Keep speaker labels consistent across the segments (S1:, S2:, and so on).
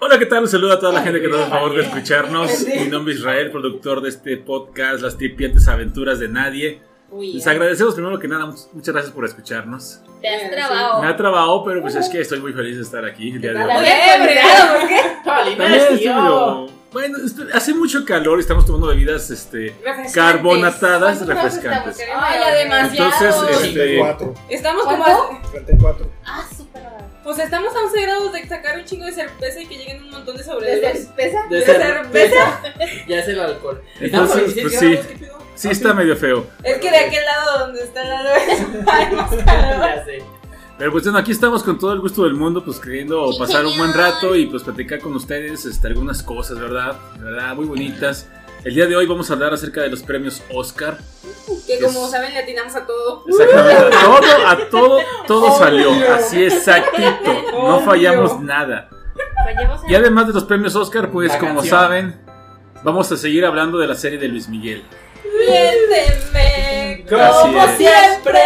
S1: Hola, ¿qué tal? Un saludo a toda la gente que nos da el favor de escucharnos. Mi nombre es Israel, productor de este podcast, Las Tripiantes Aventuras de Nadie.
S2: Uy,
S1: Les
S2: ya.
S1: agradecemos primero que nada, much- muchas gracias por escucharnos.
S3: Te has
S2: Sí. Oh.
S1: Me ha
S3: trabado.
S1: trabado, pero pues es que estoy muy feliz de estar aquí el día de hoy.
S3: Cuidado, ¿por qué?
S1: También
S4: Paulina,
S1: estoy
S4: tío.
S1: medio- Bueno, esto- hace mucho calor y estamos tomando bebidas este,
S2: Refrescantes.
S1: carbonatadas
S2: ¿Cuántos grados
S1: refrescantes.
S2: estamos?
S3: Ay, demasiado.
S1: Entonces, este-
S5: 34.
S2: Estamos como
S3: ¿Cuánto?
S2: a-
S5: 34.
S3: Ah, súper.
S2: pues estamos a 11 grados de sacar un chingo de cerveza y que lleguen un montón de
S3: ¿Desde
S2: sobredosis.
S3: pesa?
S4: De
S2: ¿De
S4: cerveza.
S2: cerveza?
S4: Ya es el alcohol.
S1: Entonces,
S4: Estamos a
S1: pues
S4: 27
S1: sí,
S4: grados,
S2: ¿Qué pedo?
S1: sí está medio feo.
S2: Es que de aquel lado donde está la luz hay más calor.
S4: Ya sé.
S1: Pero pues bueno, aquí estamos con todo el gusto del mundo, pues queriendo
S3: Sí,
S1: pasar un buen
S3: señor.
S1: rato y pues platicar con ustedes este, algunas cosas, ¿verdad? ¿Verdad? Muy bonitas. El día de hoy vamos a hablar acerca de los premios Oscar.
S2: Que como
S1: Es-
S2: saben le atinamos a todo.
S1: Exactamente. A todo, a todo, todo
S2: Obvio.
S1: salió. Así exactito. No
S2: Obvio.
S1: fallamos nada.
S3: Vayamos a-
S1: Y además de los premios Oscar, pues
S4: La
S1: como
S4: canción.
S1: saben, vamos a seguir hablando de la serie de Luis Miguel.
S2: Miénteme
S1: Así
S2: como
S1: es.
S2: siempre.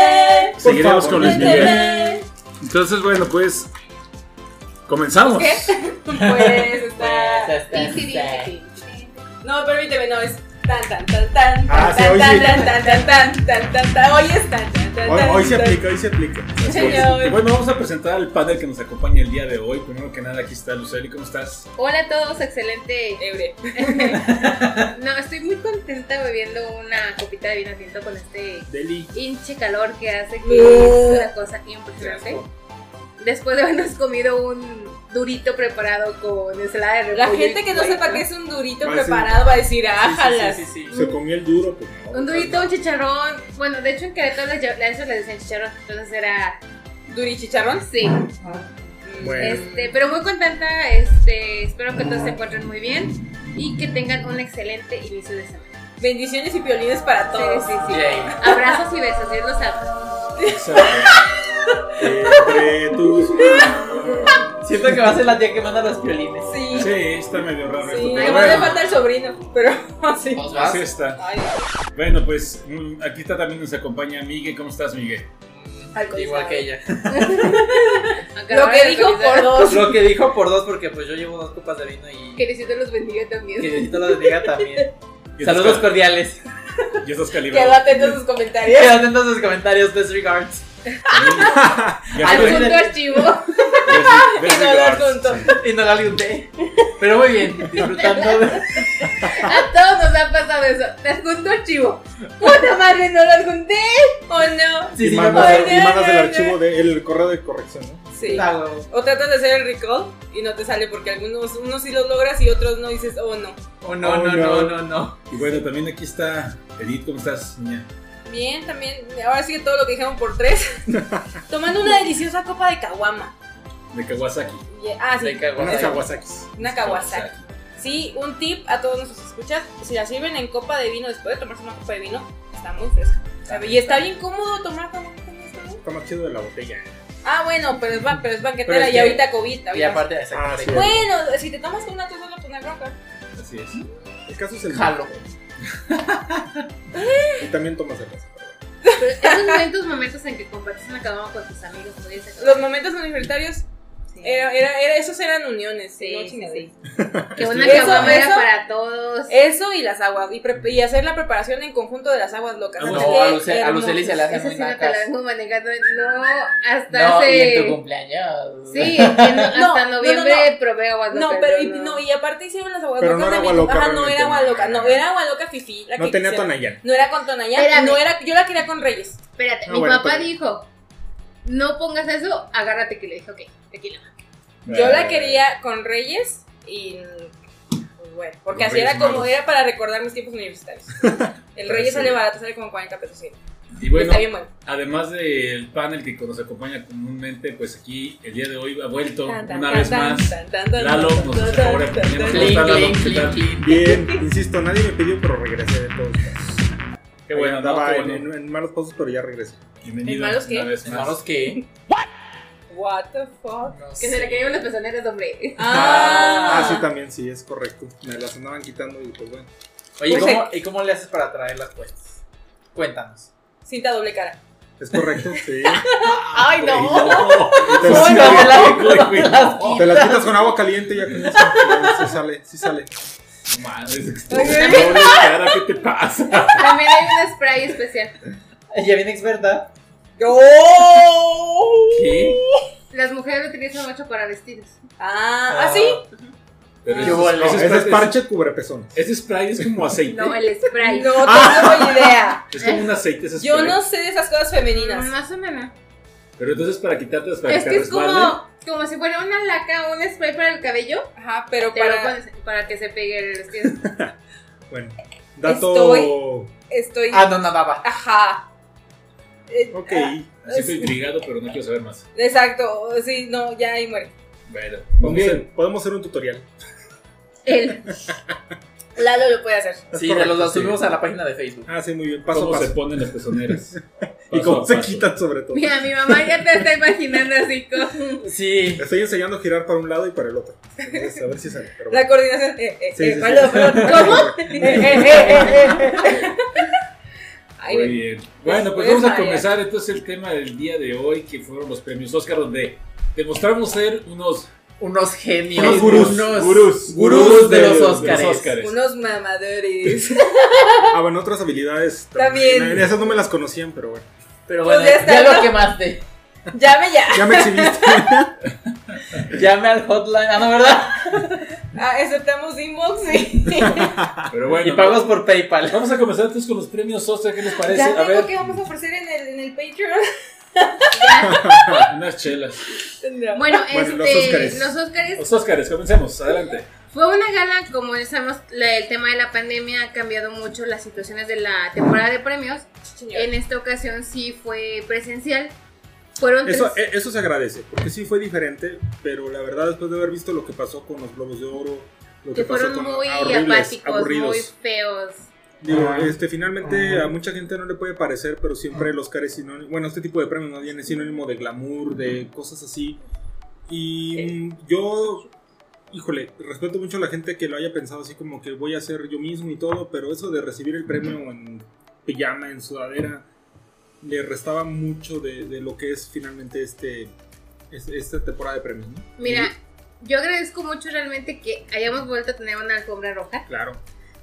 S4: Por
S1: Seguiremos
S4: favor.
S1: con
S5: Pues,
S1: Luis Miguel.
S2: Miénteme.
S1: Entonces, bueno, pues comenzamos.
S2: ¿Qué? Pues está.
S4: Pues, hasta-
S3: Sí, sí, sí,
S4: hasta-
S3: sí.
S2: No, permíteme, no, es tan tan tan tan
S5: Ah, sí,
S2: tan
S5: hoy
S2: tan
S5: sí.
S2: tan tan tan tan tan tan tan hoy es tan tan tan
S5: Hoy,
S2: tan,
S5: hoy se
S2: tan.
S5: aplica, hoy se aplica.
S2: Sí,
S1: Pues,
S2: señor.
S1: bueno, vamos a presentar al panel que nos acompaña el día de hoy. Primero que nada, aquí está Luceli, ¿cómo estás?
S3: Hola a todos, excelente.
S2: Ebre.
S3: No, estoy muy contenta bebiendo una copita de vino tinto con este
S1: Deli.
S3: hinche calor que hace que
S2: Uh.
S3: es una cosa impresionante. Después de habernos comido un durito preparado con ensalada de repollo.
S2: La gente
S3: y
S2: que no
S3: cuerpo.
S2: sepa que es un durito
S5: Va a ser-
S2: preparado va a decir, "Ah,
S4: Sí, sí,
S2: ájalas.
S4: sí, sí, sí.
S5: Se comió el duro, pues. no.
S3: Un durito, un chicharrón. Bueno, de hecho en Querétaro les, lle- a eso les decían chicharrón, entonces era.
S2: ¿Duritichicharrón?
S3: Sí.
S5: Bueno.
S3: Este, pero muy contenta, este, espero que todos se encuentren muy bien y que tengan un excelente inicio de semana.
S2: Bendiciones y violines para todos.
S3: Sí, sí, sí.
S4: Yay.
S3: Abrazos y besos, Dios los ama.
S1: eh,
S5: Entre tus.
S4: Siento que va a ser la tía que manda los violines.
S2: Sí.
S1: Sí, está medio raro esto,
S2: Sí,
S1: pero
S2: además le
S1: bueno,
S2: falta el sobrino, pero así.
S4: ¿Nos vas?
S1: así está.
S2: Ay,
S1: Bueno, pues mm, aquí está también nos acompaña Miguel. ¿Cómo estás, Miguel?
S2: Alcoholizado.
S4: Igual que ella.
S2: Lo que dijo por dos.
S4: Lo que dijo por dos, porque pues yo llevo dos copas de vino y.
S3: Que Diosito los bendiga también.
S4: Que Diosito lo bendiga también.
S1: Ya estás
S4: Saludos
S1: cal-
S4: cordiales.
S1: Ya estás calibrado.
S2: Quedó atento a sus comentarios.
S4: Quédate en sus comentarios, best regards.
S1: Ya
S4: Al
S1: estoy-
S4: fin.
S3: Junto archivo.
S1: ya estoy-
S2: Y no
S1: ya
S2: hablar
S1: estoy-
S2: juntos.
S4: Y no la liunté. Pero muy bien, disfrutando de.
S3: A todos nos ha pasado eso. Te adjunto archivo. Puta madre, no lo adjunté.
S2: ¿O no?
S4: Sí,
S5: y,
S4: sí, me
S5: mandas,
S4: pasó.
S2: acuerdo.
S5: y mandas el
S2: Ay, ay,
S5: archivo de el correo de corrección, ¿no?
S2: Sí.
S4: Ah, huevo.
S2: O tratas de hacer el recall y no te sale porque algunos unos sí los logras y otros no dices, oh no.
S4: Oh, no,
S5: Oh,
S4: no, no,
S5: no.
S4: no, no.
S1: Y bueno, también aquí está Edith. ¿Cómo estás, niña?
S2: Bien, también. Ahora sigue todo lo que dijeron por tres. Tomando una deliciosa copa de caguama.
S1: De Kawasaki.
S2: Y- Ah, sí,
S4: Se cagó.
S5: Unas Kawasaki's.
S2: una kawasaki. Sí, un tip a todos nuestros escuchas, si la sirven en copa de vino después de tomarse una copa de vino, está muy fresca. ¿sabe? Y está bien cómodo tomar con con esto, ¿no?
S5: Está más chido de la botella.
S2: Ah, bueno, pero es, ba- pero es banquetera
S4: Pero es
S2: y
S4: que-
S2: ahorita COVID.
S4: Y
S2: ahorita-
S4: aparte, exacto.
S5: Ah, sí.
S2: Bueno, si te tomas una tú solo, pues no hay bronca.
S1: Así es.
S5: El caso es el.
S4: Jalo.
S5: Y también tomas cerveza.
S3: Pero esos momentos, momentos en que compartes una caguama con tus amigos, podrías acabar.
S2: Los momentos universitarios,
S3: Sí.
S2: era, era, era- esos eran uniones,
S3: Sí,
S2: no
S3: sí,
S2: chingaderas.
S3: Que una
S2: Eso,
S3: caguama
S2: eso.
S3: era para todos.
S2: Eso y las aguas, y, pre- y hacer la preparación en conjunto de las aguas locas.
S4: Ah, No,
S2: Así que,
S4: a Luce- a Luceli se le hace
S3: Eso
S4: muy
S3: sí no te la
S4: nacas.
S3: vengo manejando. No, hasta
S4: No, y en tu
S3: hace.
S4: cumpleaños.
S3: Sí, que no-
S2: No,
S3: hasta
S2: no, no,
S3: noviembre
S2: no.
S3: probé aguas
S2: No,
S3: locas,
S2: pero y, no, y aparte hicieron las aguas
S5: Pero
S2: locas
S5: no era
S2: de
S5: agua
S2: mi-
S5: loca
S2: Ajá, no
S5: realmente,
S2: era agua
S5: no.
S2: loca, no, era agua loca fifí. la
S5: No
S2: que
S5: tenía
S2: quisieran.
S5: Tonayán.
S2: No era con Tonayán,
S3: Espérame.
S2: no era, yo la quería con Reyes.
S3: Espérate,
S4: Ah,
S5: No,
S3: mi
S5: bueno,
S3: papá
S5: pero-
S3: dijo: No pongas eso, agarra tequila. Dije, ok, tequila.
S2: Yo la quería con Reyes y pues bueno, porque
S1: Con
S2: así era
S1: Reyes
S2: como
S1: magos.
S2: era para recordar mis tiempos universitarios. El Reyes
S1: Sí.
S2: sale barato, sale como 40 pesos. sí.
S1: Y bueno,
S2: Está bien bueno.
S1: Además del panel que nos acompaña comúnmente, pues aquí el día de hoy ha vuelto
S2: Tan, tan,
S1: una
S2: tan,
S1: vez
S2: tan,
S1: más.
S2: tan, tan, tan,
S1: Lalo
S2: tan,
S1: nos
S2: tan,
S1: hace favor de
S2: tan, tan,
S1: ponernos ¿Cómo
S2: tan.
S4: Clean,
S1: está, Lalo?
S4: clean,
S1: ¿Qué
S4: clean,
S1: tal?
S4: clean.
S5: Bien, insisto, nadie me pidió, pero regresé de todos modos.
S1: Qué bueno, ¿no?
S5: andaba
S1: Qué
S5: en,
S1: bueno.
S5: en- en malos pasos, pero ya regresé.
S1: Bienvenido
S2: ¿En malos qué?
S1: una vez más.
S4: Hermanos, ¿qué?
S2: What the fuck?
S4: No
S3: Que
S4: sé.
S3: se le cayeron las pezoneras, hombre.
S2: Ah,
S5: Ah, sí, también, sí, es correcto. Me las andaban quitando y pues bueno.
S4: Oye, ¿y
S2: Pues,
S4: cómo, ¿y cómo le haces para traerlas, pues? Cuéntanos.
S2: Cinta doble cara.
S5: Es correcto, sí.
S6: Ay, no.
S5: Te
S6: No,
S5: las,
S6: no, me la-
S5: te las quitas con agua caliente y ya con eso. Sí sale, sí sale.
S1: Madre, es que está
S3: Oye.
S1: pobre cara, ¿qué te pasa?
S3: También hay un spray especial.
S6: Ella viene experta.
S1: ¿Qué?
S3: Las mujeres lo utilizan mucho para vestidos.
S2: Ah, ¿ah, sí?
S1: Pero
S6: Qué
S1: ese-
S6: bola.
S1: ese
S5: Ese
S1: spray-
S5: es parche cubrepezones.
S1: Ese spray es como aceite.
S3: No, el spray.
S2: No tengo
S5: Ah.
S2: idea.
S1: Es como un aceite ese spray.
S2: eh, Yo no sé de esas cosas
S3: Mm,
S2: femeninas.
S3: Más o menos.
S1: Pero entonces para quitártelas, para
S3: Es
S1: que
S3: que
S1: te
S3: es
S1: resbalen.
S3: como, como si fuera una laca o un spray para el cabello.
S2: Ajá, pero
S3: Te lo
S2: para.
S3: pones para que se pegue el vestido.
S5: Bueno, dato.
S2: Estoy- Estoy.
S6: Ah, no, nada, va.
S2: Ajá. Eh,
S5: Ok.
S2: ah,
S1: Me Siento intrigado, pero no quiero saber más.
S2: exacto, sí, no, ya ahí muere.
S1: Bueno,
S5: Vamos a-
S1: bien.
S5: podemos hacer un tutorial.
S3: El.
S2: Lalo lo puede hacer.
S5: Es
S6: Sí,
S5: correcto,
S6: los, los
S5: sí.
S6: subimos a la página de Facebook.
S5: Ah, sí, muy bien. Paso
S1: ¿Cómo
S5: a
S1: se
S5: paso.
S1: ponen las pezoneras?
S5: Y
S1: Paso
S5: cómo
S1: a
S5: se
S1: paso.
S5: quitan, sobre todo.
S3: Mira, mi mamá ya te está imaginando así con.
S6: Sí.
S5: Estoy enseñando a girar para un lado y para el otro. Entonces, a ver si sale. Pero
S2: La
S5: bueno.
S2: coordinación. Eh, eh,
S5: Sí,
S2: eh,
S5: sí,
S2: perdón,
S5: sí.
S2: perdón, ¿Cómo? Eh, eh, eh, eh, eh. Ay,
S1: Muy bien. Bueno, pues
S2: Pues,
S1: vamos a
S2: María.
S1: comenzar entonces el tema del día de hoy, que fueron los premios Oscar, donde demostramos ser unos
S6: Unos genios.
S5: Unos gurús,
S6: Unos
S1: gurús.
S6: gurús
S5: Pues, Gurús
S6: de,
S5: de-
S6: los
S5: de los
S6: Óscares.
S1: Óscares.
S2: unos mamadores.
S5: Ah, bueno, otras habilidades Eh,
S2: También.
S5: Esas no me las conocían, pero bueno.
S6: Pero bueno,
S2: Pues ya está,
S6: ya lo
S2: ¿no?
S6: quemaste.
S2: Llame ya.
S5: Ya me exhibiste.
S6: Llame al hotline. Ah, no, ¿verdad?
S2: Ah, aceptamos inbox y.
S1: Ah, Pero bueno,
S6: Y pagos por PayPal.
S1: vamos a comenzar entonces con los premios Oscar, ¿qué les parece?
S2: Ya
S1: A
S2: tengo
S1: ver,
S2: que vamos a ofrecer en el, en el Patreon.
S1: unas chelas.
S2: Tendrá.
S3: Bueno,
S5: Bueno, los
S3: este.
S5: Óscares.
S3: Los Óscares
S1: Los Óscares, comencemos, adelante.
S3: Fue una gala, como ya sabemos, la- el tema de la pandemia ha cambiado mucho las situaciones de la temporada de premios.
S2: Señor.
S3: En esta ocasión sí fue presencial. Fueron
S5: Eso,
S3: tres-
S5: eh, eso se agradece, porque sí fue diferente, pero la verdad, después de haber visto lo que pasó con los Globos de Oro, lo que,
S3: que
S5: pasó
S3: fueron
S5: con
S3: muy
S5: ah, horribles,
S3: apáticos,
S5: aburridos.
S3: muy feos.
S5: Digo, este, finalmente a mucha gente no le puede parecer, pero siempre el Oscar es sinónimo, bueno, este tipo de premios más bien es sinónimo de glamour, de cosas así. Y mm, yo, híjole, respeto mucho a la gente que lo haya pensado así como que voy a hacer yo mismo y todo, pero eso de recibir el premio en pijama, en sudadera, le restaba mucho de, de lo que es finalmente este, es- esta temporada de premios, ¿no?
S3: Mira, yo agradezco mucho realmente que hayamos vuelto a tener una alfombra roja.
S5: Claro.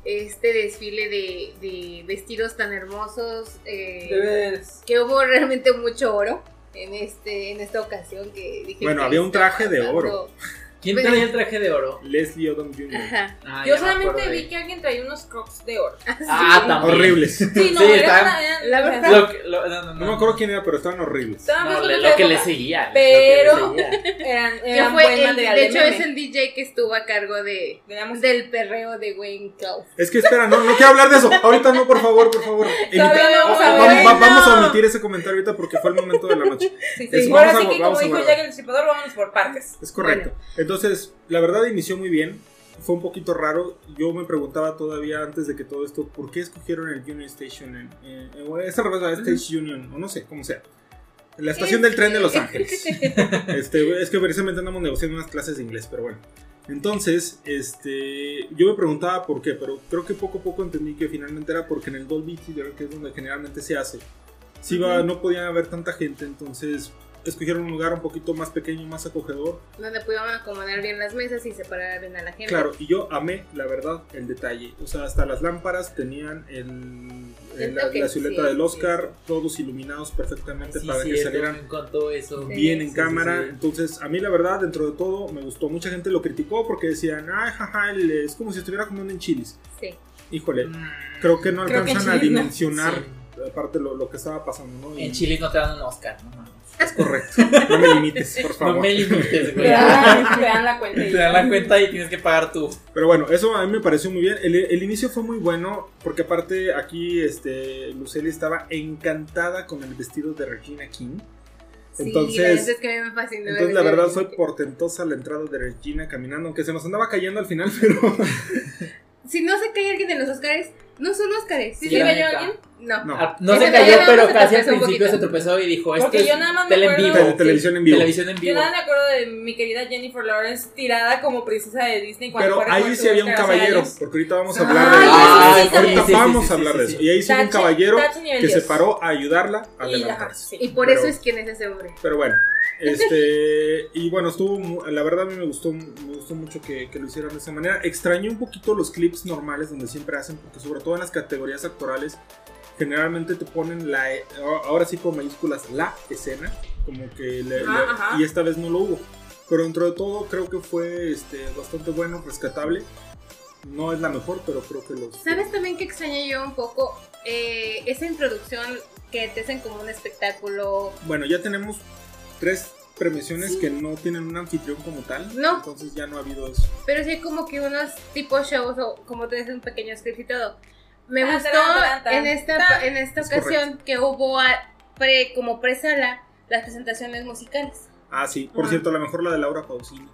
S3: Este desfile de, de vestidos tan hermosos. eh,
S6: De veras.
S3: que hubo realmente mucho oro en este en esta ocasión que dije
S5: Bueno,
S3: que
S5: había un
S3: estaba
S5: traje de
S3: pasando-
S5: oro.
S6: ¿Quién traía el traje de oro?
S5: Leslie Odom Jr.
S3: Ajá.
S6: Ah,
S2: Yo
S6: ya me
S2: solamente
S6: acordé.
S2: vi que alguien traía unos crocs de oro.
S6: Ah, también.
S5: Horribles.
S2: Sí, no,
S6: Sí,
S2: era
S6: estaban-
S2: una- eran-
S3: la verdad-
S6: Lo que- lo- no, no, no.
S5: No me acuerdo quién era, pero estaban horribles.
S2: estaban
S6: No,
S2: más o
S6: le-
S2: menos
S6: lo
S2: la
S6: que le
S2: época.
S6: seguía. lo
S2: Pero-
S6: que le seguía.
S2: Eran,
S3: Que
S2: eran buen
S3: fue el-
S2: material
S3: de hecho
S2: meme.
S3: es el DJ que estuvo a cargo de
S2: De la música.
S3: del perreo de Wayne Cow.
S5: Es que espera, no, no quiero hablar de eso. Ahorita no, por favor, por favor. Evita-
S2: Todavía no vamos a
S5: Va- va-
S2: ver.
S3: bueno.
S5: vamos a omitir ese comentario ahorita porque fue el momento de la noche.
S2: Sí, sí.
S5: Eso, vamos
S2: Ahora
S5: a-
S2: sí que, como
S5: vamos a
S2: dijo
S5: guardar.
S2: Jack el Destripador, vámonos por partes.
S5: Es correcto. Entonces, la verdad inició muy bien. Fue un poquito raro. Yo me preguntaba todavía antes de que todo esto, ¿por qué escogieron el Union Station? En, en- en- o esa revés, Stage Union, o no sé, como sea. La estación del tren de Los Ángeles. Este, es que precisamente andamos negociando unas clases de inglés, pero bueno. Entonces, este, yo me preguntaba por qué, pero creo que poco a poco entendí que finalmente era porque en el Dolby Theater, que es donde generalmente se hace, si iba- no podía haber tanta gente, entonces escogieron un lugar un poquito más pequeño, más acogedor.
S3: Donde pudieron acomodar bien las mesas y separar bien a la gente.
S5: Claro, y yo amé, la verdad, el detalle. O sea, hasta las lámparas tenían el,
S3: El
S5: el- la,
S3: toque,
S5: la silueta
S3: sí,
S5: del Oscar, todos iluminados
S6: Sí,
S5: perfectamente Este, para que
S6: cierto,
S5: salieran
S6: me encantó eso.
S3: Sí.
S5: bien en
S6: sí,
S5: cámara.
S6: sí.
S5: Entonces, a mí la verdad, dentro de todo, me gustó. Mucha gente lo criticó porque decían, ay, jaja, el- es como si estuviera comiendo en chilis.
S3: Sí.
S5: Híjole,
S6: Mm,
S5: creo que no
S2: Creo que en
S5: alcanzan a
S2: chilis no.
S5: dimensionar aparte lo, lo que estaba pasando, ¿no?
S6: En
S5: Y-
S6: Chile no te dan un Oscar, no mames.
S5: Es correcto. No me limites, por favor.
S6: No me limites,
S2: Te
S6: güey.
S2: dan, la- te dan la cuenta. y-
S6: Te dan la cuenta y tienes que pagar tú.
S5: Pero bueno, eso a mí me pareció muy bien. El, el inicio fue muy bueno porque aparte aquí este, Lucely estaba encantada con el vestido de Regina King.
S3: Sí,
S5: Entonces-
S3: la verdad es que a mí me fascinó.
S5: Entonces, la verdad, fue
S3: por
S5: portentosa la entrada de Regina caminando, aunque se nos andaba cayendo al final, pero
S3: Si no se cae alguien de los Oscars, No son Óscares. Sí,
S2: ¿Sí
S6: Sí,
S2: se
S6: la
S2: cayó
S6: neta.
S2: alguien?
S3: No.
S5: No,
S6: Ah, No
S3: Ese
S6: se
S3: día
S6: cayó,
S3: nada más
S6: pero
S3: se
S6: casi al
S3: tropezó un
S6: principio
S3: poquito.
S6: se tropezó y dijo,
S2: Porque
S6: este
S2: yo nada más
S6: es
S2: me
S6: tele en
S2: acuerdo-
S6: vivo.
S5: Tele- televisión en vivo.
S6: Televisión en
S2: Yo
S6: vivo.
S2: nada me acuerdo de mi querida Jennifer Lawrence tirada como princesa de Disney cuando
S5: Pero
S2: fue a
S5: ahí
S2: recoger
S5: sí había
S2: su
S5: un
S2: Oscar hace
S5: caballero,
S2: años.
S5: porque ahorita vamos a
S2: Ah,
S5: hablar de
S2: sí, sí, sí,
S5: ahorita
S6: sí, sí,
S5: vamos
S6: sí,
S5: a hablar
S6: sí,
S5: de
S6: sí,
S5: eso.
S6: sí.
S5: Y ahí sí hubo un
S2: Tache-
S5: caballero
S2: tache nivel
S5: que se
S2: Dios.
S5: paró a ayudarla a
S2: Y la-
S5: levantarse.
S2: sí.
S3: Y por
S5: Pero-
S3: eso es quien es ese hombre.
S5: Pero bueno, este. y bueno, estuvo. mu- La verdad, a mí me gustó, me gustó mucho que, que lo hicieran de esa manera. Extrañé un poquito los clips normales donde siempre hacen, porque sobre todo en las categorías actorales, generalmente te ponen la. e- a- Ahora sí, con mayúsculas, la escena. Como que. le-
S2: Ajá,
S3: Ah,
S5: le-
S2: ajá.
S5: y esta vez no lo hubo. Pero dentro de todo, creo que fue este, bastante bueno, rescatable. No es la mejor, pero creo que los.
S3: ¿Sabes también que extrañé yo un poco Eh, esa introducción que te hacen como un espectáculo?
S5: Bueno, ya tenemos tres premiaciones que no tienen un anfitrión como tal.
S3: No.
S5: Entonces ya no ha habido eso.
S3: Pero sí hay como que unos tipos shows o como te dicen pequeños clips y todo. Me
S2: Ah, Tan,
S3: gustó
S2: tan, tan,
S3: en esta, en esta
S5: Es correcto.
S3: ocasión que hubo a- pre- como presala las presentaciones musicales.
S5: Ah, sí. Por
S3: Ajá.
S5: cierto, a lo mejor la de Laura Pausini.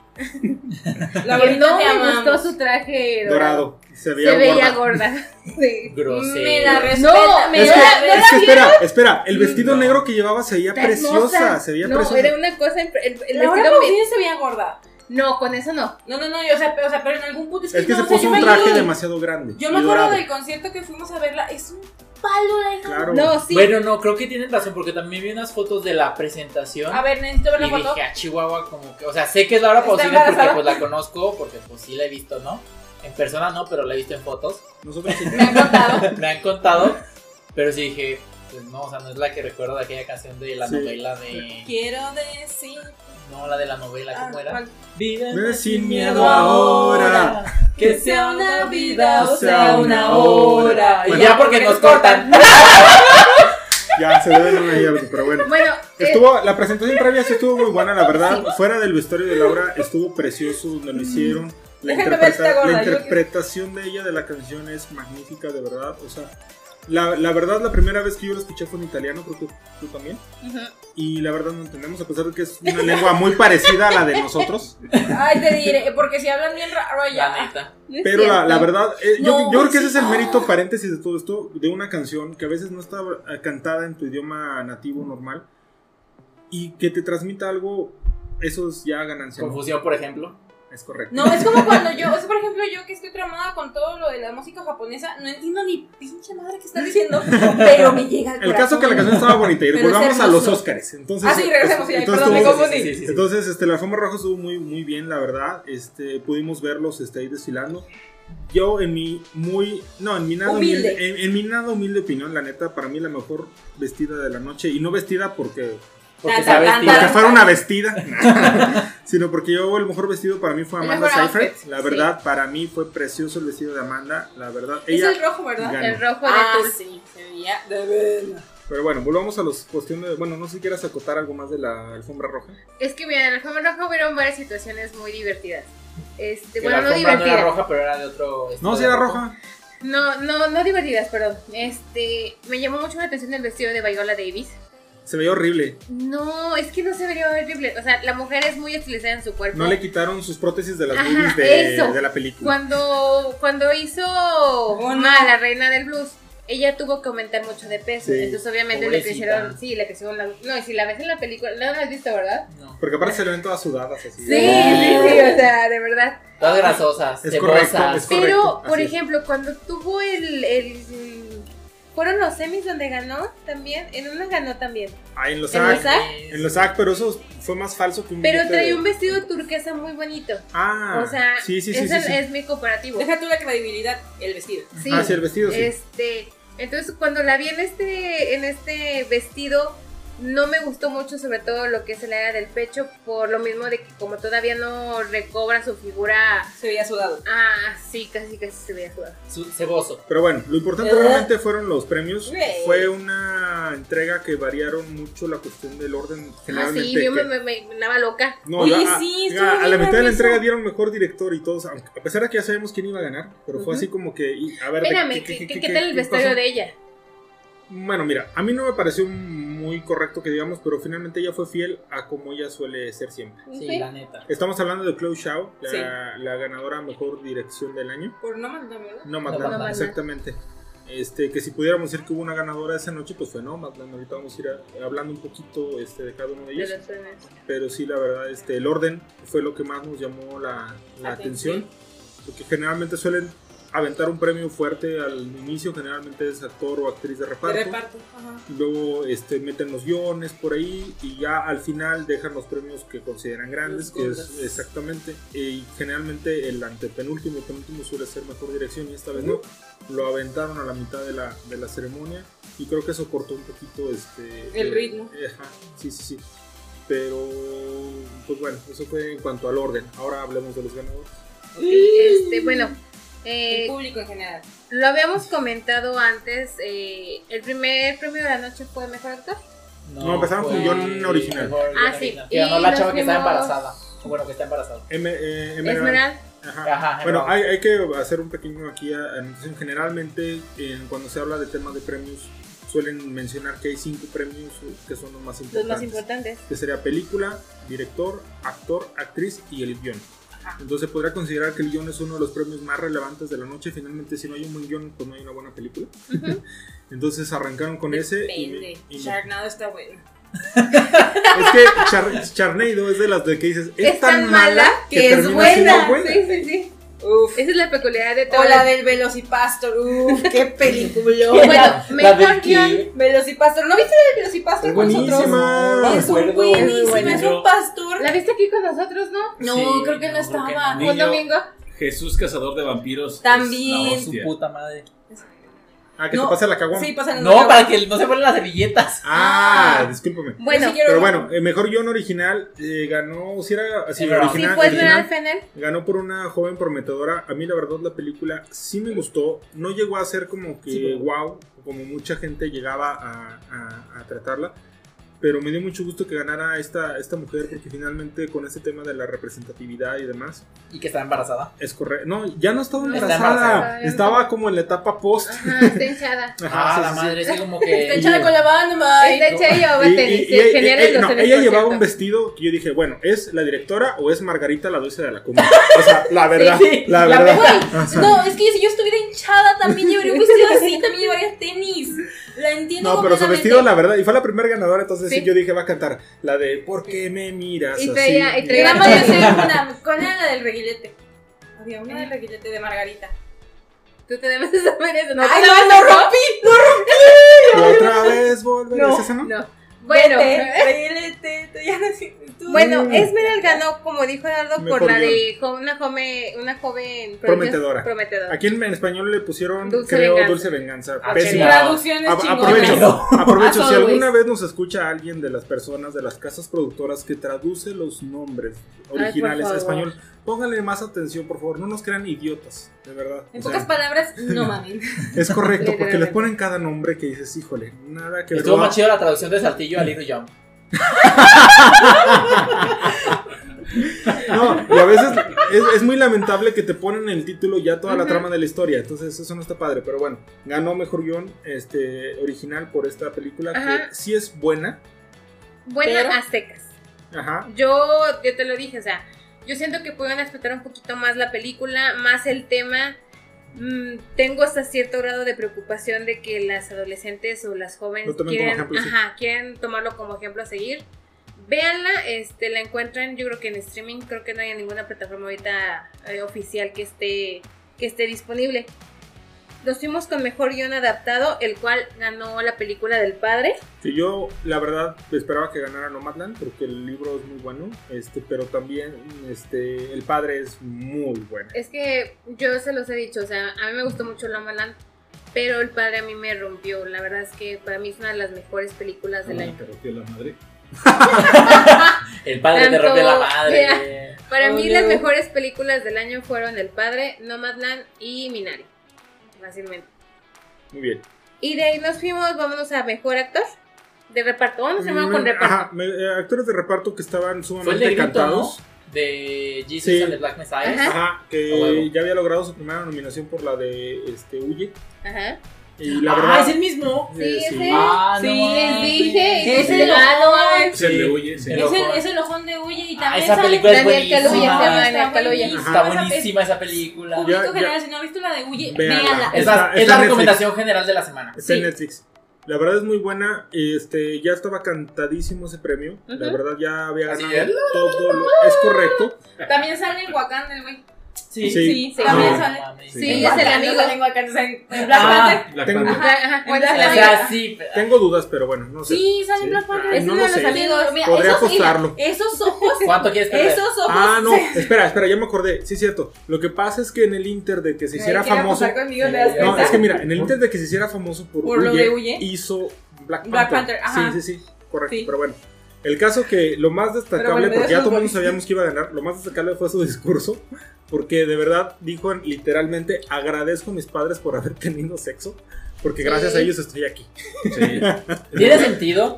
S2: La
S3: Que
S2: bonita
S3: no
S2: te
S3: me
S2: amamos.
S3: gustó su traje dorado.
S5: Dorado. Se
S3: Se
S5: veía
S3: veía
S5: gorda.
S3: gorda. Sí.
S6: Grosero.
S2: Me la respeta.
S3: No,
S2: me
S5: Es
S2: la
S5: que,
S2: respeta.
S5: es que espera, espera. El vestido
S6: No.
S5: negro que llevaba se veía
S3: Está
S5: preciosa.
S3: hermosa.
S5: Se veía
S3: no,
S5: preciosa.
S3: era una cosa. impre- El, el
S2: Laura
S3: vestido me-
S2: Pausini se veía gorda.
S3: No, con eso no.
S2: No, no, no, yo, o, sea, pero- o sea, pero en algún punto es que,
S5: Es que
S2: no,
S5: se
S2: o sea,
S5: puso
S2: yo
S5: un
S2: me
S5: traje
S2: acuerdo-
S5: demasiado grande.
S2: Yo me
S5: y
S2: acuerdo
S5: dorado.
S2: del concierto que fuimos a verla, es un palo la hija.
S5: Claro.
S3: No, sí.
S6: Bueno, no, creo que tienen razón porque también vi unas fotos de la presentación.
S2: A ver, necesito ver
S6: y
S2: la foto.
S6: dije a Chihuahua como que, o sea, sé que es Laura
S2: ¿Está
S6: Pausini porque
S2: embarazada?
S6: pues la conozco, porque pues sí la he visto, ¿no? En persona no, pero la he visto en fotos.
S5: Nosotros sí.
S2: Me han contado.
S6: Me han contado, pero sí dije, pues no, o sea, no es la que recuerdo de aquella canción de la
S5: Sí.
S6: novela de
S2: Quiero decir.
S6: no, la de la novela,
S2: Ah,
S6: ¿cómo era?
S2: ¿cuál?
S6: Vive
S5: Vive sin miedo ahora.
S6: que sea una vida o
S5: Que
S6: sea una hora. Y
S5: Bueno.
S6: ya porque nos cortan.
S5: Ya, se deben una y algo, pero bueno.
S3: Bueno, eh,
S5: Estuvo, la presentación previa sí estuvo muy buena, la verdad. Fuera del vestuario de Laura, estuvo precioso donde lo hicieron. La,
S2: Déjenme
S5: interpreta-
S2: ver esta gorda,
S5: la
S2: yo que-
S5: interpretación de ella de la canción es magnífica, de verdad. O sea, la, la verdad, la primera vez que yo la escuché fue en italiano, creo que tú también.
S3: eh,
S5: Y la verdad no entendemos, a pesar de que es una lengua muy parecida a la de nosotros.
S2: Ay, te diré, porque si hablan bien raro
S6: La
S2: ya.
S6: neta.
S3: no es
S5: Pero la, la
S3: cierto.
S5: verdad, eh, yo- yo,
S2: No,
S5: creo que ese
S2: sí.
S5: es el mérito paréntesis de todo esto, de una canción que a veces no está eh, cantada en tu idioma nativo normal y que te transmita algo, eso es ya ganancia. ¿no?
S6: Confusión, por ejemplo.
S5: Es correcto.
S2: No, es como cuando yo, o sea, por ejemplo, yo que estoy tramada con todo lo de la música japonesa, no entiendo ni pinche madre que está diciendo, pero me llega al
S5: El
S2: corazón.
S5: caso que la canción estaba bonita y
S2: Pero es
S5: volvamos a los
S2: hermoso.
S5: Óscares. Entonces,
S2: Ah, sí, regresemos, ya,
S5: entonces
S2: perdón, me
S5: tuvo-
S2: confundí.
S6: Sí, sí, sí, sí.
S5: Entonces, este, la alfombra roja estuvo muy, muy bien, la verdad. Este, pudimos verlos este, ahí desfilando. Yo en mi muy, no, en mi nada humilde,
S2: Humilde.
S5: en, en mi nada humilde opinión, la neta, para mí la mejor vestida de la noche y no vestida porque,
S6: Porque
S2: Tan,
S6: se ha
S2: tan, tan,
S6: vestido.
S5: porque
S2: tan.
S5: fuera una vestida, sino porque yo el mejor vestido para mí fue
S3: El
S5: Amanda
S3: mejor
S5: Seyfried.
S3: outfit,
S5: La
S3: sí.
S5: verdad, para mí fue precioso el vestido de Amanda, la verdad.
S2: Es
S5: Ella
S2: el rojo, ¿verdad?
S5: ganó.
S3: El rojo
S2: Ah,
S3: de Tul.
S2: sí, se veía de verdad.
S5: Pero bueno, volvamos a los cuestiones. Bueno, no sé si quieras acotar algo más de la alfombra roja.
S3: Es que mira, en el Fama Roja hubieron varias situaciones muy divertidas. Este,
S6: Que
S3: bueno,
S6: la
S3: no
S6: alfombra no era
S3: divertidas.
S6: roja, pero era de otro.
S5: No, si era roja.
S3: No, no, no divertidas, perdón. Este, me llamó mucho la atención el vestido de Viola Davis.
S5: Se veía horrible.
S3: No, es que no se vería horrible. O sea, la mujer es muy estilizada en su cuerpo.
S5: No le quitaron sus prótesis de las
S3: Ajá,
S5: movies de,
S3: eso.
S5: de la película.
S3: Cuando, cuando hizo
S2: no.
S3: Ma, la reina del blues, ella tuvo que aumentar mucho de peso.
S5: Sí,
S3: Entonces, obviamente, le
S6: pobrecita.
S3: crecieron. Sí, le crecieron la. No, y si la ves en la película, no la has visto, ¿verdad?
S6: No.
S5: Porque aparte se le ven todas sudadas así.
S3: Sí, sí, sí, o sea, de verdad.
S6: Todas grasosas,
S5: Es correcto,
S6: cebosas.
S5: es correcto.
S3: Pero, por
S5: así es.
S3: ejemplo, cuando tuvo el, el- Fueron los semis donde ganó también. En una ganó también.
S5: Ah, en los
S3: ¿En los
S5: AC.
S3: sac?
S5: En los AC, pero eso fue más falso que un
S3: Pero
S5: billete
S3: trae
S5: de-
S3: un vestido turquesa muy bonito.
S5: Ah,
S3: o sea,
S5: sí, sí, sí,
S3: ese
S5: sí, sí.
S3: es mi comparativo.
S2: Deja tú la credibilidad, el vestido.
S3: Sí,
S5: Ah, sí, el vestido, sí.
S3: este, entonces, cuando la vi en este, en este vestido, no me gustó mucho, sobre todo lo que es el área del pecho, por lo mismo de que como todavía no recobra su figura.
S2: Se veía sudado.
S3: Ah, sí, casi, casi se veía sudada.
S6: Su- Ceboso.
S5: Pero bueno, lo importante
S2: Eh.
S5: realmente fueron los premios.
S2: Güey.
S5: Fue una entrega que variaron mucho la cuestión del orden
S3: Ah,
S5: generalmente.
S3: sí, yo me,
S5: que-
S3: me, me- me andaba loca.
S5: No,
S2: Oye,
S5: ya-
S2: sí,
S5: ya
S2: estuvo
S5: a
S2: bien
S5: la mitad de la
S2: nervioso.
S5: entrega dieron mejor director y todos, aunque- a pesar de que ya sabemos quién iba a ganar, pero fue
S3: Ujú.
S5: así como que, y, a ver, ¿de
S3: Espérame, ¿qué, qué- qué tal el
S5: qué
S3: vestuario
S5: pasó?
S3: de ella?
S5: Bueno, mira, a mí no me pareció muy correcto que digamos, pero finalmente ella fue fiel a como ella suele ser siempre.
S6: Sí, la neta.
S5: Estamos hablando de Chloe Shaw, la,
S2: Sí.
S5: la ganadora a mejor dirección del año.
S2: Por no mandar, ¿verdad?
S5: No, Madonna,
S6: Madonna.
S5: exactamente. Este, que si pudiéramos decir que hubo una ganadora esa noche, pues fue Nomadland. Ahorita vamos a ir a- hablando un poquito este, de cada uno de ellos. Pero sí, la verdad, este, el orden fue lo que más nos llamó la, la
S2: Atención.
S5: atención. Porque generalmente suelen aventar un premio fuerte al inicio, generalmente es actor o actriz de
S2: De
S5: reparto.
S2: reparto. Ajá.
S5: Y Luego este, meten los guiones por ahí y ya al final dejan los premios que consideran grandes,
S2: Los
S5: que es
S2: gordos.
S5: exactamente. Y generalmente el antepenúltimo, penúltimo suele ser mejor dirección y esta vez no. Lo aventaron a la mitad de la, de la ceremonia y creo que eso cortó un poquito este,
S2: El ritmo.
S5: Ajá, sí, sí, sí. Pero, pues bueno, eso fue en cuanto al orden. Ahora hablemos de los ganadores.
S3: Este, bueno, eh,
S2: El público en general.
S3: lo habíamos comentado antes. eh, el primer premio de la noche fue mejor actor.
S5: No, empezaron
S6: fue
S5: con guión original.
S6: mejor guión
S3: Ah, sí.
S6: original.
S3: Y
S6: Que ganó la
S3: nos
S6: chava que está
S3: fuimos-
S6: embarazada. O Bueno, que está embarazada.
S5: M- eh, Emerald.
S3: Esmeralda.
S5: Ajá.
S6: Ajá,
S5: Bueno,
S6: Emerald.
S5: hay, hay que hacer un pequeño aquí anuncio. Generalmente, en- cuando se habla de temas de premios, suelen mencionar que hay cinco premios que son los
S3: Los
S5: más importantes.
S3: más importantes.
S5: Que sería película, director, actor, actriz y el guión. Entonces se podría considerar que el guión es uno de los premios más relevantes de la noche. Finalmente, si no hay un buen guión, pues no hay una buena película. Entonces arrancaron con ese. y me-
S2: Depende.
S5: y me-
S2: Sharknado está bueno.
S5: es que Char- Charneido es de las de que dices, es, tan, mala que,
S3: es
S5: termina siendo
S3: buena.
S5: buena.
S3: Sí, sí, sí.
S2: Uf.
S3: Esa es la peculiaridad de todo.
S2: O la del Velocipastor. Uf, qué película.
S3: Bueno,
S6: La del
S3: mejor guión.
S6: que-
S2: Velocipastor. ¿No viste el Velocipastor
S5: Es
S2: con nosotros?
S5: buenísima.
S2: Es un
S6: Recuerdo.
S2: buenísimo,
S6: Muy
S2: es un pastor.
S3: La viste aquí con nosotros, ¿no?
S2: No,
S6: Sí,
S2: creo que no,
S6: no, creo que
S2: estaba.
S6: no.
S3: Un
S1: Niño.
S3: domingo.
S1: Jesús Cazador de Vampiros. es
S2: También.
S1: la
S6: No, su
S1: hostia.
S6: puta madre.
S5: Ah, que
S2: No.
S5: te pasa la caguama.
S2: Sí,
S3: Ah,
S2: pasan en
S6: No, para que no se vuelen las servilletas.
S5: Ah, discúlpame.
S3: Bueno,
S5: Pero bueno, el mejor guión original eh, ganó, si era si
S6: Emerald.
S3: sí pues,
S5: original,
S3: fue
S5: original,
S3: Esmeralda Fennel.
S5: ganó por una joven prometedora. A mí la verdad la película sí me gustó, no llegó a ser como que
S6: Sí, pero-
S5: wow, como mucha gente llegaba a, a- a tratarla. Pero me dio mucho gusto que ganara esta, esta mujer porque finalmente con este tema de la representatividad y demás
S6: Y que está embarazada.
S5: es correcto. No, ya no estaba
S3: No,
S6: está
S5: embarazada,
S6: embarazada.
S5: estaba como en la etapa post.
S3: Ajá, está hinchada.
S5: Ajá,
S6: ah,
S5: sí,
S6: la
S5: sí, sí.
S6: madre, sí, como
S2: Está
S6: que.
S2: echada con la banda, Mike.
S3: Está hecha ella,
S5: Y-
S3: óvate,
S5: y-
S3: dice,
S5: y- y-
S3: genial
S5: eh,
S3: en los
S5: no,
S3: tres,
S5: ella
S3: por
S5: llevaba
S3: cierto.
S5: un vestido que yo dije, bueno, ¿es la directora o es Margarita la dulce de la comida? O sea, la verdad,
S6: Sí,
S5: la
S6: la
S5: verdad.
S2: Güey, no, es que si yo estuviera hinchada también llevaría un vestido así, también llevaría tenis. La entiendo.
S5: No, pero su
S2: completamente.
S5: vestido, la verdad, y fue la primera ganadora, entonces sí,
S3: Sí.
S5: yo dije, va a cantar la de ¿Por qué me miras
S3: Y
S5: así?
S3: traía- y traía-
S2: Nada más yo sé una. ¿Cuál era la del reguilete? Había una del reguilete de Margarita.
S3: Tú te debes de saber eso, ¿no?
S2: Ay,
S3: ¿Te
S2: no,
S3: sabes
S2: no
S3: eso?
S2: rompí.
S5: Otra vez volver,
S3: No,
S5: ¿es esa, no?
S3: Bueno,
S2: Vete, reguilete. tú ya no sé- tú-
S3: bueno,
S5: Mm.
S3: Esmeralda ganó, como dijo Eduardo, por
S5: Mejor
S3: la de jo- una joven, una joven
S5: Prometedora.
S3: prometedora.
S5: Aquí en, en español le pusieron,
S3: Dulce
S5: creo,
S3: venganza.
S5: Dulce Venganza.
S6: Ah,
S5: Pésimo.
S6: chingada.
S2: Traducciones
S5: A-
S2: chingonas.
S5: aprovecho, aprovecho.
S2: As
S5: Si alguna
S2: always.
S5: vez nos escucha alguien de las personas de las casas productoras que traduce los nombres originales a
S3: favor.
S5: español, pónganle más atención, por favor. No nos crean idiotas, de verdad.
S2: En
S5: O sea,
S2: pocas palabras, no mamen.
S5: es correcto, porque les
S3: Literalmente.
S5: ponen cada nombre que dices, híjole, nada que ver.
S6: Estuvo más chido la traducción de Saltillo a Little Jump.
S5: No, y a veces es, es muy lamentable que te ponen en el título ya toda la trama de la historia. Entonces, eso no está padre. Pero bueno, ganó mejor guión este, original por esta película
S3: Ajá.
S5: que sí es buena.
S3: Buena
S2: Pero-
S3: a secas.
S5: Ajá.
S3: Yo, yo te lo dije, o sea, yo siento que pudieron explotar un poquito más la película, más el tema. Mm, tengo hasta cierto grado de preocupación de que las adolescentes o las jóvenes
S5: Lo tomen como
S3: quieren,
S5: ejemplo, sí.
S3: ajá, quieren tomarlo como ejemplo a seguir. Véanla, este, la encuentran yo creo que en streaming, creo que no hay ninguna plataforma ahorita eh, oficial que esté, que esté disponible. Nos fuimos con mejor guión adaptado, el cual ganó la película del padre.
S5: Que yo, la verdad, esperaba que ganara Nomadland porque el libro es muy bueno. Este, pero también este, El Padre es muy bueno.
S3: Es que yo se los he dicho, o sea, a mí me gustó mucho La Land, pero El Padre a mí me rompió. La verdad es que para mí es una de las mejores películas
S5: Mm.
S3: del año.
S1: Pero que la madre.
S6: El padre te
S3: Tanto-
S6: rompe la madre.
S3: Para
S2: Oh,
S3: mí
S2: no.
S3: las mejores películas del año fueron El Padre, Nomadland y Minari, fácilmente.
S5: Muy bien.
S3: Y de ahí nos fuimos, vámonos a Mejor Actor de reparto. Vamos a llamar con reparto.
S5: Ajá, Mm, me- eh, actores de reparto que estaban
S6: Fue el
S5: sumamente
S6: negrito, ¿no?
S5: encantados.
S6: De Jesus
S5: Sí.
S6: and the Black Messiah.
S3: Ajá.
S5: Ajá, que
S6: A huevo.
S5: ya había logrado su primera nominación por la de este, Huye.
S3: Ajá.
S5: Y la
S6: ah,
S5: verdad. eh,
S6: es el mismo.
S3: Sí, ese.
S6: Ah,
S2: Sí,
S6: no
S2: les
S6: mames.
S3: dije,
S2: Ese
S3: Sí.
S2: es el
S3: Ah, no
S2: ojón.
S3: mames.
S1: Se le huye,
S6: Sí.
S1: se
S2: Es el, es el ojón de huye y
S6: Ah, esa película es
S3: Daniel
S6: buenísima.
S3: Kaluuya se llama
S6: Está
S3: Daniel Kaluuya.
S6: Está
S2: esa-
S6: buenísima esa película.
S2: Público
S5: Ya-
S2: general,
S5: ya-
S2: si no ha visto la de Huye,
S5: Véanla.
S2: véanla.
S6: Es
S5: Está-
S6: la, es
S5: está
S6: la
S5: Netflix.
S6: recomendación general de la semana.
S5: Está en
S2: Sí.
S5: Netflix. La verdad es muy buena. Este, ya estaba cantadísimo ese premio. La
S3: Ujú.
S5: verdad ya había
S6: Así
S5: ganado
S6: es.
S5: todo. lo- Es correcto.
S2: También sale en Wakanda el güey.
S6: Sí,
S5: Sí.
S2: también
S4: Ah.
S5: No.
S2: sale.
S5: Sí.
S3: Sí, es el
S2: Wakanda,
S3: amigo.
S2: sale en Wakanda, sale en Black
S6: Ah.
S2: Panther.
S1: La
S5: Tengo-
S1: Panther.
S3: Ajá, ajá,
S2: Ajá.
S3: es la
S6: O
S2: Ajá.
S3: amiga.
S6: sea, sí.
S5: Tengo dudas, pero bueno, no sé.
S2: Sí, sale
S1: Sí.
S2: en Black Panther.
S5: Ah,
S3: Es
S5: no
S3: uno
S5: lo
S3: de los
S5: sé.
S3: amigos.
S2: Mira,
S5: Podría
S2: esos, mira,
S5: apostarlo.
S2: esos ojos,
S6: ¿Cuánto quieres perder?
S2: esos ojos.
S5: Ah, no, espera, espera, ya me acordé. Sí, es cierto. Lo que pasa es que en el Inter de que se hiciera
S2: Nadie quiere
S5: famoso.
S2: apostar conmigo, ¿te das
S6: No,
S5: No,
S2: cuenta?
S5: es que mira, en el Inter de que se hiciera famoso por,
S2: Por lo
S5: Huye,
S2: de Huye.
S5: hizo Black Panther.
S2: Black Panther, ajá.
S5: Sí, sí, sí, correcto.
S2: Sí.
S5: Pero bueno, el caso que lo más destacable,
S2: volveré
S5: porque ya todo el mundo
S2: futbolista.
S5: sabíamos que iba a ganar, lo más destacable fue su discurso, porque de verdad dijo literalmente, agradezco a mis padres por haber tenido sexo, porque gracias a ellos estoy aquí.
S1: Sí.
S6: ¿Tiene sentido?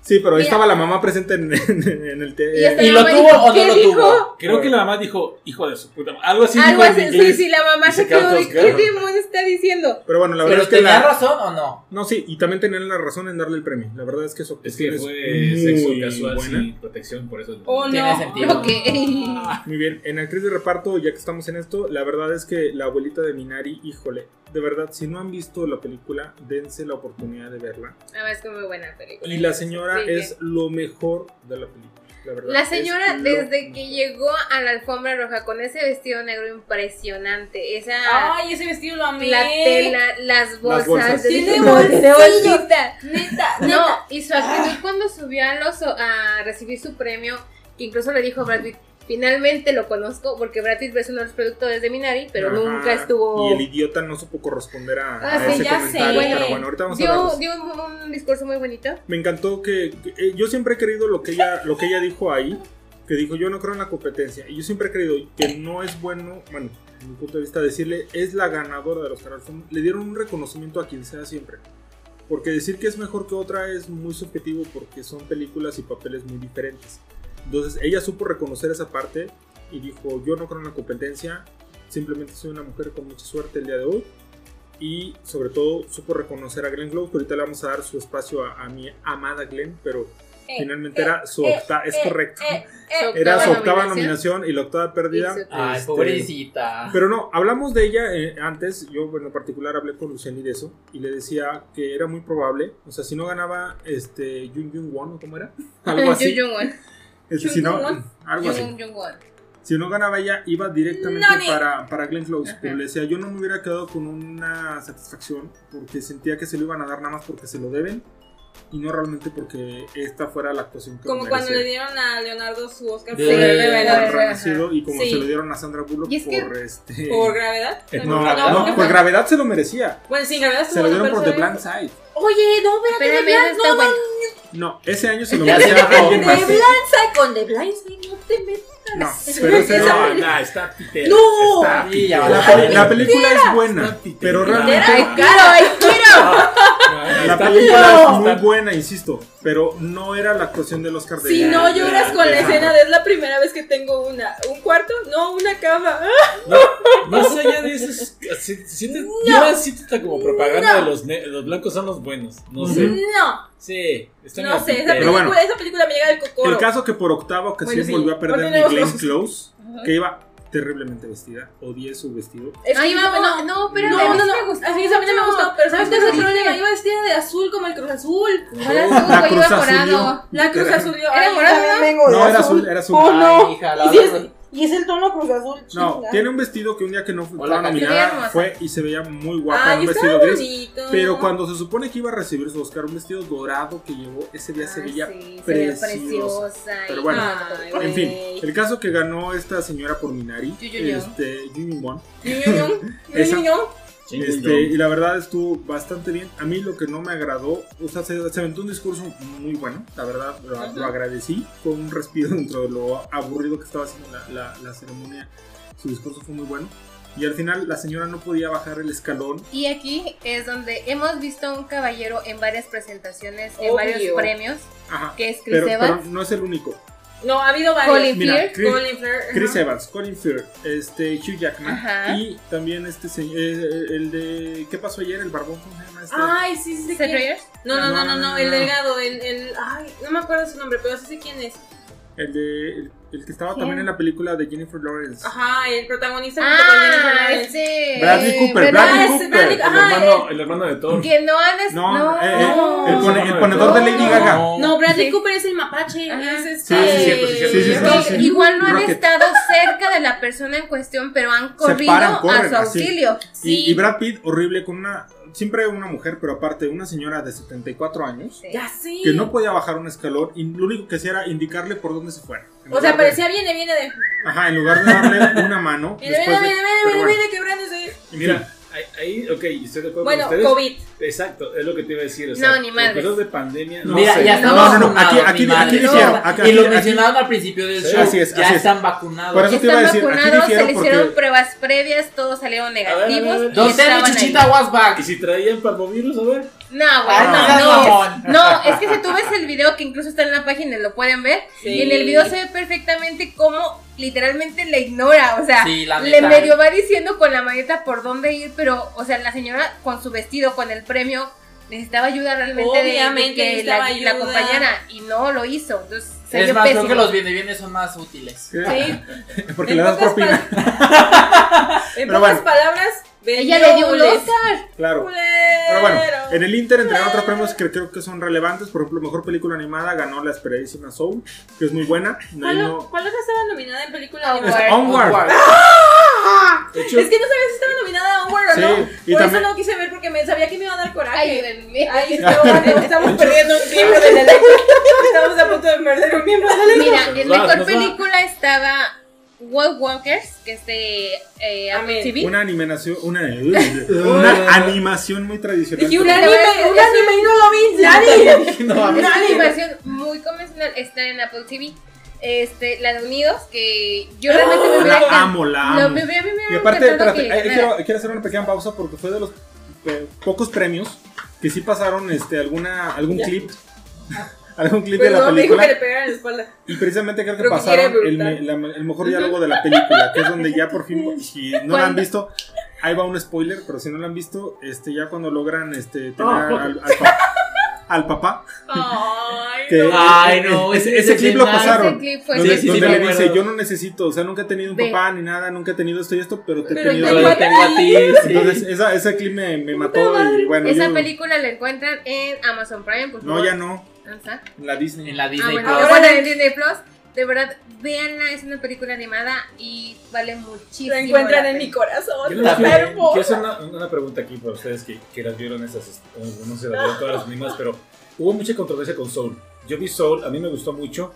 S5: Sí, pero ahí
S3: Mira.
S5: estaba la mamá presente en, en- en el
S3: Y
S5: té.
S3: hasta
S6: ¿Y lo
S3: la mamá
S6: tuvo
S3: dijo,
S6: o no
S3: ¿qué
S6: lo
S3: dijo?
S6: tuvo?
S1: Creo que la mamá dijo, hijo de su puta madre. Algo así
S3: Algo
S1: dijo en
S3: así, sí,
S1: inglés.
S3: sí, la mamá
S1: Y
S3: se
S1: se quedó
S3: quedó de
S1: todos
S3: qué
S1: claros.
S3: demonios está diciendo.
S5: Pero bueno, la verdad
S6: ¿Pero
S5: es que
S6: tenía
S5: la...
S6: razón o no?
S5: No, sí, y también tenían la razón en darle el premio. La verdad es que eso
S1: Es que fue
S5: muy
S1: sexo casual
S5: buena.
S1: sin protección, por eso.
S2: Oh, no.
S6: Tiene sentido.
S3: Ok.
S5: Muy bien, en actriz de reparto, ya que estamos en esto, la verdad es que la abuelita de Minari, híjole, de verdad, si no han visto la película, dense la oportunidad de verla.
S3: A ver, es que muy buena película.
S5: Y la señora
S3: Sí, sí.
S5: es lo mejor de la película, la verdad.
S3: La
S5: es
S3: señora,
S5: lo
S3: desde que
S5: mejor.
S3: llegó a la alfombra roja con ese vestido negro impresionante, esa
S2: Ay, ese vestido lo amé.
S3: la tela, las bolsas,
S5: bolsas.
S3: de-
S2: Tiene
S3: de
S2: bolsita.
S3: bolsita.
S2: Neta,
S3: No, y su actitud cuando subió a, los, a recibir su premio, que incluso le dijo a Brad Pitt, finalmente lo conozco, porque Brad Pitt es uno de los productores de Minari, pero
S5: Ajá,
S3: nunca estuvo...
S5: Y el idiota no supo corresponder a,
S3: Ah,
S5: a
S3: sí,
S5: ese
S2: ya
S5: comentario,
S2: sé.
S5: pero bueno, ahorita vamos a
S3: Dio,
S5: hablar. de eso.
S3: dio un, un discurso muy bonito.
S5: Me encantó que, que- eh, yo siempre he creído lo que ella lo que ella dijo ahí, que dijo, "Yo no creo en la competencia." Y yo siempre he creído que no es bueno, bueno, desde mi punto de vista decirle, "Es la ganadora de los Transformers." Le dieron un reconocimiento a quien sea siempre. Porque decir que es mejor que otra es muy subjetivo porque son películas y papeles muy diferentes. Entonces, ella supo reconocer esa parte y dijo, "Yo no creo en la competencia, simplemente soy una mujer con mucha suerte el día de hoy." y sobre todo supo reconocer a Glenn Close, que ahorita le vamos a dar su espacio a, a mi amada Glenn, pero
S2: Eh,
S5: finalmente
S2: eh,
S5: era su
S2: eh,
S5: octava, es
S2: eh,
S5: correcto,
S2: eh,
S5: era su
S3: octava
S5: octava
S3: nominación.
S5: nominación y la octava pérdida.
S3: Y su-
S6: Ay,
S5: este,
S6: pobrecita.
S5: Pero no, hablamos de ella eh, antes, yo bueno, en particular hablé con Luciani de eso y le decía que era muy probable, o sea, si no ganaba este Jung Jung Won o cómo era, algo así,
S3: Yu Jung Won.
S5: Este, si no,
S2: Jung Jung
S5: algo así.
S3: Yu Jung Won.
S5: Si no ganaba ella, iba directamente
S2: No, ni-
S5: para, para Glenn Close.
S3: Ajá.
S5: Pero le decía, yo no me hubiera quedado con una satisfacción porque sentía que se lo iban a dar nada más porque se lo deben y no realmente porque esta fuera la actuación que
S2: como
S5: me
S2: cuando le
S5: merecía.
S2: dieron a Leonardo su Oscar
S6: Sí.
S2: por
S5: Por
S2: gravedad.
S3: dieron-
S5: Renacido y como
S2: Sí.
S5: se lo dieron a Sandra Bullock
S3: Y es que-
S5: por este...
S2: ¿Por gravedad?
S1: Eh,
S5: No,
S1: No,
S5: no,
S2: porque
S5: por
S2: fue-
S5: gravedad se lo merecía.
S2: Bueno, sin gravedad
S5: Se lo
S2: estuvo
S5: dieron por The
S2: súper
S5: Blind
S2: suave.
S5: Side.
S2: Oye, no, espérate, The
S3: Espérame,
S2: Blind,
S3: no está
S2: no,
S3: bueno.
S5: No, ese año se lo
S6: Ya
S5: merecía
S6: se acabó.
S5: alguien
S2: no,
S5: más.
S2: The Blind Side con The Blind Side, no te metas.
S5: No, pero ese
S2: Esa
S5: no,
S1: No,
S2: película-
S1: no, está pitera.
S2: No.
S1: Está
S6: Sí, ya
S1: pitera.
S6: va.
S5: La, peli- la película es buena,
S1: Está pitera.
S5: pero
S1: Pitera.
S5: realmente...
S3: ¡Claro, ay, quiero!
S5: La
S1: Está
S5: película es muy
S1: pitera.
S5: buena, insisto, pero no era la actuación de los de
S2: Si no
S1: ya,
S2: lloras
S1: ya,
S2: con la
S1: ya.
S2: escena de es la primera vez que tengo una. ¿Un cuarto? No, una cama. Ah,
S1: Más allá de eso, es- si, si te, llevan cita como propaganda de los, ne- los blancos son los buenos. No sé.
S2: No,
S1: Sí, están
S2: no
S1: la
S2: sé. Esa
S1: pitera.
S5: Pero
S2: película,
S5: bueno.
S2: esa película me llega del cocoro.
S5: El caso que por octava ocasión
S2: Bueno, sí.
S5: volvió a perder
S2: Volvió
S5: mi
S2: a
S5: Glenn
S2: los-
S5: Close, que iba terriblemente vestida. Odié su vestido.
S2: Es que
S3: Ay,
S2: iba-
S3: no, no, espérame, a
S2: No,
S3: mí
S2: no,
S3: sí
S2: no.
S3: me gustó
S2: A mí esa a mí no me
S3: mucho.
S2: gustó, pero ¿sabes cuál es el
S3: Sí.
S2: problema? Iba vestida de azul como el Cruz Azul.
S3: Hola, Azul,
S5: Oh, La
S3: güey, iba
S5: Cruz Azulió.
S3: morado.
S2: La Cruz
S5: Era-
S2: Azul. yo-
S3: ¿Era
S2: ay,
S3: morado?
S2: también vengo de
S5: No, era azul, era azul.
S2: Oh, no.
S6: Ay, hija, la
S2: Y si
S6: otra-
S2: es- Y es el tono Cruz Azul.
S5: No,
S2: chinga.
S5: tiene un vestido que un día que no fue
S6: Hola,
S5: estaba
S6: Katy.
S3: Se
S5: nominada
S3: veía
S5: fue y se veía muy guapa, era
S2: Ay,
S5: un
S2: estaba
S5: vestido gris.
S2: bonito.
S5: Pero cuando se supone que iba a recibir su Oscar, un vestido dorado que llevó, ese día se
S3: Ay,
S5: veía
S3: sí, se veía
S5: preciosa.
S3: preciosa. y-
S5: Pero bueno,
S3: Ay,
S5: En fin,
S3: güey.
S5: el caso que ganó esta señora por Minari,
S3: Yu, yu, yu.
S5: este, Jimmy Won,
S2: Ñu, Ñu, Ñu,
S5: Esa-
S2: Ñu, Ñu, Ñu.
S1: Chingues,
S5: Este,
S1: no.
S5: y la verdad estuvo bastante bien. A mí lo que no me agradó, o sea, se, se aventó un discurso muy bueno, la verdad lo, lo agradecí. Fue un respiro dentro de lo aburrido que estaba haciendo la, la- la ceremonia. Su discurso fue muy bueno. Y al final la señora no podía bajar el escalón.
S3: Y aquí es donde hemos visto a un caballero en varias presentaciones, en
S2: Obvio.
S3: varios premios,
S5: Ajá.
S3: que es Chris
S5: Pero, pero
S3: Evans.
S5: no es el único.
S2: No, ha habido
S3: Colin
S2: varios.
S5: Mira, Chris,
S2: Colin Flair. ajá.
S5: Chris Evans, Colin Firth, este, Hugh Jackman
S3: Ajá.
S5: y también este se- eh, el de ¿Qué pasó ayer? El barbón ¿cómo se llama este?
S2: Ay, sí, sí, sí.
S3: Seth
S2: quién-
S3: Rogen.
S5: Ah.
S2: No, no, no, no, no, el delgado, el, el. Ay, no me acuerdo su nombre, pero sí sé quién es.
S5: El, de, el, el que estaba también
S2: ¿Quién?
S5: en la película de Jennifer Lawrence.
S2: Ajá, el protagonista junto con Jennifer
S3: Ah,
S2: Lawrence.
S3: este.
S5: Bradley Cooper,
S3: ¿verdad?
S5: Bradley
S2: Ah, ese
S5: Cooper.
S2: Bradley-
S1: El
S2: ajá, eh.
S1: hermano, el hermano de Thor.
S3: Que no andas.
S5: No,
S3: No,
S5: eh, eh, el,
S1: con-
S5: pone- el ponedor de Lady
S2: No.
S5: Gaga.
S2: No, Bradley
S3: Sí.
S2: Cooper es el mapache.
S3: Ajá.
S2: Es este...
S1: Sí, sí, cierto, sí, cierto.
S5: Oh, Sí, sí, sí,
S3: No,
S5: sí.
S3: Igual no han
S5: Rocket.
S3: estado cerca de la persona en cuestión, pero han corrido
S5: paran, corren,
S3: a su
S5: así.
S3: auxilio.
S2: Sí.
S5: Y, y Brad Pitt, horrible, con una. Siempre una mujer, pero aparte, una señora de 74 años.
S3: Sí.
S2: Ya sí.
S5: Que no podía bajar un escalón y lo único que hacía era indicarle por dónde se fuera. En
S2: O sea,
S5: lugar de-
S2: parecía viene, viene de.
S5: Ajá, en lugar de darle una mano.
S2: Viene,
S5: después
S2: viene,
S5: de-
S2: viene, viene,
S5: pero bueno,
S2: viene, quebrándose.
S5: en fin.
S1: Mira, ahí- ahí, ok, estoy de acuerdo
S2: Bueno,
S1: con ustedes.
S2: COVID.
S1: Exacto, es lo que te iba a decir. O
S3: No,
S1: sea,
S3: ni
S1: por
S3: madres.
S1: cosas de pandemia.
S5: No,
S6: Mira,
S5: sé.
S6: ya
S5: No,
S6: estamos
S5: no, no, aquí,
S6: vacunados,
S5: aquí,
S6: mi
S5: aquí
S6: madre.
S5: dijeron.
S3: No,
S5: Aquí,
S6: Y lo
S5: aquí-
S6: mencionaron al principio del
S1: Sí,
S6: show.
S5: así es,
S6: ya
S5: así es.
S6: están
S5: Por eso
S6: vacunados.
S5: te iba a
S3: Están
S5: decir, aquí
S3: vacunados, se
S5: difiero
S3: le
S5: porque-
S3: hicieron pruebas previas, todos salieron
S1: A ver, a ver, a
S3: negativos.
S1: ver.
S3: y
S6: Dos
S3: estaban ahí.
S6: chuchita Wasbag.
S1: ¿Y si traían parvovirus? A ver.
S3: No, güey,
S6: Ay,
S3: no,
S6: Ah, no seas
S3: no.
S6: mamón.
S3: No, es que si tú ves el video que incluso está en la página, lo pueden ver.
S2: Sí.
S3: Y en el video se ve perfectamente cómo literalmente le ignora. O sea,
S6: Sí, la
S3: le
S6: neta. eh.
S3: medio va diciendo con la maneta por dónde ir, pero, o sea, la señora con su vestido, con el premio, necesitaba ayuda realmente de-
S2: Obviamente
S3: de, que la,
S2: necesitaba
S3: la
S2: ayuda.
S3: acompañara. Y no lo hizo. Entonces,
S6: Es
S3: salió
S6: más, creo
S3: pésimo.
S6: que los bienes bienes son más útiles.
S2: Sí.
S5: Porque
S2: En
S5: le das
S2: pocas
S5: propina.
S2: pa- en
S5: Pero
S2: pocas
S5: bueno.
S2: palabras,
S3: Ella le dio un
S2: los
S3: Oscar.
S5: Claro. Pero bueno, en el Inter entregaron otros premios que creo que son relevantes. Por ejemplo, mejor película animada ganó la esperadísima Soul, que es muy buena. De ahí
S2: ¿Cuál,
S5: no-
S2: ¿Cuál otra estaba nominada en película
S3: Ah,
S2: animada?
S5: Este, Onward.
S1: De hecho,
S2: Es que no sabía si estaba nominada a Onward o
S5: Sí,
S2: no.
S5: y
S2: Por
S5: también-
S2: eso no quise ver porque me sabía que me iba a dar
S6: Ah,
S2: coraje.
S3: Ayúdenme.
S2: Ay, no, no, estamos perdiendo un miembro del elenco. Estamos a punto de perder un miembro del elenco.
S3: Mira, en
S1: Nos va,
S3: mejor
S1: nos va.
S3: película estaba Wild Walkers, que es de eh, Apple
S2: Amén.
S3: TV.
S5: Una animación, una, una animación muy tradicional.
S2: Dije, un
S3: Pero
S2: anime,
S3: es-
S2: un
S3: es-
S2: anime y no pues, lo vi. Nadie.
S3: Es una
S2: Nadie.
S3: animación muy convencional, está en Apple TV. Este, la de Unidos, que yo realmente me hubiera
S5: La
S3: encantado.
S5: amo, la
S3: No,
S5: amo.
S3: me hubiera- me hubiera
S5: Y aparte,
S3: encantado
S5: espérate,
S3: que
S5: eh,
S3: ganara.
S5: quiero, quiero hacer una pequeña pausa porque fue de los eh, pocos premios que sí pasaron este, alguna, algún
S2: Ya.
S5: clip. algún clip de la
S2: Perdón, me dijo
S5: película.
S2: que le pegaran en la espalda.
S5: Y precisamente creo que
S2: Creo que
S5: pasaron
S2: quiere
S5: el,
S2: brutal.
S5: me- la- el mejor diálogo de la película, que es donde ya por fin, si no la han
S3: ¿Cuándo?
S5: visto, ahí va un spoiler, pero si no la han visto, este ya cuando logran este tener
S1: Oh.
S5: al, al pa- al papá,
S2: Ay,
S5: que e,
S2: no.
S6: Ay, no,
S5: ese,
S6: ese-
S5: ese
S6: ese
S5: clip lo
S6: escena-
S5: pasaron.
S3: Ese clip fue
S5: Donde,
S6: Sí, sí, sí,
S5: donde
S6: me
S5: le
S6: acuerdo.
S5: dice, yo no necesito, o sea, nunca he tenido un
S3: Ve.
S5: papá ni nada, nunca he tenido esto y esto, pero te he
S2: Pero
S5: tenido
S2: te
S5: a ti".
S6: Yo tengo a ti. sí.
S5: Entonces, esa, ese clip me, me mató y bueno.
S3: Esa
S5: yo-
S3: película la encuentran en Amazon Prime, por favor.
S5: No, ya no.
S3: Ah, ¿está?
S5: en La Disney.
S6: En la
S3: Ah,
S6: Disney
S3: bueno,
S6: Plus.
S2: Ahora
S3: ahora
S2: en-
S3: en Disney Plus. De verdad, véanla, es una película animada y vale muchísimo.
S2: Lo encuentran
S3: la
S2: en
S3: pena.
S2: mi corazón.
S1: Yo les
S2: Está
S1: quiero, quiero
S2: hermoso.
S1: hacer una, una pregunta aquí para ustedes que, que las vieron esas, este, o no se las vieron todas las mismas, pero hubo mucha controversia con Soul. Yo vi Soul, a mí me gustó mucho,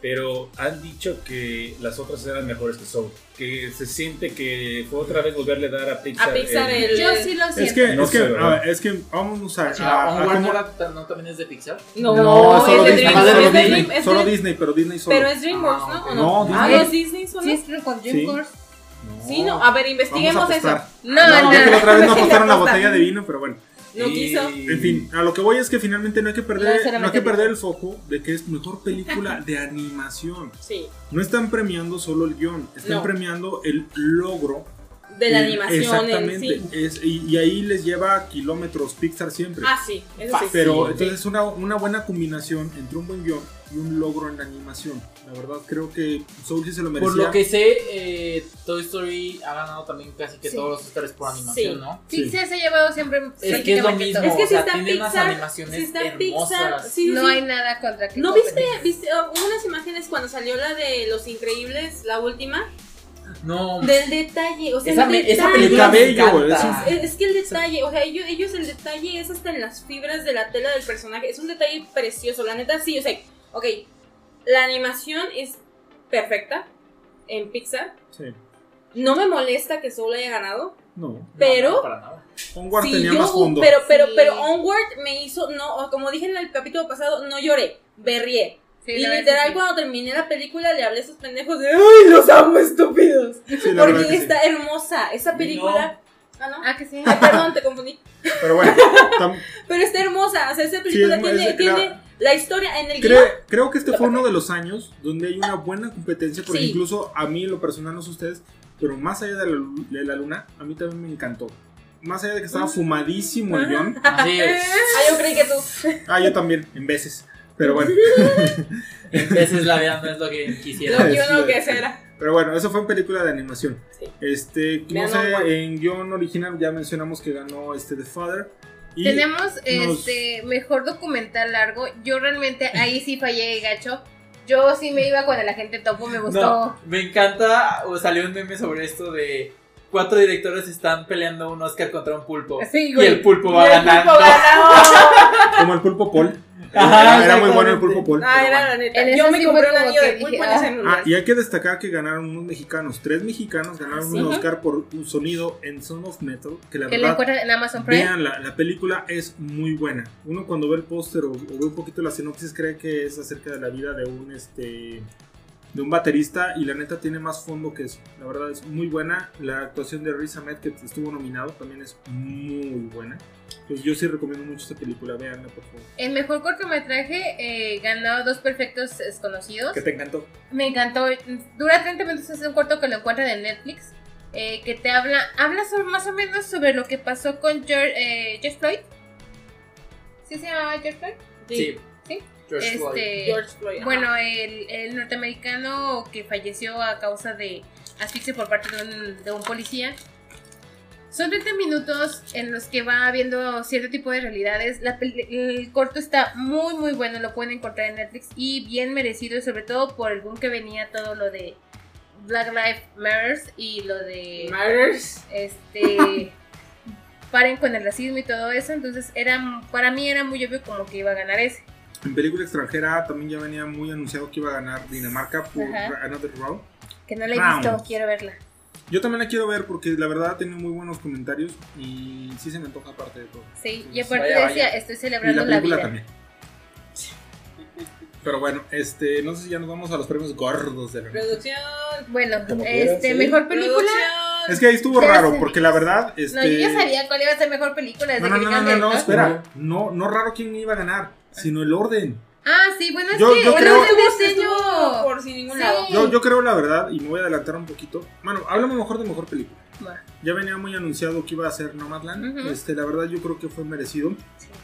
S1: pero han dicho que las otras eran mejores que Soul, que se siente que fue otra vez volverle a dar a Pixar.
S2: A Pixar el-
S3: Yo sí lo
S5: Es
S3: siento.
S5: que,
S1: No
S5: es, que,
S1: sé, ¿verdad?
S5: a ver, es que vamos a. a- a-
S6: Onward
S5: como-
S6: no, era- Ah, no también es de Pixar.
S2: No,
S5: No, solo
S2: es de
S5: Disney.
S2: Dream-
S5: Solo
S2: es de
S5: Disney,
S2: Dream- es
S5: solo
S2: de-
S5: Disney, pero Disney solo.
S2: Pero es DreamWorks,
S6: Ah,
S2: ¿no?
S6: ok.
S2: ¿O
S5: No,
S2: no?
S5: Disney.
S2: Ah, los Disney son.
S3: Sí, es con DreamWorks.
S1: No.
S2: Sí, no. A ver, investiguemos
S5: Vamos a
S2: eso.
S5: apostar.
S3: No,
S5: No,
S3: no.
S5: ya que la otra vez no apostaron la
S2: Apostar.
S5: botella de vino, pero bueno.
S2: No
S1: Y-
S2: quiso.
S5: En fin, a lo que voy es que finalmente no hay que
S3: No,
S5: perder,
S3: esa era
S5: no
S3: mi
S5: hay que
S3: teoría.
S5: perder el foco de que es mejor película de animación.
S2: Sí.
S5: No están premiando solo el guión, están
S2: No.
S5: premiando el logro
S2: De la
S5: El-
S2: animación en
S5: Eh, Exactamente.
S2: sí.
S5: es- y, y ahí les lleva kilómetros Pixar siempre.
S2: Ah, sí. Eso sí.
S5: Pero
S6: sí.
S5: entonces es una, una buena combinación entre un buen guión y un logro en la animación. La verdad creo que Soul sí se lo merecía.
S6: Por lo que sé, eh, Toy Story ha ganado también casi que
S3: Sí.
S6: todos los Oscars por animación,
S2: Sí.
S6: ¿no?
S5: Sí.
S3: Pixar se ha llevado siempre
S6: Es que es lo
S3: prácticamente
S6: mismo.
S3: todo.
S2: Es que
S6: o
S2: si
S6: sea,
S2: está
S6: tiene unas
S2: Pixar,
S6: animaciones
S2: si está Pixar,
S6: hermosas.
S2: sí, sí,
S3: No
S2: sí.
S3: hay nada contra que
S2: ¿No
S3: compre.
S2: viste, viste oh, hubo unas imágenes cuando salió la de Los Increíbles, la última?
S6: No,
S2: Del detalle, o sea,
S6: esa,
S2: el
S6: me- esa
S2: detalle.
S6: película me
S5: cabello, güey,
S6: encanta.
S2: Es, es que el detalle, o sea, ellos, ellos el detalle es hasta en las fibras de la tela del personaje. Es un detalle precioso, la neta sí, o sea, ok, la animación es perfecta en Pixar.
S5: Sí.
S2: No me molesta que solo haya ganado,
S5: No.
S2: pero-
S6: No, no, para nada.
S5: Onward
S2: Sí,
S5: tenía
S2: yo-
S5: más fondo.
S2: Pero, pero,
S3: Sí.
S2: pero Onward me hizo, no, como dije en el capítulo pasado, no lloré, berrié.
S3: Sí,
S2: y
S3: la verdad
S2: literal,
S3: sí.
S2: cuando terminé la película, le hablé a esos pendejos de ¡Ay, los amo, estúpidos!
S5: Sí, la verdad
S2: Porque
S5: que sí.
S2: está hermosa. Esa película. Ah, no.
S3: Ah, que sí.
S2: Ay, perdón, te confundí.
S5: Pero bueno, tam-
S2: Pero está hermosa. O sea, esa película
S5: es-
S2: tiene,
S5: es-
S2: tiene
S5: la-
S2: la... historia en el
S5: creo,
S2: guión.
S5: creo que este fue uno de los años donde hay una buena competencia, porque
S2: Sí.
S5: incluso a mí, en lo personal, no sé ustedes, pero más allá de la, lu- de la luna, a mí también me encantó. Más allá de que estaba fumadísimo el guión,
S6: Así es.
S2: Ah, yo creí que tú.
S5: Ah, yo también, en veces. Pero bueno,
S6: En veces la vida no es lo que
S2: Lo
S6: quisiera.
S2: que
S5: sí,
S2: uno que
S5: sí.
S2: será.
S5: pero bueno, eso fue en película de animación.
S2: Sí.
S5: Este, no
S2: Vean
S5: sé,
S2: Onward.
S5: en guión original ya mencionamos que ganó este The Father. Y
S3: Tenemos este mejor documental largo. Yo realmente ahí sí fallé, gacho. Yo sí me iba cuando la gente topo me gustó.
S6: No, me encanta, o salió un meme sobre esto de cuatro directores están peleando un Oscar contra un pulpo.
S3: Sí,
S6: y
S3: güey.
S6: el pulpo va
S2: Y el
S6: ganando.
S2: pulpo
S5: Ah,
S2: ganó.
S5: como el pulpo Paul.
S6: Ajá,
S5: era, era muy bueno el
S6: exactamente.
S5: pulpo Paul.
S2: Ah,
S5: pero
S2: era
S5: bueno.
S2: la neta.
S3: En ese
S2: Yo me
S3: sí
S2: compré
S3: fue
S2: un
S3: como
S2: anillo
S3: que
S2: de
S3: dije,
S2: pulpo en ese
S3: ah.
S5: Ah,
S2: mundial.
S5: y hay que destacar que ganaron unos mexicanos. Tres mexicanos ganaron
S2: sí.
S5: un Oscar por un sonido en Son of Metal. Que la
S3: Que la
S5: verdad
S3: encuentran en Amazon Prime.
S5: Vean, la, la película es muy buena. Uno cuando ve el póster o, o ve un poquito la sinopsis cree que es acerca de la vida de un este de un baterista y la neta tiene más fondo que eso. La verdad es muy buena. La actuación de Riz Ahmed que estuvo nominado también es muy buena. Pues yo sí recomiendo mucho esta película, veanla por favor.
S3: El mejor cortometraje eh, ganó dos perfectos desconocidos.
S5: Que te encantó.
S3: Me encantó. Dura 30 minutos, es un corto que lo encuentran en Netflix. eh, que te habla, habla sobre- más o menos sobre lo que pasó con George, eh, George Floyd. ¿Sí se llamaba George Floyd?
S6: Sí.
S3: Sí.
S6: George Floyd.
S3: Este,
S2: George Floyd. ajá.
S3: Bueno, el, el norteamericano que falleció a causa de asfixia por parte de un, de un policía. Son 30 minutos en los que va habiendo cierto tipo de realidades. La pel- el corto está muy, muy bueno, lo pueden encontrar en Netflix y bien merecido, y sobre todo por el boom que venía todo lo de Black Lives Matter y lo de
S2: Matters.
S3: este paren con el racismo y todo eso. Entonces, era, para mí era muy obvio como que iba a ganar ese.
S5: En película extranjera también ya venía muy anunciado que iba a ganar Dinamarca por
S3: Ajá.
S5: Another Round.
S3: Que no la he
S5: Vamos.
S3: visto, quiero verla.
S5: Yo también la quiero ver porque la verdad tiene muy buenos comentarios y sí se me antoja aparte de todo.
S3: Sí, y
S5: Pues,
S3: aparte
S6: vaya,
S3: decía,
S6: vaya.
S3: estoy
S5: Y
S3: celebrando
S5: la
S3: la,
S5: película
S3: vida.
S5: también. Pero bueno, este, no sé si ya nos vamos a los premios gordos de la noche.
S2: Producción.
S3: Bueno,
S1: Como quieras,
S3: este,
S1: sí.
S3: mejor película.
S2: Producción.
S5: Es que ahí estuvo
S3: Ya
S5: raro,
S3: sé.
S5: porque la verdad, este.
S3: No, yo ya sabía cuál iba a ser mejor película desde
S5: No, no,
S3: que
S5: no, no,
S3: dijeron
S5: no,
S3: del-
S5: no, espera. No, no raro quién iba a ganar, sino el orden.
S3: Ah, sí, bueno, es
S5: Yo-
S3: que
S5: yo
S3: bueno,
S5: creo-
S3: es el
S2: Este
S3: diseño.
S2: estuvo por sin ningún
S3: Sí.
S2: lado.
S5: Yo, yo creo la verdad, y me voy a adelantar un poquito. Bueno, hablamos mejor de mejor película.
S3: Va.
S5: Ya venía muy anunciado que iba a ser Nomadland.
S3: Ujú.
S5: este, la verdad, yo creo que fue merecido.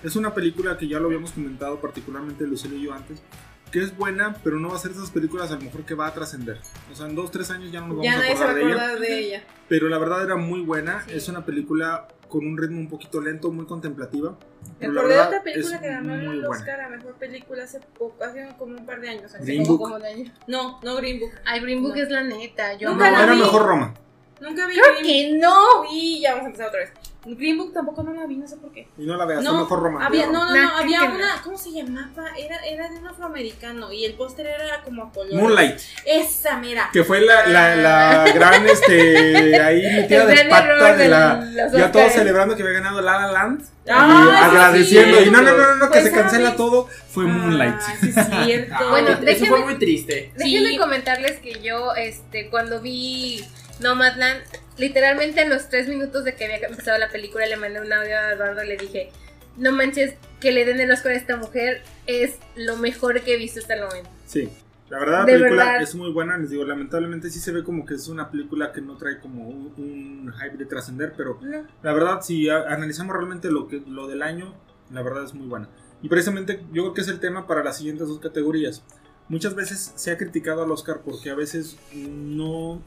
S5: Es una película que ya lo habíamos comentado, particularmente Lucero y yo antes, que es buena, pero no va a ser de esas películas a lo mejor que va a trascender. O sea, en dos, tres años ya no nos vamos
S2: Ya
S5: a
S2: nadie se
S5: acordar de ella.
S2: recuerda de ella.
S5: Pero la verdad era muy buena.
S3: Sí.
S5: Es una película con un ritmo un poquito lento, muy contemplativa.
S2: Me
S5: Pero la
S2: acordé de
S5: verdad
S2: otra película
S5: es
S2: que ganó
S5: muy
S2: el
S5: buena.
S2: Oscar a mejor película hace poco, hace como un par de años.
S5: Green
S2: así.
S3: Como-
S5: Book.
S3: como de año.
S2: No, no Green Book.
S3: Ay, Green Book es la neta. Yo
S5: No,
S2: Nunca la
S5: era
S2: vi.
S5: mejor Roma.
S2: Nunca vi
S3: Creo
S2: Green
S3: que no.
S2: Book. Y ya vamos a empezar otra vez. Green Book tampoco no la vi, no sé por qué.
S5: Y no la veas,
S2: No,
S5: no, mejor Roma.
S2: Había,
S5: Ve Roma.
S2: no, no,
S3: Nah,
S2: no,
S3: creo
S2: había
S3: que no.
S2: una, ¿cómo se llamaba? Era, era de un afroamericano y el póster era como a colores.
S5: Moonlight,
S2: Esa, mira.
S5: que fue la, la, la gran, este, ahí metida
S3: El
S5: de
S3: gran
S5: pata
S3: error
S5: de
S3: de
S5: la...
S3: los
S5: Ya todos
S3: Oscars.
S5: celebrando que había ganado La La Land. y
S2: Ah, sí,
S5: agradeciendo.
S2: sí.
S5: Y no, no, no, no, no, que
S2: Pues,
S5: se cancela
S2: ¿sabes?
S5: todo. Fue Moonlight.
S2: Ah, sí, es cierto.
S3: Bueno,
S6: eso
S3: déjenme-
S6: fue muy triste.
S3: Déjenme
S2: Sí.
S3: comentarles que yo, este, cuando vi Nomadland, literalmente a los tres minutos de que había empezado la película, le mandé un audio a Eduardo y le dije, no manches, que le den el Oscar a esta mujer es lo mejor que he visto hasta el momento.
S5: Sí. La verdad, la
S3: De
S5: película
S3: verdad.
S5: es muy buena. Les digo, lamentablemente sí se ve como que es una película que no trae como un, un hype de trascender, pero
S3: No.
S5: la verdad, si a- analizamos realmente lo, que, lo del año, la verdad es muy buena. Y precisamente yo creo que es el tema para las siguientes dos categorías. Muchas veces se ha criticado al Oscar porque a veces no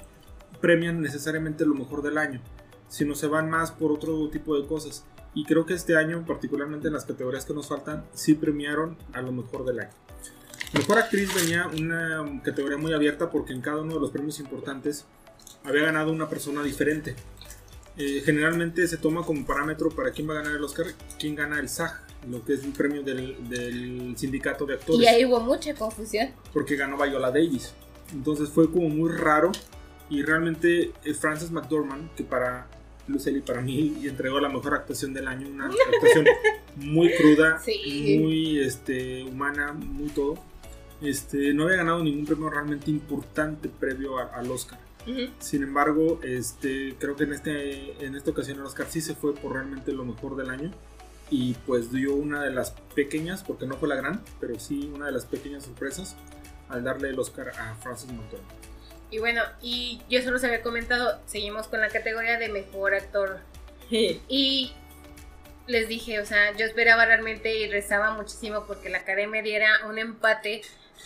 S5: premian necesariamente lo mejor del año, sino se van más por otro tipo de cosas. Y creo que este año, particularmente en las categorías que nos faltan, sí premiaron a lo mejor del año. Mejor actriz venía una categoría muy abierta porque en cada uno de los premios importantes había ganado una persona diferente. Eh, generalmente se toma como parámetro para quién va a ganar el Oscar, quién gana el SAG, lo que es un premio del, del sindicato de actores
S3: Y ahí hubo mucha confusión.
S5: porque ganó Viola Davis. Entonces fue como muy raro y realmente eh, Frances McDormand, que para Lucely para mí entregó la mejor actuación del año, una actuación muy cruda,
S3: Sí.
S5: muy este, humana, muy todo. Este, no había ganado ningún premio realmente importante previo a- al Oscar.
S2: Ujú.
S5: Sin embargo, este, creo que en, este, en esta ocasión el Oscar sí se fue por realmente lo mejor del año. Y pues dio una de las pequeñas, porque no fue la gran, pero sí una de las pequeñas sorpresas al darle el Oscar a Francis McDormand.
S3: Y bueno, y yo solo se había comentado, seguimos con la categoría de mejor actor.
S2: Sí.
S3: Y les dije, o sea, yo esperaba realmente y rezaba muchísimo porque la academia diera un empate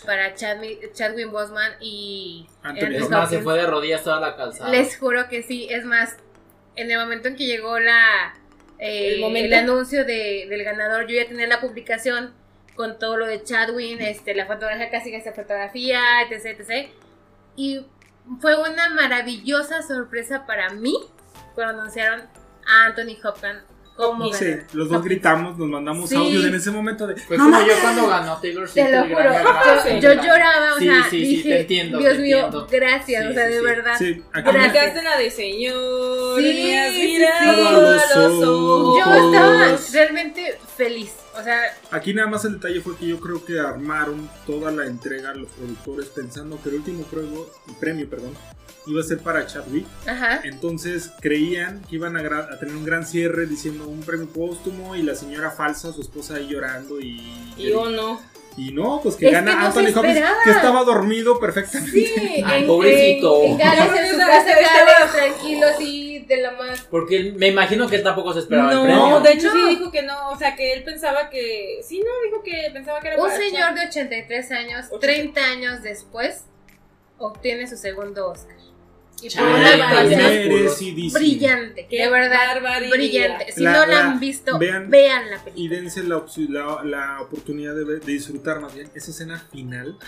S3: para Chadwi- Chadwick Bosman y Anthony
S5: Anthony Hopkins.
S4: Es más, se
S3: Hopkins.
S4: fue de rodillas toda la calzada.
S3: Les juro que sí, es más, en el momento en que llegó la eh,
S2: El
S3: el,
S2: momento.
S3: anuncio de- del ganador, yo ya tenía la publicación con todo lo de Chadwin, este, la fotografía casi que se fotografía, etc, etc. Y fue una maravillosa sorpresa para mí cuando anunciaron a Anthony Hopkins como
S5: Sí,
S3: ganador.
S5: los dos gritamos, nos mandamos
S3: Sí.
S5: audios en ese momento de.
S4: Fue
S5: "No
S4: como
S5: mames".
S4: yo cuando ganó Taylor Swift.
S3: Te lo
S4: el
S3: juro,
S4: Grammy Award.
S3: yo, yo lloraba, o
S4: Sí,
S3: sea,
S4: sí, sí,
S3: dije,
S4: te entiendo,
S3: Dios
S4: te
S3: mío,
S4: entiendo".
S3: gracias,
S4: Sí,
S3: o sea,
S4: sí,
S3: de
S4: sí.
S3: verdad.
S5: Sí, aquí
S3: Gracias.
S2: Aplicaste la de señor.
S3: Sí,
S2: me has
S3: sí,
S2: mirado
S5: sí.
S2: a los ojos.
S3: Yo estaba realmente feliz, o sea,
S5: Aquí nada más el detalle fue que yo creo que armaron toda la entrega los productores pensando que el último premio, premio perdón, iba a ser para Chadwick.
S3: ajá.
S5: Entonces creían que iban a, gra- a tener un gran cierre diciendo un premio póstumo y la señora falsa, su esposa ahí llorando y...
S2: Y yo no.
S5: y no, pues que
S3: Es
S5: gana
S3: que no se
S5: Anthony Hopkins,
S3: esperaba.
S5: que estaba dormido perfectamente.
S3: Sí,
S4: Ay,
S3: en,
S4: pobrecito.
S3: en, en Gales, en su
S2: Pobrecito,
S3: casa,
S2: estaba-
S3: Gales, tranquilo, sí, de lo más.
S4: Porque él- me imagino que él tampoco se esperaba el premio.
S2: No, de
S3: No.
S2: hecho sí dijo que no, o sea que él pensaba que, sí, no, dijo que pensaba que era
S3: Un
S2: para-
S3: señor de 83 años, 30 años después, obtiene su segundo Oscar.
S2: pues,
S3: Y por
S4: Chale,
S3: una
S4: ya.
S3: actuación
S5: Merecidísimo.
S3: brillante,
S2: Qué
S3: de verdad,
S2: barbaridad.
S3: brillante. Si
S5: La-
S3: no la
S5: la-
S3: han visto, vean,
S5: vean-
S3: la
S5: Y
S3: película.
S5: dense la, opci- la- la oportunidad de, ver- de disfrutar más bien. Esa escena final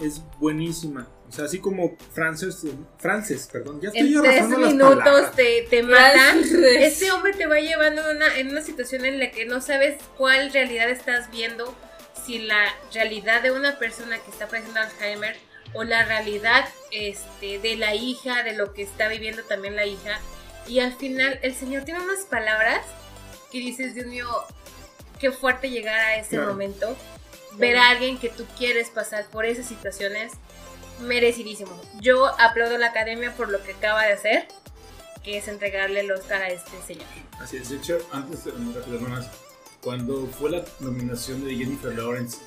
S5: es buenísima. O sea, así como Frances, Frances perdón, ya estoy
S3: En tres
S5: arrastrando las
S3: minutos
S5: palabras.
S3: te, te matan. Este hombre te va llevando en una, en una situación en la que no sabes cuál realidad estás viendo, si la realidad de una persona que está padeciendo Alzheimer o la realidad este, de la hija, de lo que está viviendo también la hija. Y al final el Señor tiene unas palabras que dices, Dios mío, qué fuerte llegar a ese
S5: Claro.
S3: momento, ver a alguien que tú quieres pasar por esas situaciones, merecidísimo. Yo aplaudo a la academia por lo que acaba de hacer que es entregarle el Oscar a este señor.
S1: Así es, de hecho, antes, eh, muy rápido nomás, cuando fue la nominación de Jennifer Lawrence,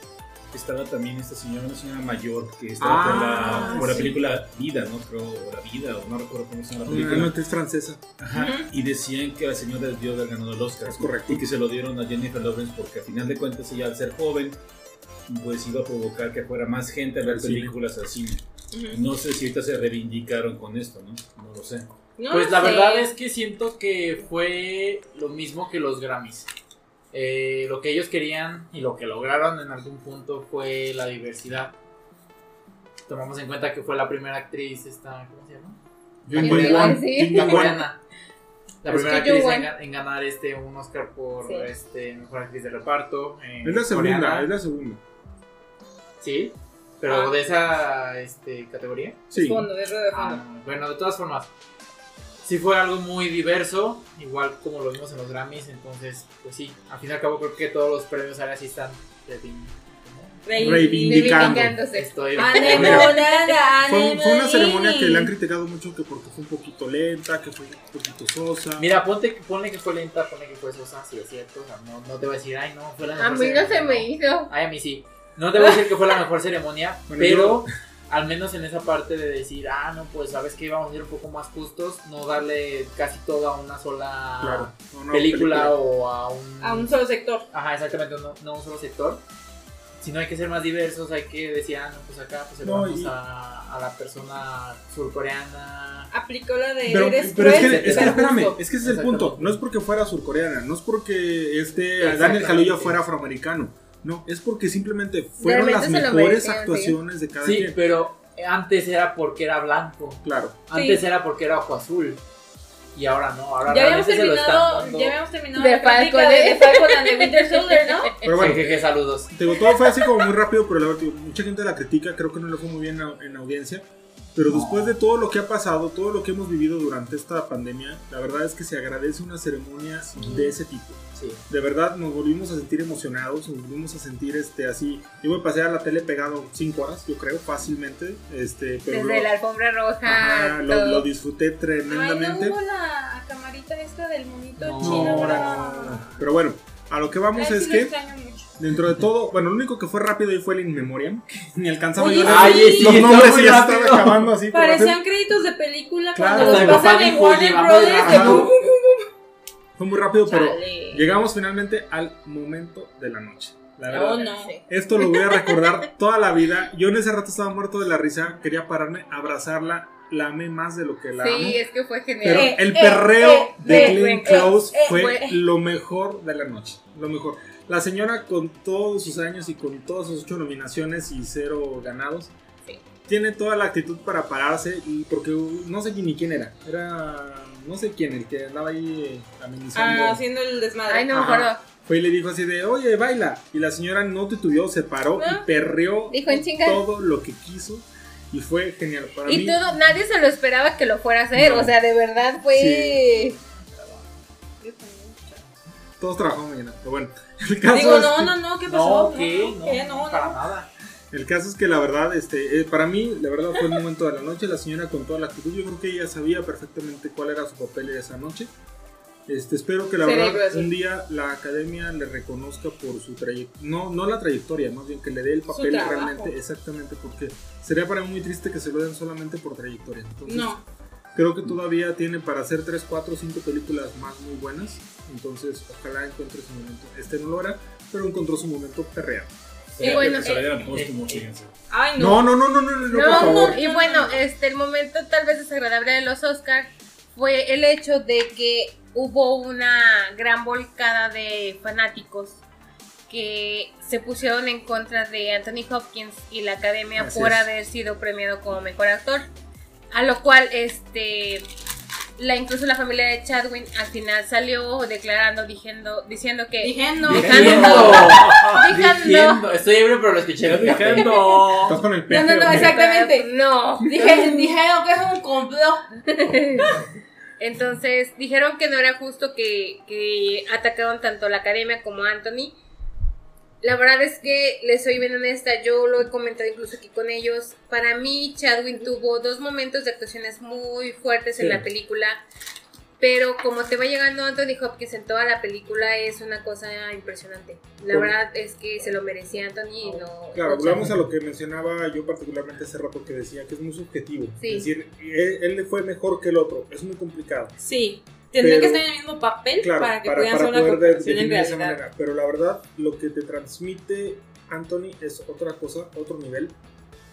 S1: estaba también esta señora, una señora mayor, que estaba por,
S5: Ah,
S1: la, por la
S5: sí.
S1: película Vida, ¿no? Creo, o La Vida, o no recuerdo cómo se llama la
S5: Una
S1: película.
S5: nota es francesa.
S1: Ajá, y decían que la señora debió haber ganado el Oscar.
S5: Es correcto.
S1: Y que se lo dieron a Jennifer Lawrence porque a final de cuentas ella al ser joven, pues iba a provocar que fuera más gente a ver
S5: Al cine.
S1: películas al cine.
S2: Ujú.
S1: No sé si ahorita se reivindicaron con esto, ¿no? No lo sé.
S2: No
S4: Pues
S2: lo
S4: la
S2: sé.
S4: verdad es que siento que fue lo mismo que los Grammys. Eh, lo que ellos querían y lo que lograron en algún punto fue la diversidad. Tomamos en cuenta que fue la primera actriz, esta, ¿cómo se llama?
S5: Jung
S3: Jung
S5: Won,
S3: sí.
S5: Jung Won.
S4: Coreana. La
S5: Es
S4: primera
S3: que Jung
S4: actriz
S3: Won.
S4: en, ga- en ganar este un Oscar por
S3: Sí.
S4: este mejor actriz de reparto. eh,
S5: Es la segunda,
S4: coreana.
S5: es la segunda.
S4: Sí,
S3: Ah.
S4: pero de esa este, categoría.
S5: Sí.
S2: Fondo, de rueda de fondo.
S4: Ah, bueno, de todas formas, sí fue algo muy diverso, igual como lo vimos en los Grammys, entonces, pues sí, al fin y al cabo creo que todos los premios ahora sí están revin-
S5: Reivindic- Indicando.
S3: Reivindicándose.
S4: Estoy
S2: Anemorada,
S5: Fue, fue una
S2: anemorada.
S5: ceremonia que le han criticado mucho, que porque fue un poquito lenta, que fue un poquito sosa.
S4: Mira, ponte, ponle que fue lenta, ponle que fue sosa, si es cierto, o sea, no, no te voy a decir, ay, no, fue la
S3: A
S4: mejor
S3: mí no se
S4: ceremonia".
S3: me hizo.
S4: Ay, a mí sí. No te voy a decir que fue la mejor ceremonia,
S5: Bueno,
S4: pero al menos en esa parte de decir, ah, no, pues sabes que vamos a ir un poco más justos, no darle casi todo a una sola
S5: Claro. No, no,
S4: película, o a un...
S2: A un solo sector.
S4: Ajá, exactamente, no, no un solo sector. Sino hay que ser más diversos, hay que decir, ah, no, pues acá pues
S5: No,
S4: vamos
S5: y-
S4: a, a la persona surcoreana.
S2: Aplicó la de
S5: Pero,
S3: eh,
S2: eres
S5: pero es
S2: cruel,
S5: que, es que
S2: pero
S5: espérame,
S2: justo.
S5: es que ese es el
S4: Exactamente.
S5: punto. No es porque fuera surcoreana, no es porque este
S4: Exactamente.
S5: Daniel Kaluuya fuera afroamericano. No, es porque simplemente fueron
S3: Realmente se
S5: las
S3: lo
S5: mejores
S3: merecían, sí.
S5: actuaciones de cada
S4: Sí,
S5: quien.
S4: pero antes era porque era blanco,
S5: Claro.
S4: antes era porque era ojo azul. Y ahora no, ahora
S2: Ya habíamos
S4: realmente se lo están
S2: terminado,
S4: dando.
S2: ya habíamos terminado
S3: De
S2: la práctica
S3: Falcon,
S2: de,
S3: ¿eh?
S2: de Falcon and the Winter Soldier, ¿no?
S5: Pero bueno,
S4: Que- que- que saludos.
S5: te digo, todo fue así como muy rápido, pero la verdad, digo, mucha gente la critica, creo que no le fue muy bien a- en audiencia. Pero después de todo lo que ha pasado, todo lo que hemos vivido durante esta pandemia, la verdad es que se agradece una ceremonia de ese tipo.
S4: Sí.
S5: de verdad nos volvimos a sentir emocionados, nos volvimos a sentir este así. Yo me pasé a la tele pegado 5 horas, yo creo, fácilmente. Este, pero
S3: Desde
S5: lo,
S3: la alfombra roja.
S5: ajá, lo-
S3: todo.
S5: lo disfruté
S2: Ay, no
S5: tremendamente.
S2: hubo la camarita esta del monito
S4: No,
S2: chino,
S4: no,
S2: ¿verdad?
S5: Pero bueno, a lo que vamos
S2: Ay,
S5: es
S2: sí lo
S5: que
S2: extraño mucho.
S5: dentro de todo, bueno, lo único que fue rápido ahí fue el In Memoriam, que ni alcanzaba
S2: Oye,
S5: yo a leer
S2: Ay, sí,
S5: los
S4: está
S5: nombres
S4: muy
S5: y ya
S4: rápido.
S5: estaban acabando así. por
S2: Parecían créditos de película
S5: Claro.
S2: cuando
S5: Hasta
S2: los
S5: mi
S4: papá
S2: pasan en
S4: dijo,
S2: Warner
S4: "Llevamos
S2: Brothers.
S5: rápido.
S2: de-
S5: Fue muy rápido, pero
S2: Chale.
S5: llegamos finalmente al momento de la noche. La verdad.
S2: Oh,
S4: Oh,
S2: No, no.
S4: Ah,
S5: Esto lo voy a recordar toda la vida. Yo en ese rato estaba muerto de la risa, quería pararme, abrazarla, la amé más de lo que la amo.
S3: Sí, es que fue
S5: Pero
S3: genial.
S2: Eh,
S5: el
S2: eh,
S5: perreo
S2: eh,
S5: de
S2: eh,
S5: Glenn
S2: eh,
S5: Close
S2: eh,
S5: fue
S2: fue-
S5: lo mejor de la noche. Lo mejor. La señora con todos sus años y con todas sus ocho nominaciones y cero ganados.
S3: Sí.
S5: Tiene toda la actitud para pararse y porque uh, no sé ni quién era. Era no sé quién, el que andaba ahí eh, amenizando.
S2: Ah, haciendo el desmadre.
S3: Ay, no me
S5: Ajá.
S3: acuerdo.
S5: Fue y le dijo así de, oye, baila. Y la señora no titubeó, se paró
S2: Ah.
S5: y perreó
S3: Dijo, "En chinga".
S5: todo lo que quiso. Y fue genial para
S3: Y
S5: mí.
S3: todo, nadie se lo esperaba que lo fuera a hacer.
S5: No.
S3: O sea, de verdad fue.
S5: Todos trabajamos mañana. Pero bueno, el caso
S2: Ah, Digo,
S5: es
S2: no,
S5: que-
S2: no, no, ¿qué pasó?
S4: No, ¿qué?
S2: no,
S4: No,
S2: ¿qué? No,
S4: para
S2: no.
S4: nada.
S5: El caso es que la verdad, este, eh, para mí, la verdad fue el momento de la noche. La señora con toda la actitud, yo creo que ella sabía perfectamente cuál era su papel esa noche. Este, espero que la
S2: Sí,
S5: verdad
S2: pues, sí.
S5: un día la academia le reconozca por su trayectoria, no, no la trayectoria, más bien que le dé el papel
S2: trabajo.
S5: realmente, exactamente, porque sería para mí muy triste que se lo den solamente por trayectoria. Entonces,
S2: No,
S5: creo que todavía tiene para hacer 3, 4, 5 películas más muy buenas. Entonces, ojalá encuentre su momento. Este no lo hará, pero encontró su momento perreado.
S1: Fíjate
S3: bueno,
S1: que se la
S3: eh,
S1: dieran póstumo, fíjense.
S2: ay, no.
S5: No, no, no, no, no, no, no, por
S3: No,
S5: favor.
S3: no, y bueno, este, el momento tal vez desagradable de los Oscars fue el hecho de que hubo una gran volcada de fanáticos que se pusieron en contra de Anthony Hopkins y la academia
S5: Así
S3: por
S5: es.
S3: haber sido premiado como mejor actor. A lo cual, este, la, incluso la familia de Chadwin al final salió declarando, diciendo, diciendo que...
S2: Dije, no.
S3: Dejando. Dejando.
S4: Diciendo. Estoy ebrio, pero lo escuché.
S5: Estás
S4: Dejando.
S5: con el
S2: No, no, no,
S5: peje,
S2: exacto. Exactamente.
S3: No.
S2: Dije, dijeron que es un complot.
S3: Entonces dijeron que no era justo que, que atacaron tanto la academia como a Anthony. La verdad es que les soy bien honesta, yo lo he comentado incluso aquí con ellos. Para mí, Chadwin tuvo dos momentos de actuaciones muy fuertes en
S5: Sí.
S3: la película, pero como te va llegando Anthony Hopkins en toda la película es una cosa impresionante. La
S5: Con-
S3: verdad es que se lo merecía Anthony y no.
S5: Claro,
S3: no
S5: volvemos
S3: Chadwin.
S5: a lo que mencionaba yo particularmente hace rato que decía que es muy subjetivo.
S3: Sí.
S5: Es decir, e, él, él fue mejor que el otro. Es muy complicado.
S2: Sí, tendría
S5: Pero-
S2: que estar en el mismo papel
S5: Claro,
S2: para que
S5: para,
S2: pudieran
S5: para
S2: hacer una
S5: poder de-
S2: comparación en
S5: definir de esa
S2: realidad.
S5: manera. Pero la verdad, lo que te transmite Anthony es otra cosa, otro nivel.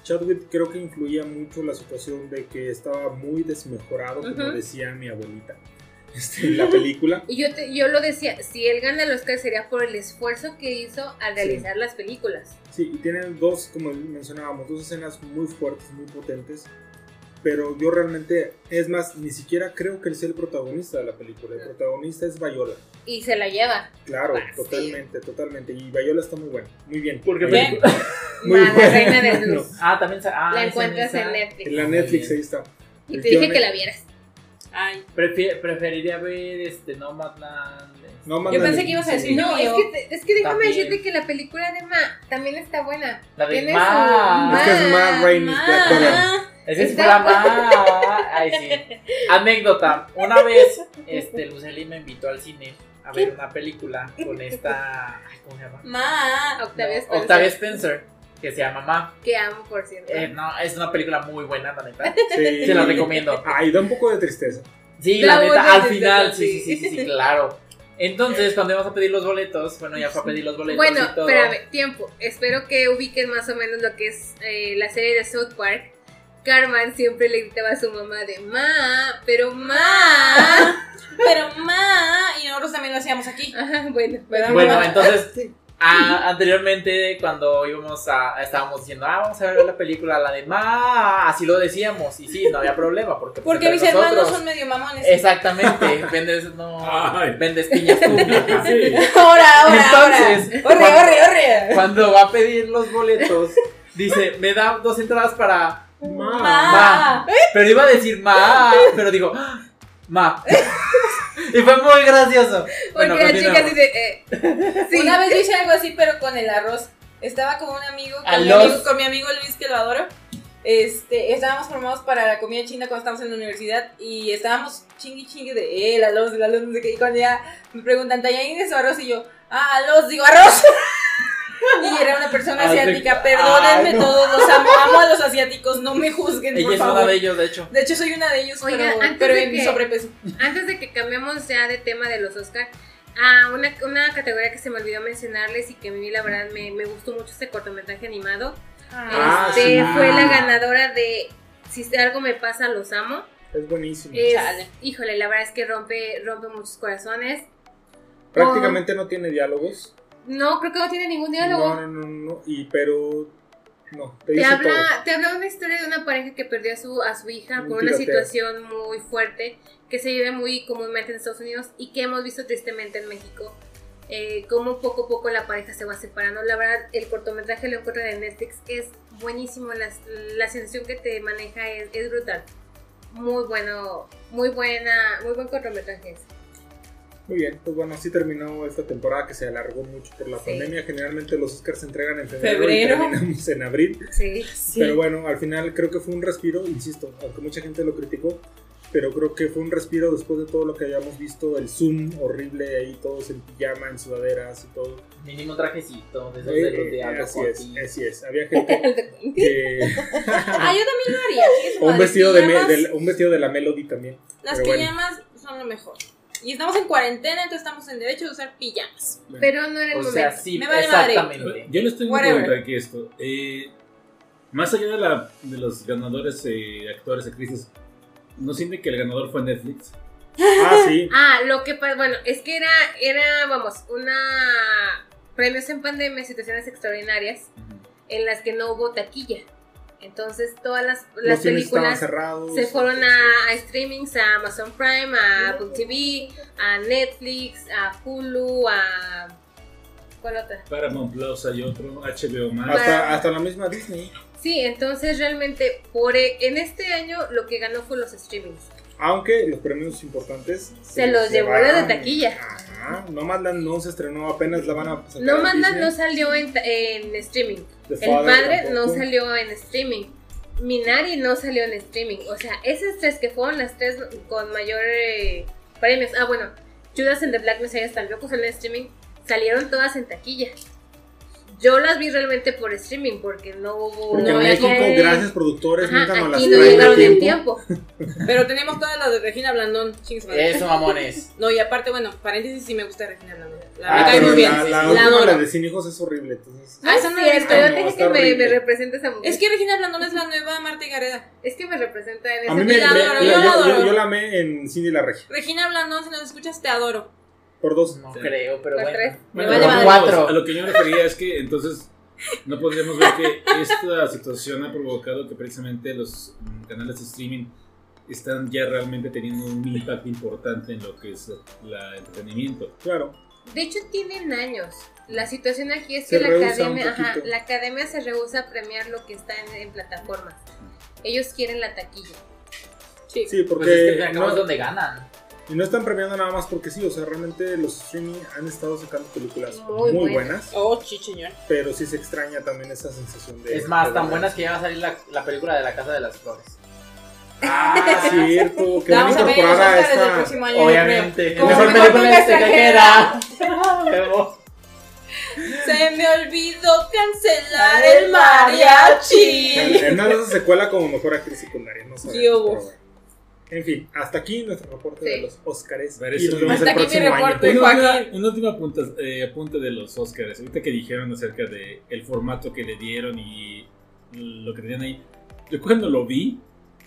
S5: Chadwick creo que influía mucho la situación de que estaba muy desmejorado, como
S3: Ujú.
S5: decía mi abuelita este, en la película.
S3: Y yo, te- yo lo decía, si él gana el Oscar sería por el esfuerzo que hizo al realizar las películas.
S5: Sí, y tiene dos, como mencionábamos, dos escenas muy fuertes, muy potentes. Pero yo realmente, es más, ni siquiera creo que él sea el protagonista de la película. El protagonista es Viola.
S3: Y se la lleva.
S5: Claro,
S3: Fácil.
S5: totalmente, totalmente. Y Viola está muy buena, muy bien.
S4: Porque
S5: Muy
S2: me-
S5: bien. Muy
S3: la
S5: buena.
S3: reina del blues.
S4: Ah, también. sa- Ah,
S3: la
S4: esa
S3: encuentras
S4: mesa.
S3: en Netflix.
S5: En la Netflix ahí está.
S3: Y te dije
S5: Efectivamente.
S3: que la vieras.
S2: Ay,
S4: Prefi- preferiría ver este Nomadland. este,
S5: No,
S2: yo
S5: mándale.
S2: pensé que ibas a decir,
S4: Sí.
S2: no,
S3: No, es que, te- es que déjame
S4: También.
S3: decirte que la película de Ma también está buena.
S4: La de
S3: Tiene
S4: Ma.
S3: su-
S5: Es que es más Rain is Black Conan.
S4: Ese es
S3: Está-
S4: para más. Ay, sí. Anécdota. Una vez, este, Lucely me invitó al cine a ver una película con esta. Ay, ¿Cómo se llama?
S2: ma.
S3: Octavia
S4: No,
S3: Spencer,
S4: Octavia Spencer, que se llama Mamá.
S3: Que amo, por cierto.
S4: Eh, no, es una película muy buena, la neta.
S5: Sí.
S4: Se la recomiendo.
S5: Ay, da un poco de tristeza.
S4: Sí,
S3: Da
S4: la
S3: mucha
S4: neta, al
S3: tristeza,
S4: final, sí,
S3: sí.
S4: sí, sí, sí, sí, claro. Entonces, cuando íbamos a pedir los boletos, bueno, ya fue a pedir los boletos
S3: Bueno,
S4: y todo.
S3: espérame, tiempo. Espero que ubiquen más o menos lo que es eh, la serie de South Park. Carmen siempre le gritaba a su mamá de Ma, pero Ma.
S2: Pero ma. Y nosotros también lo hacíamos aquí.
S3: Ajá, bueno,
S2: ¿Verdad,
S4: Bueno,
S2: mamá?
S4: entonces, a- anteriormente cuando íbamos a, estábamos diciendo, ah, vamos a ver la película, la de Ma, así lo decíamos, y sí, no había problema, porque pues,
S2: Porque mis
S4: entre
S2: hermanos
S4: nosotros-
S2: son medio mamones.
S4: Exactamente, vendes, no,
S1: Ay.
S4: vendes piñas tú.
S3: eh,
S1: Sí.
S2: Ahora, ahora, ahora. Orre,
S4: Entonces, cuando-
S2: orre, orre.
S4: Cuando va a pedir los boletos, dice, me da dos entradas para
S3: Mm,
S5: Ma.
S2: Ma.
S4: Ma. Pero iba a decir Ma, pero digo, "Ah, Ma. Y fue muy gracioso.
S3: Porque
S4: Bueno,
S3: la chica
S4: continuamos.
S3: dice, eh, sí,
S2: Una vez yo hice algo así, pero con el arroz. Estaba con un amigo,
S4: A
S2: con, mi
S4: los-
S2: amigo, con mi amigo Luis, que lo adoro. Este, estábamos formados para la comida china cuando estábamos en la universidad y estábamos chingui chingui de, eh, la los, la los, no sé qué. Y cuando ya me preguntan, ¿Tallarín es o arroz? Y yo, ah, los, digo, arroz. y era una persona
S4: Haz de-
S2: asiática, perdónenme
S4: Ay, no.
S2: todos, los amo, amo a los asiáticos, no me juzguen,
S4: Ella
S2: por
S4: es una
S2: favor.
S4: de
S2: De...
S4: ellos, de hecho.
S2: hecho, soy una de ellos,
S3: Oiga,
S2: pero,
S3: antes
S2: pero
S3: de
S2: en
S3: que-
S2: sobrepeso.
S3: Antes de que cambiemos ya de tema de los Oscar, a una, una categoría que se me olvidó mencionarles y que a mí la verdad me, me gustó mucho este cortometraje animado.
S5: Ah,
S3: este
S5: sí.
S3: fue la ganadora de Si algo me pasa, los amo.
S5: Es buenísimo.
S3: Es-
S2: Chale.
S3: híjole, la verdad es que rompe, rompe muchos corazones.
S5: Prácticamente no tiene diálogos.
S3: No, creo que no tiene ningún diálogo.
S5: No, no, no, no. Y pero. No, te
S3: Te
S5: dice
S3: habla,
S5: todo.
S3: te habla una historia de una pareja que perdió a su, a su hija
S5: Un
S3: por una
S5: tiroteo.
S3: situación muy fuerte que se vive muy comúnmente en Estados Unidos y que hemos visto tristemente en México. eh, cómo poco a poco la pareja se va separando. La verdad, el cortometraje lo encuentran en Netflix. Es buenísimo. las- la sensación que te maneja es, es brutal. Muy bueno, muy buena, muy buen cortometraje. es.
S5: Muy bien, pues bueno, así terminó esta temporada que se alargó mucho por la
S3: Sí.
S5: pandemia. Generalmente los Oscars se entregan en febrero,
S2: Febrero.
S5: y terminamos en abril.
S3: Sí.
S5: Pero bueno, al final creo que fue un respiro, insisto, aunque mucha gente lo criticó, pero creo que fue un respiro después de todo lo que habíamos visto, el Zoom horrible ahí todos en pijama, en sudaderas y todo.
S4: Mínimo trajecito, de esos de los de
S5: Eh,
S4: algo
S5: así es,
S4: cortito.
S5: así es. Había gente que...
S2: Ah, yo también lo haría. es
S5: O un
S2: madre,
S5: vestido de, me-
S2: pijamas,
S5: del- un vestido de la Melody también.
S2: Las
S5: pero bueno.
S2: pijamas son lo mejor. Y estamos en cuarentena, entonces estamos en derecho de usar pijamas.
S3: Pero no era el
S4: O sea,
S3: momento.
S4: sí,
S2: Me vale
S4: exactamente.
S1: Ah, Yo les tengo una
S2: Whatever.
S1: pregunta aquí esto. Eh, más allá de, la- de los ganadores, eh, actores, actrices, ¿no siente que el ganador fue Netflix?
S5: Ah, sí.
S3: Ah, lo que pasa, bueno, es que era, era, vamos, una premios en pandemia, situaciones extraordinarias en las que no hubo taquilla. Entonces todas las, las
S5: Los cines estaban
S3: películas
S5: cerrados.
S3: se fueron a, a streamings, a Amazon Prime, a Apple TV, a Netflix, a Hulu, a... ¿Cuál otra?
S1: Paramount Plus hay otro, HBO Max.
S5: Hasta, hasta la misma Disney.
S3: Sí, entonces realmente por e- en este año lo que ganó fue los streamings.
S5: Aunque los premios importantes
S3: Se los llevó la de
S5: llevaron.
S3: taquilla.
S5: Ajá. No Madland no se estrenó, apenas la van a sacar
S3: No
S5: a
S3: mandan, no
S5: Disney.
S3: salió en, ta- en streaming.
S5: The
S3: El
S5: Father
S3: padre no
S5: tampoco.
S3: salió en streaming. Minari no salió en streaming. O sea, esas tres que fueron las tres con mayor eh, premios. Ah, bueno, Judas and the Black Messiah tampoco salió en streaming. Salieron todas en taquilla. Yo las vi realmente por streaming porque no hubo.
S5: Porque
S3: no
S5: en
S2: No,
S5: México,
S3: había-
S5: grandes productores
S3: Ajá,
S5: nunca nos las
S3: aquí no
S5: traen a
S3: llegaron en
S5: tiempo.
S3: tiempo.
S2: Pero tenemos todas las de Regina Blandón. chingue su
S5: Eh.
S2: madre.
S4: Eso, mamones.
S2: No, y aparte, bueno, paréntesis, sí me gusta Regina Blandón. La
S5: Ah,
S2: me cae
S5: pero
S2: muy bien.
S5: La, la
S2: La
S5: última,
S2: adoro.
S5: la de Sin Hijos, es horrible. Entonces,
S2: Ah, esa no la he visto.
S3: Cierto, yo
S5: No,
S3: dije
S5: está
S3: que me,
S5: horrible.
S3: me representa esa mujer.
S2: Es que Regina Blandón es la nueva Marta Gareda.
S3: Es que me representa en ese
S5: a mí me,
S2: la
S5: me-
S2: adoro,
S5: la-
S2: yo la
S5: yo, yo-
S2: adoro.
S5: yo la amé en Cindy la Regia.
S2: Regina Blandón, si nos escuchas, te adoro.
S5: Por dos.
S4: No creo, pero
S3: Por tres.
S4: bueno.
S2: Me
S1: Bueno,
S2: vale
S1: a
S2: madre.
S4: cuatro.
S1: A lo que yo me refería es que entonces no podríamos ver que esta situación ha provocado que precisamente los mm, canales de streaming están ya realmente teniendo un impacto importante en lo que es el entretenimiento.
S5: Claro.
S3: De hecho, tienen años. La situación aquí es
S5: Se
S3: que la
S5: rehúsa un
S3: academia, ajá,
S5: poquito.
S3: la academia se rehúsa a premiar lo que está en, en plataformas. Ellos quieren la taquilla.
S2: Sí.
S5: Sí, porque
S4: Pues es que al fin y al cabo
S5: no-
S4: es donde ganan.
S5: Y no están premiando nada más porque sí, o sea, realmente los streaming han estado sacando películas muy,
S3: Muy
S5: buenas,
S3: buenas.
S2: Oh, sí, señor.
S5: pero sí se extraña también esa sensación de...
S4: Es más,
S5: de
S4: tan
S5: ver.
S4: buenas que ya va a salir la, la película de la Casa de las Flores.
S5: Ah, cierto, que van a
S2: Vamos a ver los
S5: incorporar a
S2: Oscars del
S5: esta...
S2: próximo año. yo
S4: Obviamente.
S2: Como
S4: Mejor
S2: mejor
S4: película
S2: película
S4: extranjera. Huevo.
S2: creo. Se me olvidó cancelar el mariachi.
S5: En una de esas secuela como mejor actriz secundaria, no sabemos,
S2: Sí, hubo.
S5: pero bueno. En fin, hasta aquí nuestro reporte de
S3: Sí.
S5: los Oscars.
S1: Parece
S5: Y nos
S1: un-
S5: vemos
S1: Hasta
S5: el
S2: aquí mi
S5: próximo año.
S2: reporte. Soy
S1: Una última-
S2: Joaquín.
S1: una última apunta, eh, apunte de los Oscars. Ahorita que dijeron acerca de el formato que le dieron y lo que tenían ahí. Yo cuando lo vi,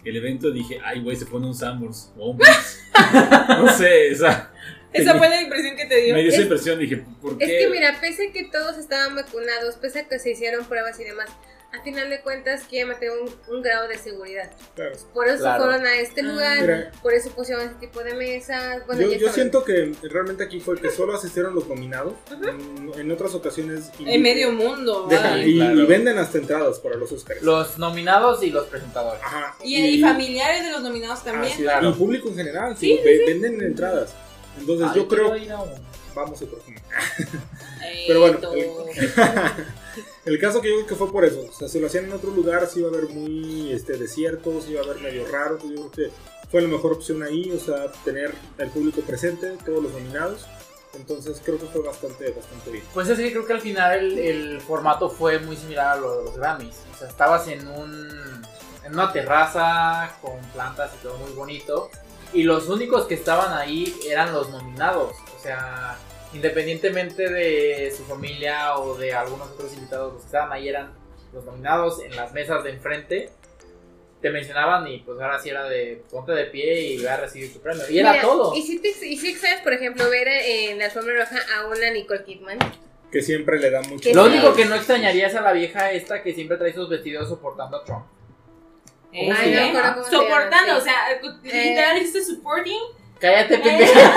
S1: el evento dije, ay, güey, se pone un Sambors. o un Beats". no sé, o sea,
S2: Esa fue la impresión que te dio.
S1: me dio esa
S3: Es-
S1: impresión. Dije, ¿por qué?
S3: Es que mira, pese a que todos estaban vacunados, pese a que se hicieron pruebas y demás, a final de cuentas quieren mantener un, un grado de seguridad.
S5: Claro.
S3: Por eso
S4: Claro.
S3: fueron a este
S2: Ah.
S3: lugar,
S5: Mira.
S3: por eso pusieron ese tipo de mesas. Bueno,
S5: yo
S3: ya
S5: yo
S3: saben.
S5: siento que realmente aquí fue que solo asistieron los nominados. En- En otras ocasiones...
S2: En medio mundo.
S5: Dejan-
S2: vale.
S5: y,
S4: claro.
S5: y venden hasta entradas para los Oscars.
S4: Los nominados y los presentadores.
S5: Ajá.
S2: Y, y familiares de los nominados también.
S5: Así es,
S4: Claro.
S5: Y público en general, sí, ve- venden entradas. Entonces
S4: Ay,
S5: yo creo,
S4: quiero ir a uno.
S5: vamos al próximo.
S2: Eh,
S5: Ah, Pero bueno,
S2: todo.
S5: El caso que yo creo que fue por eso, o sea, si lo hacían en otro lugar, sí iba a haber muy este, desierto, sí iba a haber medio raro, entonces yo creo que fue la mejor opción ahí, o sea, tener al público presente, todos los nominados, Entonces creo que fue bastante, bastante bien.
S4: Pues es que creo que al final el, el formato fue muy similar a lo de los Grammys. O sea, estabas en un en una terraza con plantas y todo muy bonito. Y los únicos que estaban ahí eran los nominados. O sea, independientemente de su familia o de algunos otros invitados, los que estaban ahí eran los nominados en las mesas de enfrente. Te mencionaban y pues ahora sí era de ponte de pie y va a recibir tu premio. Y era
S3: Mira,
S4: todo.
S3: Y si, te, y si extrañas, por ejemplo, ver eh, en la alfombra roja a una Nicole Kidman.
S5: Que siempre le da mucho.
S3: Que
S4: Lo
S3: sí.
S4: único que no extrañaría es a la vieja esta que siempre trae sus vestidos soportando a Trump.
S2: Eh,
S4: Ay, no me
S3: acuerdo cómo se llama,
S2: soportando,
S3: sí.
S2: o sea, literal dice supporting.
S4: Cállate,
S2: Eh.
S4: pendeja.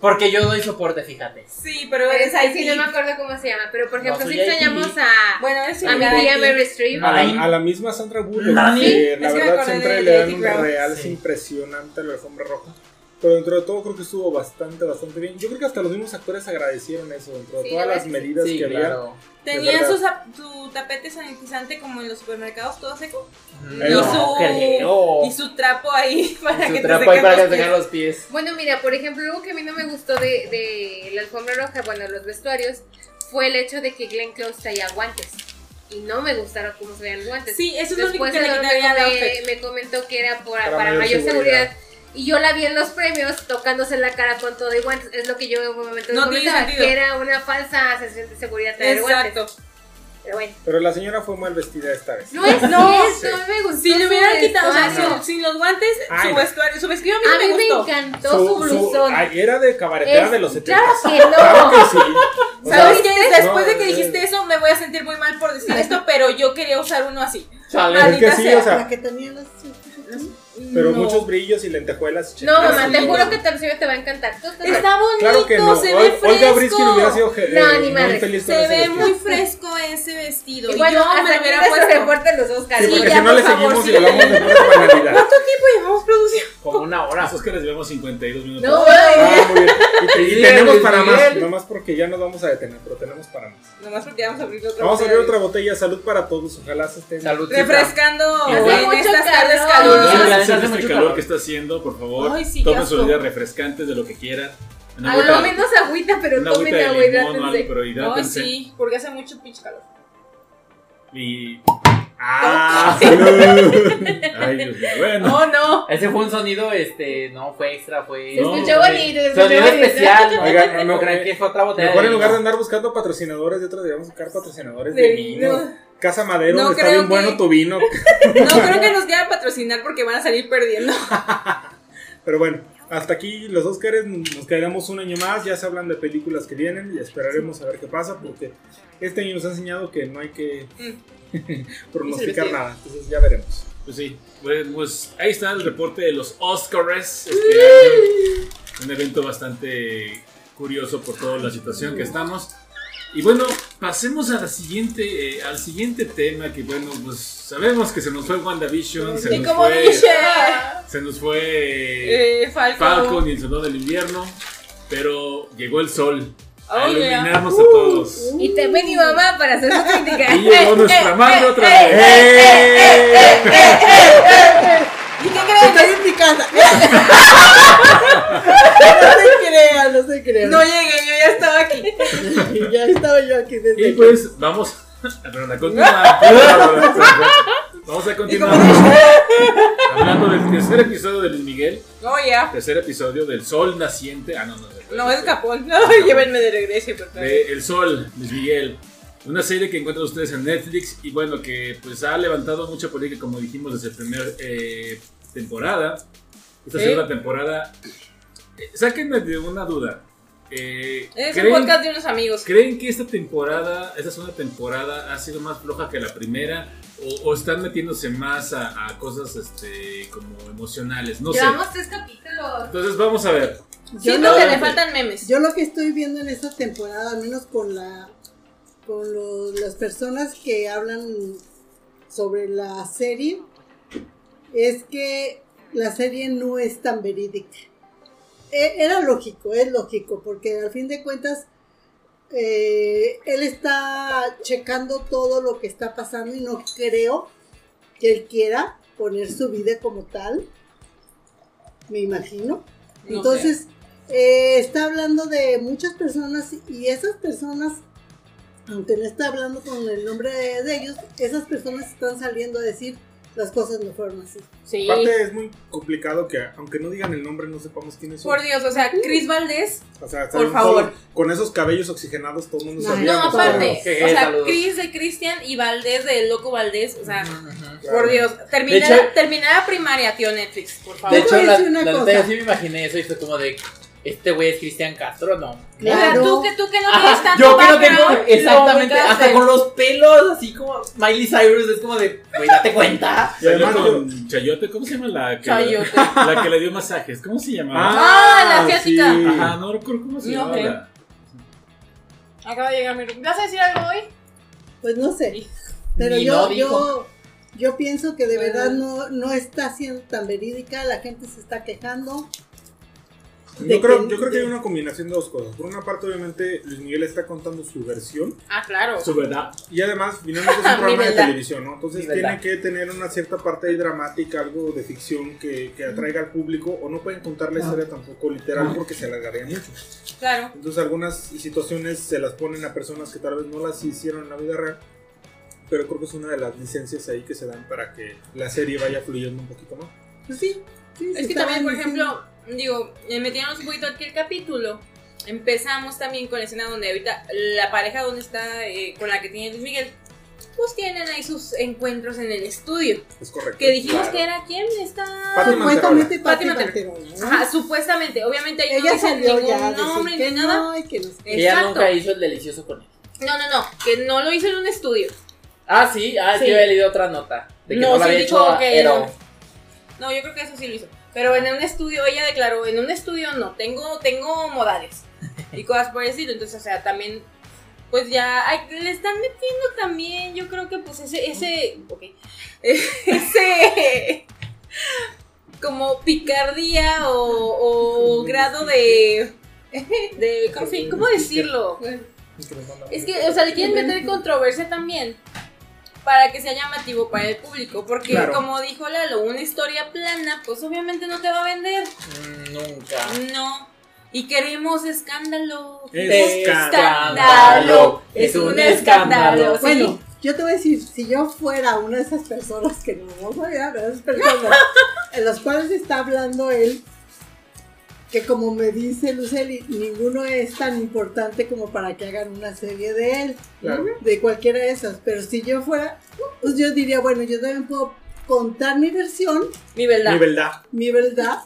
S4: Porque yo doy soporte, fíjate.
S2: Sí, pero
S3: Pero
S2: eres
S3: sí,
S2: IT.
S3: sí, no me acuerdo cómo se llama. Pero por
S4: No,
S3: ejemplo,
S4: soy
S3: si
S4: IT.
S3: extrañamos a,
S2: Bueno, eres
S3: a mi
S2: un
S3: tía
S2: IT.
S3: Mary Streep.
S5: A
S4: Ay.
S5: la, a la misma Sandra Bullock,
S4: Nadie.
S5: que la
S2: Es que me
S5: verdad
S2: acordé
S5: siempre
S2: de
S5: le dan
S2: Lady
S5: un
S2: Gaga.
S5: real, es
S4: Sí.
S5: impresionante la alfombra roja. Pero dentro de todo creo que estuvo bastante, bastante bien. Yo creo que hasta los mismos actores agradecieron eso, dentro de
S3: Sí,
S5: todas
S3: la
S5: las
S3: verdad
S5: medidas
S4: Sí,
S5: que había.
S4: claro.
S2: Tenía
S5: verdad.
S2: su, sap- su tapete sanitizante como en los supermercados, todo seco.
S5: Eh,
S2: Y
S5: no,
S2: su,
S4: creo.
S2: y su trapo ahí para
S4: Su
S2: que te
S4: trapo ahí
S2: sequen
S4: para que
S2: los
S4: te
S2: pies.
S4: sequen los pies.
S3: Bueno, mira, por ejemplo, algo que a mí no me gustó de, de la alfombra roja, bueno, los vestuarios, fue el hecho de que Glenn Close traía guantes. Y no me gustaron cómo se veían los guantes.
S2: Sí, eso es lo único
S3: Después
S2: que le
S3: el hombre
S2: quitaría al outfit.
S3: me, me comentó que era por-
S5: Para
S3: para,
S5: mayor
S3: mayor,
S5: seguridad.
S3: seguridad. Y yo la vi en los premios tocándose la cara con todo y guantes. Es lo que yo en un momento
S2: No tiene
S3: comentaba,
S2: sentido.
S3: que era una falsa sensación de seguridad traer guantes.
S2: Exacto.
S3: Pero bueno,
S5: Pero la señora fue mal vestida esta vez.
S3: no es
S2: No.
S3: cierto, no me gustó.
S2: Si le
S3: su
S2: hubieran quitado, o sea,
S3: vestuario.
S2: su- sin los guantes,
S5: Ay,
S2: su
S5: no.
S2: vestuario, su vestido a mí no
S3: a mí
S2: me
S3: me
S2: gustó.
S3: encantó su, blusón.
S5: ay, era de cabaretera
S3: Es-
S5: de los 70.
S3: claro que no.
S5: Claro que sí. O sea,
S2: ¿Sabes qué? Después
S5: No,
S2: de que
S5: eh,
S2: dijiste eso, me voy a sentir muy mal por decir esto, pero yo quería usar uno así.
S4: Chale.
S5: es que
S2: Maldita
S5: sí,
S2: sea.
S5: o sea,
S7: que tenía las
S5: pero
S2: No.
S5: muchos brillos y lentejuelas.
S3: No, mamá,
S5: sí.
S3: te juro que Tercio te va a encantar. Tú te-
S2: Está bonito,
S5: Claro que no.
S2: se
S5: Ol-
S2: ve fresco.
S5: Olga Briskin hubiera sido eh,
S3: No, ni madre.
S5: muy feliz con
S2: se
S5: ese
S2: ve
S5: vestido.
S2: muy fresco ese vestido.
S3: Igual
S2: y yo
S3: hasta
S2: me lo
S3: aquí
S2: hubiera
S3: te
S2: puesto.
S3: sobreportan los Oscars.
S5: Sí,
S2: Sí,
S5: porque
S2: ya,
S5: si no
S2: por
S5: le
S2: favor,
S5: seguimos
S2: sí.
S5: y hablamos de puras banalidades.
S2: ¿Cuánto tiempo llevamos produciendo?
S4: Como una hora.
S1: Esos que les llevamos 52 minutos.
S3: No,
S5: Ah, muy bien. Y, y
S4: Sí,
S5: tenemos
S4: Luis
S5: para más,
S4: Miguel.
S5: nomás porque ya nos vamos a detener, pero tenemos para más.
S2: Nomás porque vamos a abrir otra
S5: Vamos a abrir
S2: botella
S5: otra botella, salud para todos, ojalá se estén.
S4: Salud.
S2: de- Refrescando
S4: Hace
S2: en
S3: mucho
S2: estas tardes
S3: calor.
S1: Oigan,
S2: calurosas.
S4: la
S1: Siéntense en
S4: neta,
S1: este
S4: hace mucho
S1: calor,
S4: calor.
S1: que está haciendo, por favor.
S2: Ay, sí, qué
S1: Tomen
S2: asco.
S1: sus bebidas refrescantes de lo que quieran. Una
S3: A lo
S1: agüita,
S3: menos agüita, pero
S1: una agüita
S3: tomen agua
S1: de limón o algo,
S3: hidrátense.
S1: pero
S2: Ay,
S1: hidrátense.
S2: sí, porque hace mucho pinche calor.
S1: Y. ¡Ah! Ay, Dios mío. Bueno,
S2: No, no.
S4: Ese fue un sonido, este, no fue extra, fue.
S3: Se
S1: No,
S3: escuchó
S4: fue-
S3: bonito, se escuchó
S4: Sonido
S3: bonito.
S4: especial.
S5: Oigan,
S4: Oigan,
S5: no,
S4: no crean que fue otra botella.
S5: Mejor
S4: de
S5: en lugar de
S4: vino.
S5: andar buscando patrocinadores de otros, deberíamos buscar patrocinadores de,
S2: De
S5: vino.
S2: vino.
S5: Casa Madero,
S2: No
S5: está
S2: creo
S5: bien
S2: que-
S5: bueno tu vino.
S2: No creo que nos quieran patrocinar porque van a salir perdiendo.
S5: Pero bueno, hasta aquí los Oscars, nos quedamos un año más, ya se hablan de películas que vienen y esperaremos a ver qué pasa, porque este año nos ha enseñado que no hay que pronosticar nada, entonces ya veremos.
S1: pues sí. Bueno, pues ahí está el reporte de los Oscars. Este año. Un evento bastante curioso por toda la situación que estamos. Y bueno, pasemos a la siguiente, eh, al siguiente tema que bueno, pues sabemos que se nos fue WandaVision, se
S2: Y
S1: nos
S2: como
S1: fue,
S2: dije,
S1: se nos fue
S2: eh, Falco.
S1: Falcon y el Soldado del Invierno, pero llegó el sol a
S2: Oh, yeah. uh.
S1: iluminarnos a todos.
S3: Y también mi mamá para hacer su crítica. Eh,
S1: Y llegó nuestra madre otra
S2: Eh,
S1: vez.
S2: ¿Y qué creen?
S7: en mi casa. no se crean,
S2: No
S7: no
S2: llegué, yo ya estaba aquí.
S7: se crean. Ya estaba yo aquí desde
S1: Y pues vamos perdón, a continuar. Vamos a continuar hablando del tercer episodio de Luis Miguel,
S2: No, ya.
S1: tercer episodio del sol naciente. Ah, no, no,
S2: No, es capón. No, llévenme de regreso, por favor.
S1: de El Sol, Luis Miguel. Una serie que encuentran ustedes en Netflix y bueno, que pues ha levantado mucha polémica, como dijimos, desde la primera temporada. Esta
S2: ¿Eh?
S1: segunda temporada. eh, sáquenme de una duda. Eh,
S2: Es un
S1: ¿creen,
S2: podcast de unos amigos.
S1: creen que esta temporada, esta segunda temporada, ha sido más floja que la primera? ¿O, o están metiéndose más a, a cosas este, como emocionales? No sé.
S3: Llevamos tres capítulos.
S1: Entonces vamos a ver.
S2: Siento que le
S1: adelante.
S2: faltan memes.
S7: Yo lo que estoy viendo en esta temporada, al menos con la con lo- las personas que hablan sobre la serie, es que la serie no es tan verídica. E- Era lógico, es lógico, porque al fin de cuentas eh, él está checando todo lo que está pasando y no creo que él quiera poner su vida como tal, me imagino.
S2: No
S7: Entonces, eh, está hablando de muchas personas y esas personas, aunque no está hablando con el nombre de, de ellos, esas personas están saliendo a decir las cosas no fueron así.
S2: eh. Sí.
S5: Aparte es muy complicado que aunque no digan el nombre no sepamos quiénes son.
S2: Por Dios, o sea, Chris Valdés.
S5: O sea,
S2: por
S5: salen
S2: favor.
S5: todos- Con esos cabellos oxigenados todo el mundo
S7: No,
S5: sabía.
S2: No,
S7: Digamos,
S2: aparte.
S4: todos.
S2: O sea,
S4: Saludos.
S2: Chris de Cristian y Valdés de Loco Valdés. O sea,
S5: Claro.
S2: por Dios. Termina,
S4: Mm, hecho-
S2: termina la primaria, tío Netflix, por favor.
S4: De
S7: Yo
S4: hecho,
S7: voy a
S4: la,
S7: decir una
S4: la
S7: cosa.
S4: neta, yo sí me imaginé eso y fue como de, este güey es Cristian Castro, no.
S2: O sea,
S7: Claro.
S2: tú que, tú que no tienes
S4: Ajá,
S2: tanto
S4: Ah, yo que no tengo,
S2: background,
S4: exactamente,
S2: lo
S4: hasta
S2: ubicaste.
S4: con los pelos, así como Miley Cyrus, es como de, güey, date cuenta.
S1: Y además
S5: Chayote.
S1: con Chayote, ¿cómo se llama la que,
S2: Chayote.
S1: la que le dio masajes? ¿Cómo se llamaba?
S2: Ah, la asiática.
S5: sí.
S1: Ajá, no recuerdo cómo se
S2: No,
S1: llamaba.
S2: ok.
S1: la-
S2: Acaba de llegar mi room. ¿Vas a decir algo hoy?
S7: Pues no sé. Pero
S4: Ni
S7: yo,
S4: lo
S7: yo,
S4: dijo.
S7: yo pienso que de
S2: Bueno.
S7: verdad no, no está siendo tan verídica, la gente se está quejando.
S5: Yo
S7: De
S5: creo,
S7: que-
S5: yo creo que hay una combinación de dos cosas. Por una parte, obviamente, Luis Miguel está contando su versión.
S2: Ah, claro.
S1: Su verdad.
S5: Y además, finalmente es un
S2: Mi
S5: programa de
S2: verdad.
S5: televisión, ¿no? Entonces
S4: Mi
S5: tiene
S4: verdad.
S5: que tener una cierta parte ahí dramática, algo de ficción que, que atraiga al público. O no pueden contar la historia tampoco literal porque se alargaría mucho.
S2: Claro.
S5: Entonces algunas situaciones se las ponen a personas que tal vez no las hicieron en la vida real. Pero creo que es una de las licencias ahí que se dan para que la serie vaya fluyendo un poquito más.
S7: Pues sí, sí, se
S2: Es que
S7: estaban
S2: también, por
S7: diciendo-
S2: ejemplo, digo, eh, metiéndonos un poquito aquí el capítulo, empezamos también con la escena donde ahorita la pareja donde está eh, con la que tiene Luis Miguel, pues tienen ahí sus encuentros en el estudio.
S5: Es correcto.
S2: Que dijimos
S5: Claro.
S2: que era quién está.
S5: Pati
S7: Pues, Supuestamente Pati
S2: Pati Manterola.
S7: Manterola, ¿no?
S2: Ajá, supuestamente, obviamente ahí no
S7: Ella
S2: dicen
S7: salió
S2: ningún
S7: ya a
S2: nombre
S7: decir
S2: ni
S7: que
S2: nada.
S7: no y que no sé qué.
S4: Ella
S2: Exacto.
S4: nunca hizo el delicioso con él.
S2: No, no, no, que no lo hizo en un estudio.
S4: Ah, sí, ah,
S2: Sí.
S4: yo había leído otra nota. De que
S2: No,
S4: no,
S2: sí
S4: la había
S2: dijo
S4: hecho a
S2: que
S4: Ero.
S2: no. No, yo creo que eso sí lo hizo. Pero en un estudio, ella declaró, en un estudio no, tengo, tengo modales y cosas por decirlo. Entonces, o sea, también, pues ya ay, le están metiendo también, yo creo que pues ese, ese, ok, ese, como picardía o, o grado de, de ¿cómo, se- cómo decirlo? Es que, o sea, le quieren meter controversia también para que sea llamativo para el público, porque
S5: Claro.
S2: como dijo Lalo, una historia plana, pues obviamente no te va a vender.
S4: Mm, Nunca.
S2: No. Y queremos escándalo.
S4: Escándalo. Es un escándalo.
S7: Bueno, yo te voy a decir, si yo fuera una de esas personas que no, no soy una de esas personas en las cuales está hablando él, que como me dice Luceli, ninguno es tan importante como para que hagan una serie de él,
S5: Claro.
S7: de cualquiera de esas, pero si yo fuera, pues yo diría, bueno, yo también puedo contar mi versión,
S2: Mi verdad.
S5: Mi verdad.
S7: mi verdad,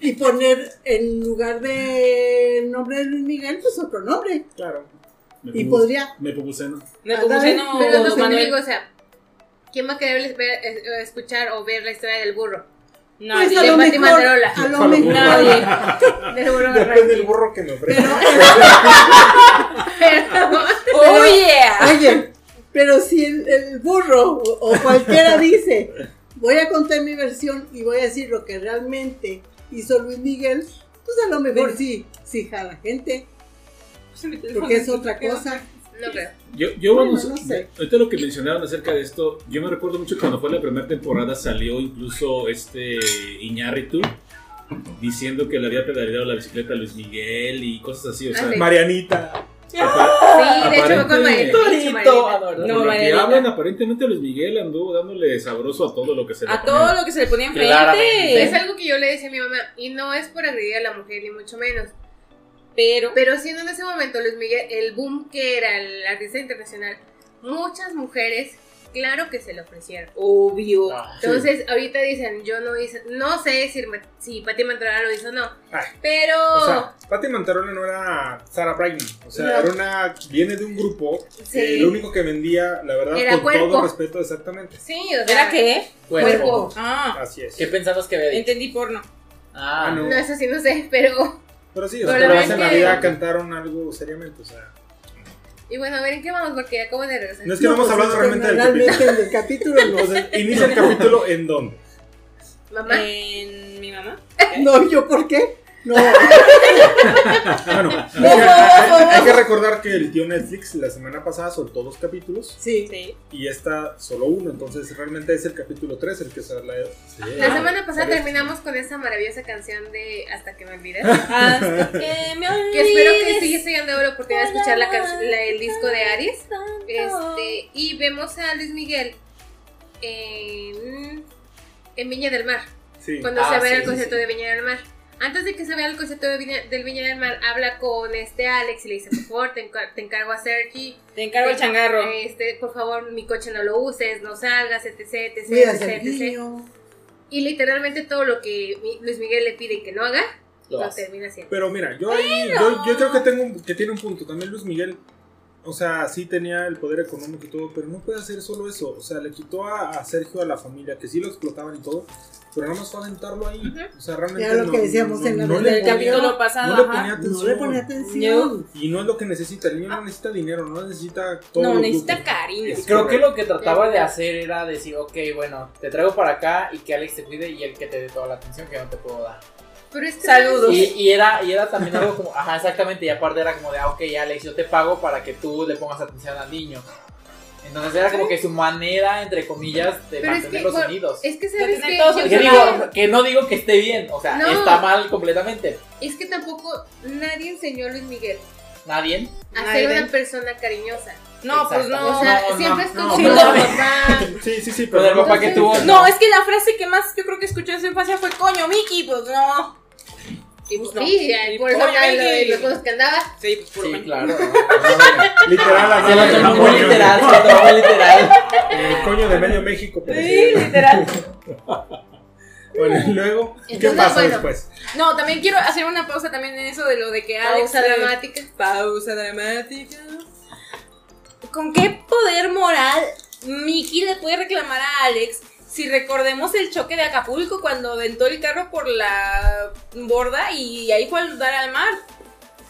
S7: y poner en lugar de el nombre de Luis Miguel, pues otro nombre,
S5: Claro.
S1: Me
S7: y
S1: puse-
S7: podría,
S1: Me puse, ¿no?
S2: Me
S7: Ándale,
S2: puse no,
S3: Pero no
S2: no,
S3: sé,
S2: Manuel.
S3: digo, o sea, ¿quién va a querer ver- es- escuchar o ver la historia del burro?
S2: No,
S7: pues
S2: sí,
S7: a
S3: de
S7: lo
S3: Pati
S7: mejor,
S3: Manterola.
S7: a lo
S5: Para los
S7: mejor.
S2: nadie.
S3: Del burro
S5: Ah, Depende del
S3: Randy.
S5: burro que me ofrezca.
S3: Pero,
S2: Oh yeah.
S7: Oye, pero si el, el burro o, o cualquiera dice, voy a contar mi versión y voy a decir lo que realmente hizo Luis Miguel, pues a lo mejor sí, sí jala gente, porque es otra cosa.
S3: no creo.
S1: Yo, yo
S7: Bueno,
S1: vamos,
S7: no sé.
S1: ahorita lo que mencionaron acerca de esto, yo me recuerdo mucho cuando fue la primera temporada salió incluso este Iñárritu diciendo que le había pedaleado la bicicleta a Luis Miguel y cosas así, o sea,
S3: Ah, sí.
S5: Marianita.
S1: apa-
S3: Sí, de hecho fue con
S1: Aparente.
S3: Marianita.
S4: Torito.
S3: Marianita.
S4: Ah, no,
S1: por
S4: no.
S1: lo que
S2: Marianita.
S1: hablan aparentemente Luis Miguel anduvo dándole sabroso a todo lo que se le
S2: A
S1: ponía.
S2: todo lo que se le ponía
S4: Claramente.
S2: enfrente.
S3: Es algo que yo le decía a mi mamá, y no es por agredir a la mujer, ni mucho menos.
S2: Pero.
S3: Pero siendo en ese momento Luis Miguel, el boom que era el artista internacional, muchas mujeres, claro que se le ofrecieron.
S2: Obvio.
S4: Ah,
S3: Entonces, ahorita dicen, yo no hice, no sé si, Ma- si Pati Manterola lo hizo o no,
S5: Ay.
S3: pero
S5: Ah, O sea, Patti Manterola no era Sarah Brightman. O sea,
S3: No.
S5: era una. Viene de un grupo.
S3: Sí.
S5: eh, lo único que vendía, la verdad,
S3: Era
S5: con
S3: cuerpo.
S5: todo respeto, exactamente.
S3: sí, o sea,
S2: ¿Era qué?
S4: cuerpo.
S3: cuerpo.
S2: Ah,
S5: Así es.
S4: ¿Qué pensabas que había dicho?
S2: entendí porno.
S4: Ah,
S5: no.
S4: no.
S3: no es así, no sé, pero...
S5: Pero sí, o sea,
S3: Pero
S5: tal vez en la
S3: es que-
S5: vida cantaron algo seriamente. O sea,
S3: Y bueno, a ver, ¿en qué vamos? Porque acabo de regresar.
S5: no es que no, hemos
S7: pues
S5: hablado
S7: es que
S5: realmente del capítulo.
S7: realmente del capítulo. no.
S5: Entonces, inicia el capítulo en dónde.
S2: Eh,
S3: Mamá,
S2: En mi mamá.
S7: No, yo por qué. No,
S5: Bueno, hay, que- hay- hay que recordar que el tío Netflix la semana pasada soltó dos capítulos
S7: sí.
S5: y esta solo uno, entonces realmente es el capítulo 3 el que se la... ah,
S3: La semana pasada
S5: Pero-
S3: terminamos con esa maravillosa canción de Hasta que me olvides.
S2: Hasta que me
S3: Que espero que
S2: olvides.
S3: sigues teniendo la oportunidad de escuchar la can- la- el disco de Aries. Este, y vemos a Luis Miguel en, en Viña del Mar.
S5: Sí.
S3: Cuando
S4: Ah,
S3: se ve
S4: sí,
S3: el
S4: sí,
S3: concierto
S4: sí.
S3: de Viña del Mar. Antes de que se vea el concierto de Viña- del Viña del Mar, habla con este Alex y le dice, por favor, te, encar- te encargo a Sergi.
S2: Te encargo el changarro.
S3: Este, por favor, mi coche no lo uses, no salgas, etc, etc,
S7: Mira,
S3: etc, etc.
S7: Sergio.
S3: Y literalmente todo lo que mi- Luis Miguel le pide que no haga,
S4: Lo
S3: lo
S4: hace.
S3: termina haciendo.
S5: Pero mira, yo, ahí- yo, yo creo que, tengo un- que tiene un punto. También Luis Miguel, o sea, sí tenía el poder económico y todo, pero no puede hacer solo eso. O sea, le quitó a, a Sergio a la familia, que sí lo explotaban y todo, pero nada más fue aventarlo ahí. O sea, realmente.
S7: Era lo
S5: no-
S7: que decíamos
S5: no-
S7: en la
S5: no
S7: vez
S5: le
S2: Del
S7: del
S5: ponía-
S2: capítulo pasado,
S5: no le ponía
S2: ajá.
S7: No
S5: atención.
S7: le ponía atención.
S5: Y no es lo que necesita. El niño no necesita dinero, no necesita todo.
S2: No,
S5: el
S2: necesita
S5: grupo.
S2: cariño.
S5: Es
S4: Creo que
S5: correcto.
S4: lo que trataba de hacer era decir, ok, bueno, te traigo para acá y que Alex te cuide y él que te dé toda la atención que no te puedo dar.
S3: Pero es que
S2: Saludos.
S4: Y, y era, y era también algo como, ajá, exactamente, y aparte era como de, ah, ok, Alex, yo te pago para que tú le pongas atención al niño. Entonces era como que su manera, entre comillas, de
S3: Pero es
S4: mantener
S3: que,
S4: los
S3: bueno,
S4: unidos.
S3: Es que
S2: Lo
S3: sabes
S2: tiene
S3: que
S2: todo
S3: yo
S4: Que
S2: solucionado.
S3: creo
S4: digo, que no digo que esté bien, o sea,
S3: No.
S4: está mal completamente.
S3: que- es que tampoco nadie enseñó a Luis Miguel
S4: Nadie.
S3: a
S2: Nadie.
S3: ser una persona cariñosa.
S2: No, pues
S4: Exacto.
S2: no.
S3: o sea,
S4: no,
S3: siempre
S4: no,
S3: estuvo
S4: no,
S3: con
S4: no.
S3: su papá.
S5: Sí, sí, sí,
S4: Con el papá que
S3: Entonces-
S4: tuvo.
S2: No, es que la frase que más yo creo que escuché en su infancia fue coño, Mickey, pues no. Y pues no.
S3: Sí,
S2: Y
S3: por eso
S2: coño,
S3: acá lo de
S2: Mickey.
S3: los juegos que andaba.
S2: Sí, pues puro
S4: Sí,
S2: Mickey.
S4: claro. no, no, no.
S5: Literal,
S4: Se
S5: agarra
S4: lo
S5: el
S4: tomó muy
S5: coño-
S4: literal, se lo tomó muy literal.
S5: El coño de medio México. pero
S2: Sí, literal.
S5: Bueno, y luego, ¿qué
S3: Entonces,
S5: pasa
S3: bueno.
S5: después?
S2: No, también quiero hacer una pausa también en eso de lo de que Alex.
S3: Pausa
S2: eh,
S3: dramática.
S2: Pausa dramática. ¿Con qué poder moral Mickey le puede reclamar a Alex si recordemos el choque de Acapulco cuando aventó el carro por la borda y ahí fue a dar al mar?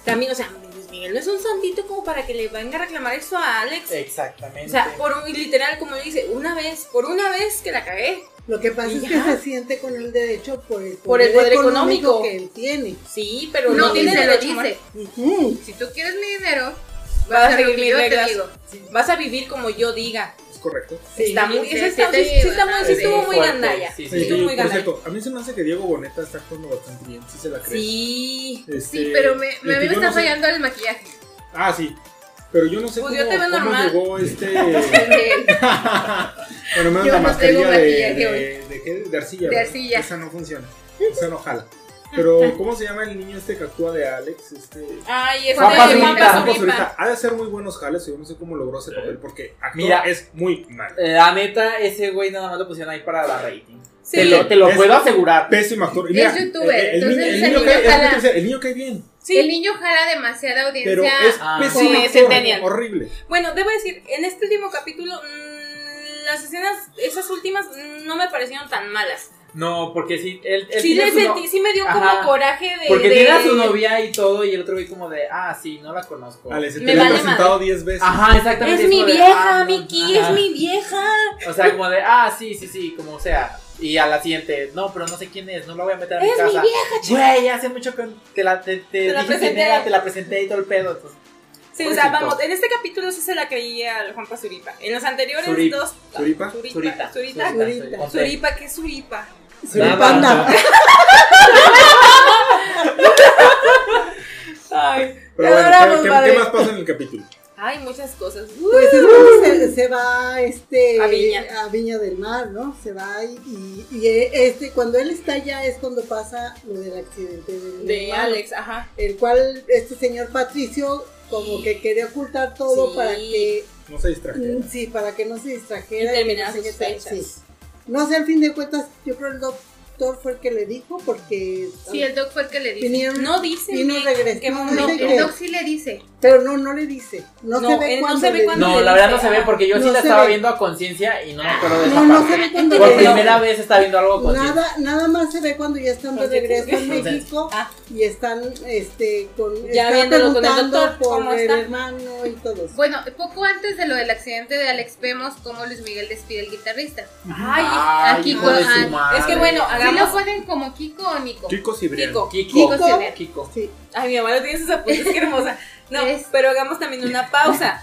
S2: También, o sea, Luis Miguel no es un santito como para que le venga a reclamar eso a Alex.
S4: Exactamente.
S2: O sea, por un, literal, como dice, una vez, por una vez que la cagué.
S7: Lo que pasa es que
S2: Ya.
S7: se siente con el derecho por el poder,
S2: Por el poder económico.
S7: que él tiene.
S2: Sí, pero no,
S3: No, y
S2: tiene
S3: se lo
S2: derecho a morir.
S3: dice.
S2: Mm.
S7: Ujú.
S3: Si tú quieres mi dinero,
S2: Vas a
S3: hacer lo
S2: seguir
S3: que
S2: mis
S3: yo te
S2: reglas.
S3: digo.
S2: Vas a vivir como yo diga.
S5: Es correcto.
S7: Sí.
S2: Está muy,
S3: sí,
S2: ese
S3: sí,
S2: está-
S3: te
S2: sí, sí
S3: digo,
S2: está muy, sí
S3: ajá,
S2: estuvo
S3: sí,
S2: muy
S4: fuerte,
S2: gandalla.
S4: sí,
S2: Sí,
S4: sí,
S5: Sí,
S2: estuvo muy
S5: por
S2: gandalla.
S5: cierto, a mí se me hace que Diego Boneta está actuando bastante bien, sí se la
S4: pues.
S5: cree.
S2: Sí.
S5: Este,
S3: Sí, pero me,
S5: el
S3: me a mí me
S5: que yo
S3: está
S5: no sé-
S3: fallando el maquillaje.
S5: Ah, sí. Pero yo no sé
S2: Pues yo
S5: cómo,
S2: te veo
S5: cómo
S2: normal.
S5: llegó este. bueno, menos
S3: Yo
S5: la
S3: no tengo
S5: mascarilla de, de,
S3: maquillaje hoy.
S5: de qué? De arcilla.
S3: De
S5: ¿verdad?
S3: arcilla.
S5: Esa no funciona. Esa no jala. Pero, ¿cómo se llama el niño este que actúa de Alex? Este.
S2: Ay, este Juan
S4: Juan Pazurita.
S5: Juan
S2: Pazurita.
S5: Pazurita. Ha de hacer muy buenos jales, yo no sé cómo logró ese papel, porque actor
S4: Mira.
S5: es muy mal.
S4: Eh, La neta, ese güey nada más lo pusieron ahí para la rating. Te
S2: Sí,
S4: lo, te lo
S5: Es-
S4: puedo asegurar.
S5: Pésimo actor. Y mira,
S3: Es youtuber,
S5: el- el,
S3: entonces
S5: niño- el
S3: ese
S5: niño
S3: niño
S5: cae- es lo que
S3: jala.
S5: te decía, el niño cae bien.
S2: sí.
S3: El niño jala demasiada audiencia.
S5: Pero es
S4: Ah.
S5: pésimo.
S2: Sí, es
S5: actor,
S2: centennial.
S5: horrible.
S2: Bueno, debo decir, en este último capítulo, mm, las escenas, esas últimas, mm, no me parecieron tan malas.
S4: No, porque sí, él, él
S2: Sí,
S4: tiene
S2: le
S4: su no-
S2: sentí, sí me dio
S4: Ajá.
S2: como coraje de.
S4: Porque
S2: de-
S4: tiene a su novia y todo, y el otro güey como de, ah, sí, no la conozco.
S5: Vale, se
S2: Me
S5: te lo he
S2: vale
S5: presentado 10 veces.
S4: Ajá, exactamente.
S2: Es mi
S4: como de,
S2: vieja,
S4: ah, no,
S2: Miki,
S4: ajá.
S2: es mi vieja.
S4: O sea, como de, ah, sí, sí, sí, como sea. Y a la siguiente, no, pero no sé quién es, no la voy a meter a mi
S2: Es mi
S4: casa. Güey, hace mucho que te la, te, te
S2: Te la
S4: dije quién
S2: presenté.
S4: era, te la presenté y todo el pedo. entonces,
S2: Sí, o sea,
S4: Pobrecito.
S2: vamos, en este capítulo sí se la creía al Juan Pazuripa. En los anteriores
S4: Zurip-
S2: dos.
S5: ¿Zuripa?
S2: Zurita.
S4: Zurita.
S2: Zurita.
S7: Zurita.
S4: con T.
S2: Zuripa, ¿qué es Zuripa?
S7: Soy
S4: Nada.
S7: panda.
S2: Ay,
S5: Pero
S2: Te
S5: bueno,
S2: adoramos,
S5: ¿qué- ¿qué,
S2: padre.
S5: qué más pasa en el capítulo?
S2: ay, muchas cosas.
S7: Pues es cuando se, se va este,
S2: A Viña.
S7: a Viña del Mar, ¿no? Se va y, y- y, eh, este, cuando él está allá es cuando pasa lo del accidente del
S2: De
S7: hermano,
S2: Alex, ajá.
S7: El cual este señor Patricio como que quería ocultar todo
S2: Sí.
S7: para que
S5: No se distrajera.
S7: Mm, Sí, para que no se
S2: Y
S7: distrajera.
S2: terminaba
S7: no
S2: sus
S7: sé qué tal,
S2: fechas.
S7: sí. No sé, al fin de cuentas, yo creo el doctor fue el que le dijo porque
S3: Sí, el doc fue el que le dice.
S7: vinieron,
S2: No dice
S7: Y no
S2: bien
S7: regresa.
S2: qué
S7: No,
S2: momento.
S7: dice
S3: El doc sí le dice.
S7: pero no, no le dice. No,
S2: No,
S7: se ve
S2: él no
S7: cuándo.
S2: se ve
S7: le
S2: cuándo.
S7: dice.
S4: No, la verdad no se ve porque yo sí
S7: No
S4: la
S7: se
S4: estaba
S7: ve.
S4: viendo a conciencia y no me acuerdo de esa
S7: No, no
S4: parte.
S7: se ve cuándo
S4: Por
S7: le dice.
S4: primera vez está viendo algo con conciencia.
S7: Nada, nada más se ve cuando ya están de
S2: Entonces,
S7: regreso en
S4: entonces,
S7: México
S2: ah.
S7: y están este con
S2: Ya
S7: están
S2: viéndolo con el
S7: preguntando
S2: doctor,
S7: por
S2: ¿cómo
S7: el
S2: está?
S7: hermano y todo eso.
S3: Bueno, poco antes de lo del accidente de Alex, vemos cómo Luis Miguel despide al guitarrista.
S2: Ay,
S4: Ay,
S3: Aquí
S4: hijo de
S3: con-
S4: su
S3: ah,
S4: madre.
S2: es que bueno,
S3: Sí, Aquí
S2: Vamos.
S3: lo ponen como Kiko o Nico.
S5: Kiko Cibrián.
S2: Kiko.
S4: Kiko.
S3: Kiko Cibrián.
S4: Kiko.
S7: Sí.
S2: Ay, mi mamá lo tiene sus apuntes, qué hermosa. No,
S3: ¿Ves?
S2: pero hagamos también una pausa.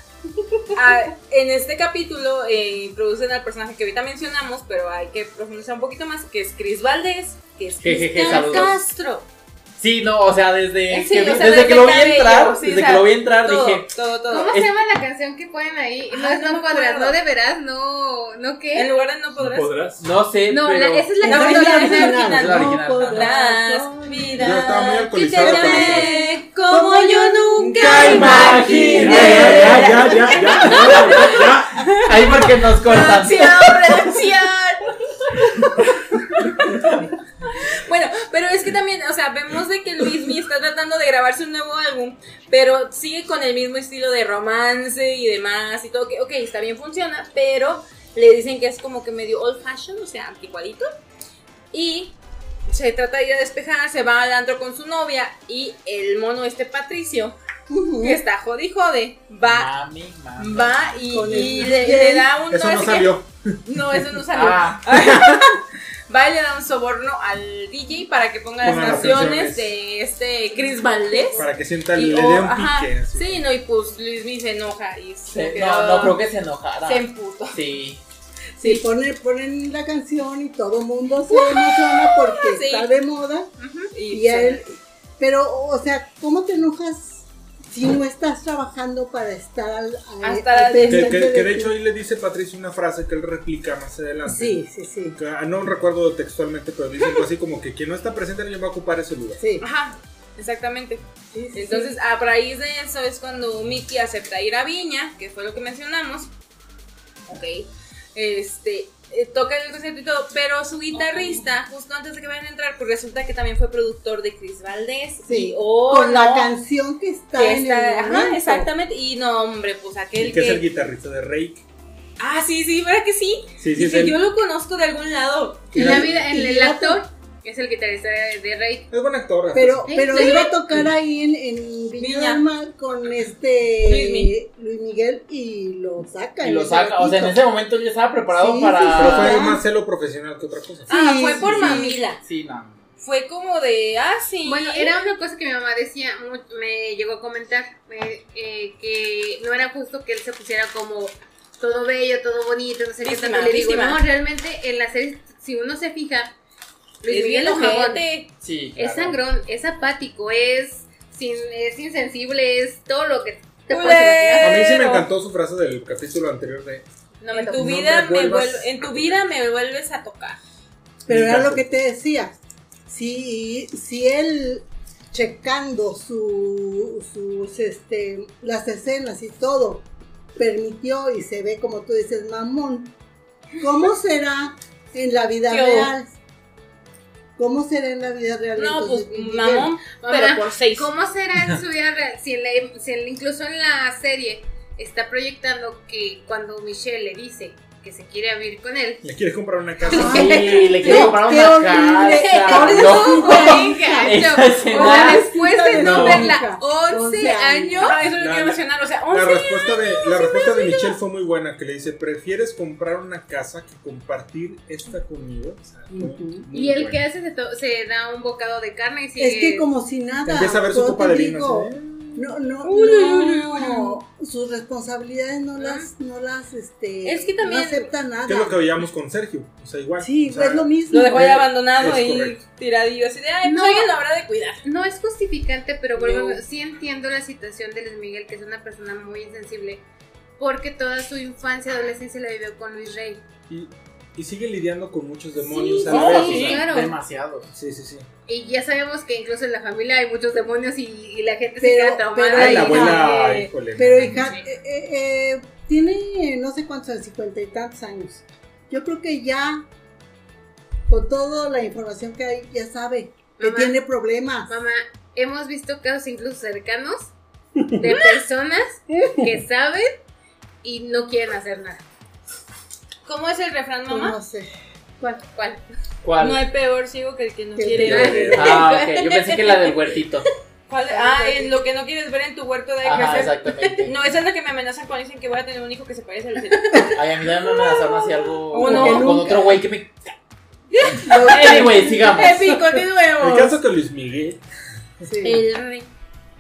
S2: Ah, en este capítulo eh, introducen al personaje que ahorita mencionamos, pero hay que profundizar un poquito más, que es Cris Valdés, que es
S4: Jejeje,
S2: Cristian
S4: saludos.
S2: Castro.
S4: Sí, no, o sea, desde,
S2: Sí,
S4: que,
S2: o sea,
S4: desde,
S2: desde
S4: que lo vi
S2: cabello,
S4: entrar,
S2: sí, o
S4: desde
S2: sea,
S4: que lo vi entrar
S2: Todo,
S4: dije,
S2: todo, todo.
S3: ¿Cómo se
S4: Es-
S3: llama la canción que ponen ahí? No
S2: Ah,
S3: es
S2: no
S3: No,
S2: me
S3: podrás,
S2: acuerdo.
S3: no deberás, no, no
S2: En
S3: qué.
S2: lugar de no
S1: ¿No
S2: podrás.
S1: podrás?
S4: no sé,
S3: No, la-
S4: pero
S3: esa es la
S2: No,
S3: canción
S2: es la
S3: original.
S2: original.
S4: Es la original.
S7: No podrás
S2: podrás mirar
S5: Yo estaba muy
S2: que te
S5: alcoholizado con
S2: amé como yo nunca
S4: Nunca
S5: Ya,
S4: imaginé.
S2: imaginé.
S5: ya, ya, ya, ya, ya, ya, ya, ya.
S4: ahí porque nos cortan.
S2: Redacción, redacción. Bueno, pero es que también, o sea, vemos de que Luismi está tratando de grabarse un nuevo álbum, pero sigue con el mismo estilo de romance y demás y todo, que ok, está bien, funciona, pero le dicen que es como que medio old fashioned, o sea, anticuadito, y se trata de ir a despejar, se va al antro con su novia y el mono este Patricio,
S7: Ujú.
S2: que está jode y jode, va,
S4: Mami, mami.
S2: va y,
S7: Con el-
S2: y le, le da un...
S5: Ah, Eso
S2: sé
S5: no
S2: qué.
S5: salió.
S2: No, eso no salió.
S4: Ah,
S2: Va y le da un soborno al DJ para que ponga las
S5: Ponga las
S2: canciones
S5: canciones.
S2: de este Chris Valdés.
S5: Para que sienta,
S2: Y,
S5: le dé
S2: oh,
S5: un
S2: ajá,
S5: pique. así.
S2: Sí, no, y pues Luismi se enoja y se
S4: se- no,
S2: queda-
S4: no creo que se enojara.
S2: se emputó.
S4: Sí.
S7: Sí, ponen, ponen la canción y todo el mundo se emociona porque
S2: Sí.
S7: está de moda.
S2: Y,
S7: Y a
S2: se-
S7: él, pero, o sea, ¿cómo te enojas si no estás trabajando para estar al, al-
S2: Hasta la-
S7: al
S5: Que,
S7: pendiente
S5: que- que
S7: ti?
S5: de hecho ahí le dice Patricio una frase que él replica más adelante.
S7: Sí, sí, sí.
S5: Que, ah, No recuerdo textualmente, pero dice algo así como que quien no está presente alguien va a ocupar ese lugar.
S7: Sí.
S2: Ajá, exactamente.
S7: Sí, sí,
S2: Entonces, a raíz de eso es cuando Mickey acepta ir a Viña, que fue lo que mencionamos. Ok. Este, eh, toca el concierto y todo, pero su guitarrista, justo antes de que vayan a entrar, pues resulta que también fue productor de Chris Valdés.
S7: Sí,
S2: Y, oh,
S7: con la
S2: no,
S7: canción que está
S2: que
S7: en
S2: está-
S7: el
S2: ajá,
S7: momento.
S2: exactamente. Y no, hombre, pues aquel
S5: Y que es el
S2: que.
S5: guitarrista de Rake.
S2: Ah, sí, sí, ¿verdad que sí?
S5: Sí, sí, es
S2: Dije, yo
S5: él.
S2: lo conozco de algún lado.
S3: En la vida, en
S7: Y
S3: el
S7: la-
S3: actor, que es el guitarrista de de Rey.
S5: Es buen actor.
S7: Pero,
S3: Sí,
S7: pero
S3: sí.
S7: iba a tocar ahí en, en Viña
S2: Viña.
S7: del Mar con este
S2: Luismi.
S7: Luis Miguel y lo saca.
S4: Y
S7: en
S4: lo
S7: ese
S4: saca. O sea, en
S7: ratito.
S4: ese momento yo estaba preparado
S7: Sí,
S4: para.
S7: sí, sí.
S5: Pero fue
S7: Ah.
S5: más celo profesional que otra cosa.
S2: ah,
S7: Sí,
S2: fue
S7: sí,
S2: por
S7: sí.
S2: mamila.
S4: Sí, no.
S2: Fue como de, ah, sí.
S3: Bueno, era una cosa que mi mamá decía, mu- me llegó a comentar, me- eh, que no era justo que él se pusiera como todo bello, todo bonito, no sé qué
S2: Víctima,
S3: tanto. Le digo,
S2: víctima.
S3: no, realmente en la serie, si uno se fija, Luis
S2: Es bien
S3: Miguel Ojabón
S2: ojete.
S4: Sí.
S3: es
S4: claro.
S3: sangrón, es apático, es, sin, es insensible, es todo lo que te puedes
S2: Culé.
S3: imaginar.
S5: A mí sí me
S2: Pero-
S5: encantó su frase del capítulo anterior de
S2: No, en
S3: No
S2: tu
S5: me
S2: vida me
S5: vuelvas-
S2: vuel- en tu vida me vuelves a tocar.
S7: Pero
S5: Mi
S7: era
S5: caso.
S7: lo que te decía. Si, si él checando su, sus este, las escenas y todo permitió y se ve como tú dices mamón, ¿cómo será en la vida
S2: Yo.
S7: real? ¿Cómo será en la vida real?
S2: No,
S7: entonces,
S2: pues
S7: Miguel?
S2: mamón,
S3: Mamá,
S2: pero por seis.
S3: ¿Cómo será en su vida real? Si, en la- si en- incluso en la serie está proyectando que cuando Michelle le dice que se quiere abrir con él,
S5: le quieres comprar una
S4: Sí,
S5: casa.
S4: le quiero
S7: Qué-
S4: comprar
S7: qué
S4: una
S7: horrible.
S4: casa.
S7: Qué
S4: No.
S3: Bien
S4: Esa
S3: gacho.
S4: escena-
S3: O sea, después de no,
S5: No.
S3: verla 11
S7: 11
S3: años,
S2: No, eso lo
S5: La-
S2: quiero
S5: la-
S2: mencionar, o sea, oh,
S5: La
S2: 11
S5: respuesta de, la respuesta de Michelle fue muy buena, que le dice, ¿prefieres comprar una casa que compartir esta conmigo? O sea, muy-
S7: Ujú.
S5: muy
S3: y el
S5: buena.
S3: que hace se, to- se da un bocado de carne y sigue.
S7: Es que como si nada.
S5: Empieza a ver su
S7: yo
S5: copa
S7: te
S5: de vino.
S7: digo,
S5: así, ¿eh?
S7: No, no,
S2: Uy,
S7: no,
S2: uy, uy, uy, Ah.
S7: Sus responsabilidades no las, no las, este.
S2: Es que también-
S7: No acepta nada.
S5: Que es lo que veíamos con Sergio. O sea, igual.
S7: Pues Sí,
S5: o sea,
S7: es lo mismo.
S2: lo dejó ahí
S5: Es-
S2: abandonado
S5: es
S2: ahí
S5: correcto.
S2: tiradillo, así de, ay, pues
S3: No.
S2: alguien lo habrá de cuidar.
S3: No es justificante, pero por
S2: No.
S3: ejemplo, sí entiendo la situación de Luis Miguel, que es una persona muy insensible, porque toda su infancia y adolescencia la vivió con Luis Rey.
S5: Y, y sigue lidiando con muchos demonios
S3: Sí,
S5: a
S3: sí,
S5: la vez. o
S3: sí.
S5: sea,
S3: claro.
S4: Demasiado.
S5: Sí, sí, sí.
S3: Y ya sabemos que incluso en la familia hay muchos demonios y, y la gente
S7: Pero-
S3: se queda traumada.
S7: pero
S5: Ay, la
S7: hija,
S3: y-
S5: abuela,
S7: eh,
S5: híjole.
S7: Pero hija,
S3: Sí.
S7: eh, eh, eh, tiene no sé cuántos, cincuenta y tantos años. Yo creo que ya, con toda la información que hay, ya sabe que
S3: Mamá.
S7: tiene problemas.
S3: Mamá, hemos visto casos incluso cercanos de personas que saben y no quieren hacer nada.
S2: ¿Cómo es el refrán,
S7: Pues
S2: mamá?
S7: No sé.
S3: ¿Cuál? ¿Cuál?
S4: ¿Cuál?
S2: No hay peor ciego que el que no
S7: Que el
S2: quiere
S7: que
S2: ver.
S4: Ah, ok. Yo pensé que la del huertito.
S2: ¿Cuál? Ah, en lo que no quieres ver en tu huerto de
S4: Ajá,
S2: crecer.
S4: exactamente.
S2: No, esa es la que me amenazan cuando dicen que voy a tener un hijo que se parece al de
S4: Ay, a mí también me amenazaron así algo
S2: Uno.
S4: con, con otro güey que me. Anyway, sigamos.
S2: Epi, continuemos.
S5: El caso que Luis Miguel.
S2: Eh,
S7: Sí.
S3: El rey.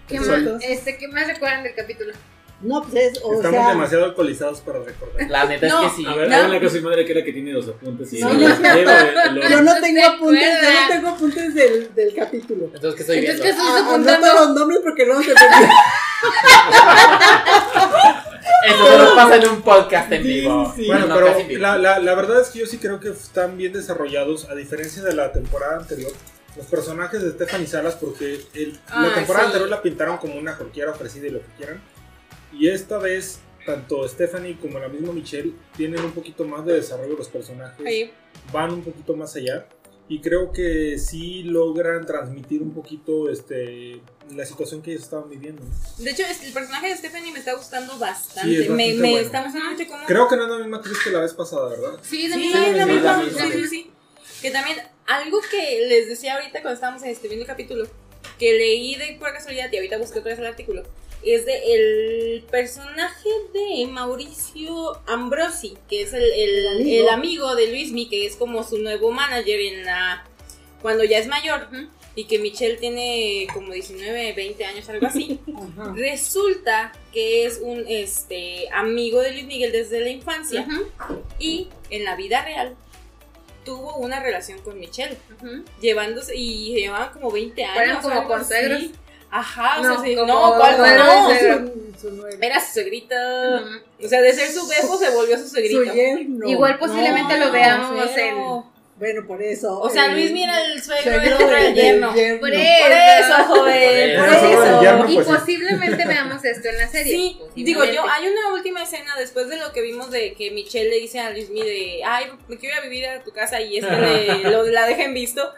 S3: ¿Qué más,
S7: Exacto.
S3: este, ¿Qué más recuerdan del capítulo?
S7: No, pues es, o
S5: Estamos
S7: sea,
S5: demasiado alcoholizados para recordar.
S4: La neta
S2: No,
S4: es que sí.
S1: A ver,
S2: No.
S1: hagan la casa de mi madre que era que tiene los apuntes y
S7: No,
S1: los
S7: no.
S1: lleva, los-
S7: yo no
S3: No
S7: tengo
S3: te
S7: apuntes, yo
S3: acuerdas.
S7: no tengo apuntes del, del capítulo.
S4: Entonces, ¿qué estoy
S3: Entonces,
S4: viendo?
S3: ¿qué estás
S7: Ah,
S3: apuntando?
S7: Anota los nombres porque luego se perdió.
S4: Eso solo pasa en un podcast en vivo.
S5: Sí,
S4: bueno,
S5: bueno,
S4: no, casi en
S5: pero
S4: vivo.
S5: la, la- la verdad es que yo sí creo que están bien desarrollados, a diferencia de la temporada anterior. Los personajes de Stephanie Salas, porque el-
S2: Ah,
S5: la temporada
S2: sí.
S5: anterior la pintaron como una cualquiera ofrecida y lo que quieran. Y esta vez, tanto Stephanie como la misma Michelle tienen un poquito más de desarrollo los personajes,
S2: Sí.
S5: van un poquito más allá. Y creo que sí logran transmitir un poquito este, la situación que ellos estaban viviendo. ¿no?
S2: De hecho, es- el personaje de Stephanie me está gustando bastante.
S5: Sí, es
S2: me
S5: bastante
S2: me
S5: bueno.
S2: está gustando mucho cómo.
S5: Creo que no es la misma actriz que la vez pasada, ¿verdad?
S3: Sí,
S2: Sí,
S3: la
S2: es la misma.
S4: misma.
S2: Sí, sí, sí. Que también, algo que les decía ahorita cuando estábamos escribiendo el capítulo, que leí de por casualidad y ahorita busqué otra vez el artículo, es de el personaje de Mauricio Ambrosi, que es el, el-
S7: El amigo.
S2: el amigo de Luismi, que es como su nuevo manager en la cuando ya es mayor y que Michelle tiene como 19, 20 años, algo así.
S7: Ajá.
S2: Resulta que es un este amigo de Luis Miguel desde la infancia
S3: Ujú,
S2: y en la vida real tuvo una relación con Michelle,
S3: ujú.
S2: llevándose y llevaban como 20 años.
S3: Fueron como
S2: algo
S3: consegros.
S2: así. Ajá, o
S3: No,
S2: sea, sí,
S3: como
S2: no, ¿cuál
S3: nueras
S2: no?
S3: de-
S7: Su, su nuera.
S2: Era su suegrito.
S3: Ujú.
S2: O sea, de ser su befo se volvió su
S7: Su
S2: suegrito.
S7: yerno.
S3: Igual posiblemente lo veamos en.
S2: cero.
S7: Bueno, por eso.
S2: O sea,
S7: eh,
S2: Luis mira el suegro, el
S7: suegro
S2: otro era
S7: del
S2: el yerno.
S7: yerno.
S3: Por
S2: Por eso, joven.
S4: Por
S2: Por
S4: eso.
S2: eso.
S5: El yerno,
S3: Y
S5: pues, sí.
S3: posiblemente veamos esto en la serie.
S2: Sí, digo
S3: Posiblemente.
S2: yo, ah, hay una última escena después de lo que vimos de que Michelle le dice a Luismi de, ay, me quiero ir a vivir a tu casa y este le, lo- la deja en visto.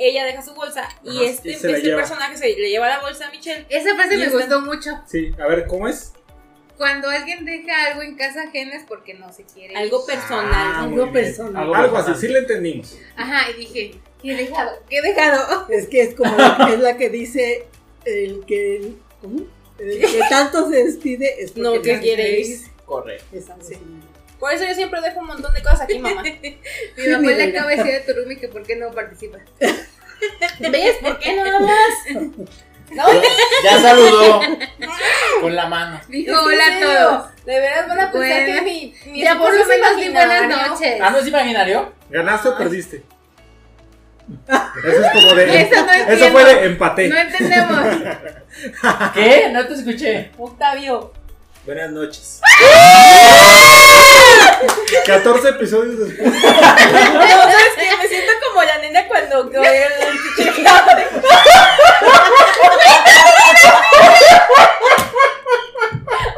S2: Ella deja su bolsa y
S5: Ajá,
S2: este,
S5: y se la
S2: este
S5: lleva.
S2: personaje se le lleva la bolsa a Michelle.
S3: Esa frase
S2: Y
S3: me
S2: esta-
S3: gustó mucho.
S5: Sí, a ver, ¿cómo es?
S3: Cuando alguien deja algo en casa ajena es porque no se quiere. ir.
S2: Algo personal.
S5: Ah,
S7: Algo
S5: muy bien.
S7: personal.
S4: Algo
S5: Algo así,
S4: personal.
S5: sí le entendimos.
S3: Ajá, y dije, ¿qué he dejado? ¿Qué he dejado?
S7: Es que es como la, es la que dice el que. ¿Cómo? El que tanto se despide es porque
S2: No, que
S7: nadie
S2: quiere
S7: es.
S2: ir.
S4: Correcto.
S7: Es algo
S2: Sí.
S7: similar.
S2: Por eso yo siempre dejo un montón de cosas aquí, mamá.
S3: Mi
S7: Sí,
S3: mamá
S7: mi
S3: le
S7: vida.
S3: acaba de decir a Turumi que por qué no participa.
S2: ¿Ves? ¿Por qué nada más? No,
S4: Ya saludó con la mano.
S3: Dijo,
S2: es en
S3: hola a
S2: serio.
S3: todos.
S2: De veras van a pensar
S3: Bueno,
S2: que mi, mi
S3: Ya por
S2: esposo
S3: lo
S2: es
S3: menos di buenas
S2: imaginario.
S3: noches.
S4: Ah, ¿no es imaginario?
S5: ¿Ganaste o perdiste? Eso es como de.
S3: Eso no entiendo.
S5: eso fue de empate.
S3: No entendemos.
S4: ¿Qué? No te escuché.
S2: Octavio.
S6: Buenas noches.
S5: 14 episodios
S2: No,
S5: después.
S2: ¿sabes qué? Me siento como la nena cuando...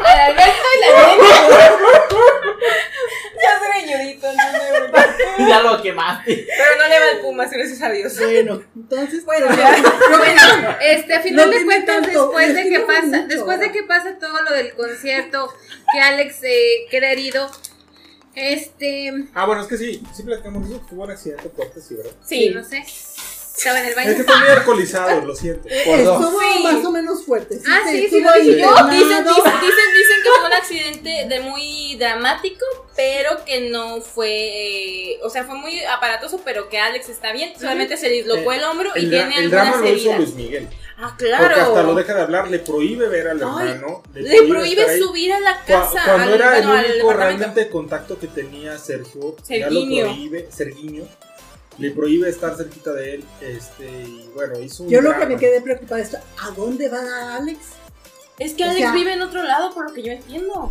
S3: Para Alberto y la nena.
S2: Ya soy ñudito, no me voy.
S4: Ya lo quemaste.
S2: Pero no le va el Pumas, gracias a Dios.
S7: Bueno, entonces.
S2: Bueno,
S7: pues,
S2: ya.
S3: Bueno, este, a final
S7: No
S3: de
S7: tiene
S3: cuentas,
S7: tanto,
S3: después
S7: es
S3: de
S7: que
S3: que
S7: no tiene
S3: pasa,
S7: mucho.
S3: después de que pasa todo lo del concierto, que Alex eh, queda herido, este,
S5: Ah, bueno, es que sí. Sí, platicamos eso. Tuvo un accidente fuerte, sí, ¿verdad?
S2: Sí.
S3: no sé, estaba en el
S5: Es que
S3: baño.
S5: están muy alcoholizados, lo siento.
S4: Por dos.
S7: Estuvo
S2: Sí.
S7: más o menos fuerte.
S3: Ah,
S7: se
S3: sí, sí,
S7: estuvo
S3: lo dije yo.
S7: internado.
S2: Dicen, dicen, dicen, dicen que fue un accidente de muy dramático, pero que no fue, eh, o sea, fue muy aparatoso, pero que Alex está bien, solamente se dislocó el hombro y
S5: El, dra-
S2: tiene
S5: el drama
S2: algunas
S5: lo hizo
S2: heridas.
S5: Luis Miguel.
S2: Ah,
S5: Porque hasta lo
S2: claro.
S5: deja de hablar, le prohíbe ver al
S2: Ay,
S5: hermano.
S2: Le
S5: estar
S2: prohíbe
S5: ahí.
S2: subir a la
S5: Cu-
S2: casa.
S5: Cuando
S2: al-
S5: era el
S2: bueno, al
S5: único
S2: departamento.
S5: realmente contacto que tenía Sergio, ya lo
S2: Serguiño.
S5: prohíbe, Serguiño, le prohíbe estar cerquita de él, este, y bueno, hizo un
S7: Yo lo que
S5: drama.
S7: me quedé preocupada es: ¿a dónde va Alex?
S2: Es que
S7: O
S2: Alex
S7: sea-
S2: vive en otro lado, por lo que yo entiendo.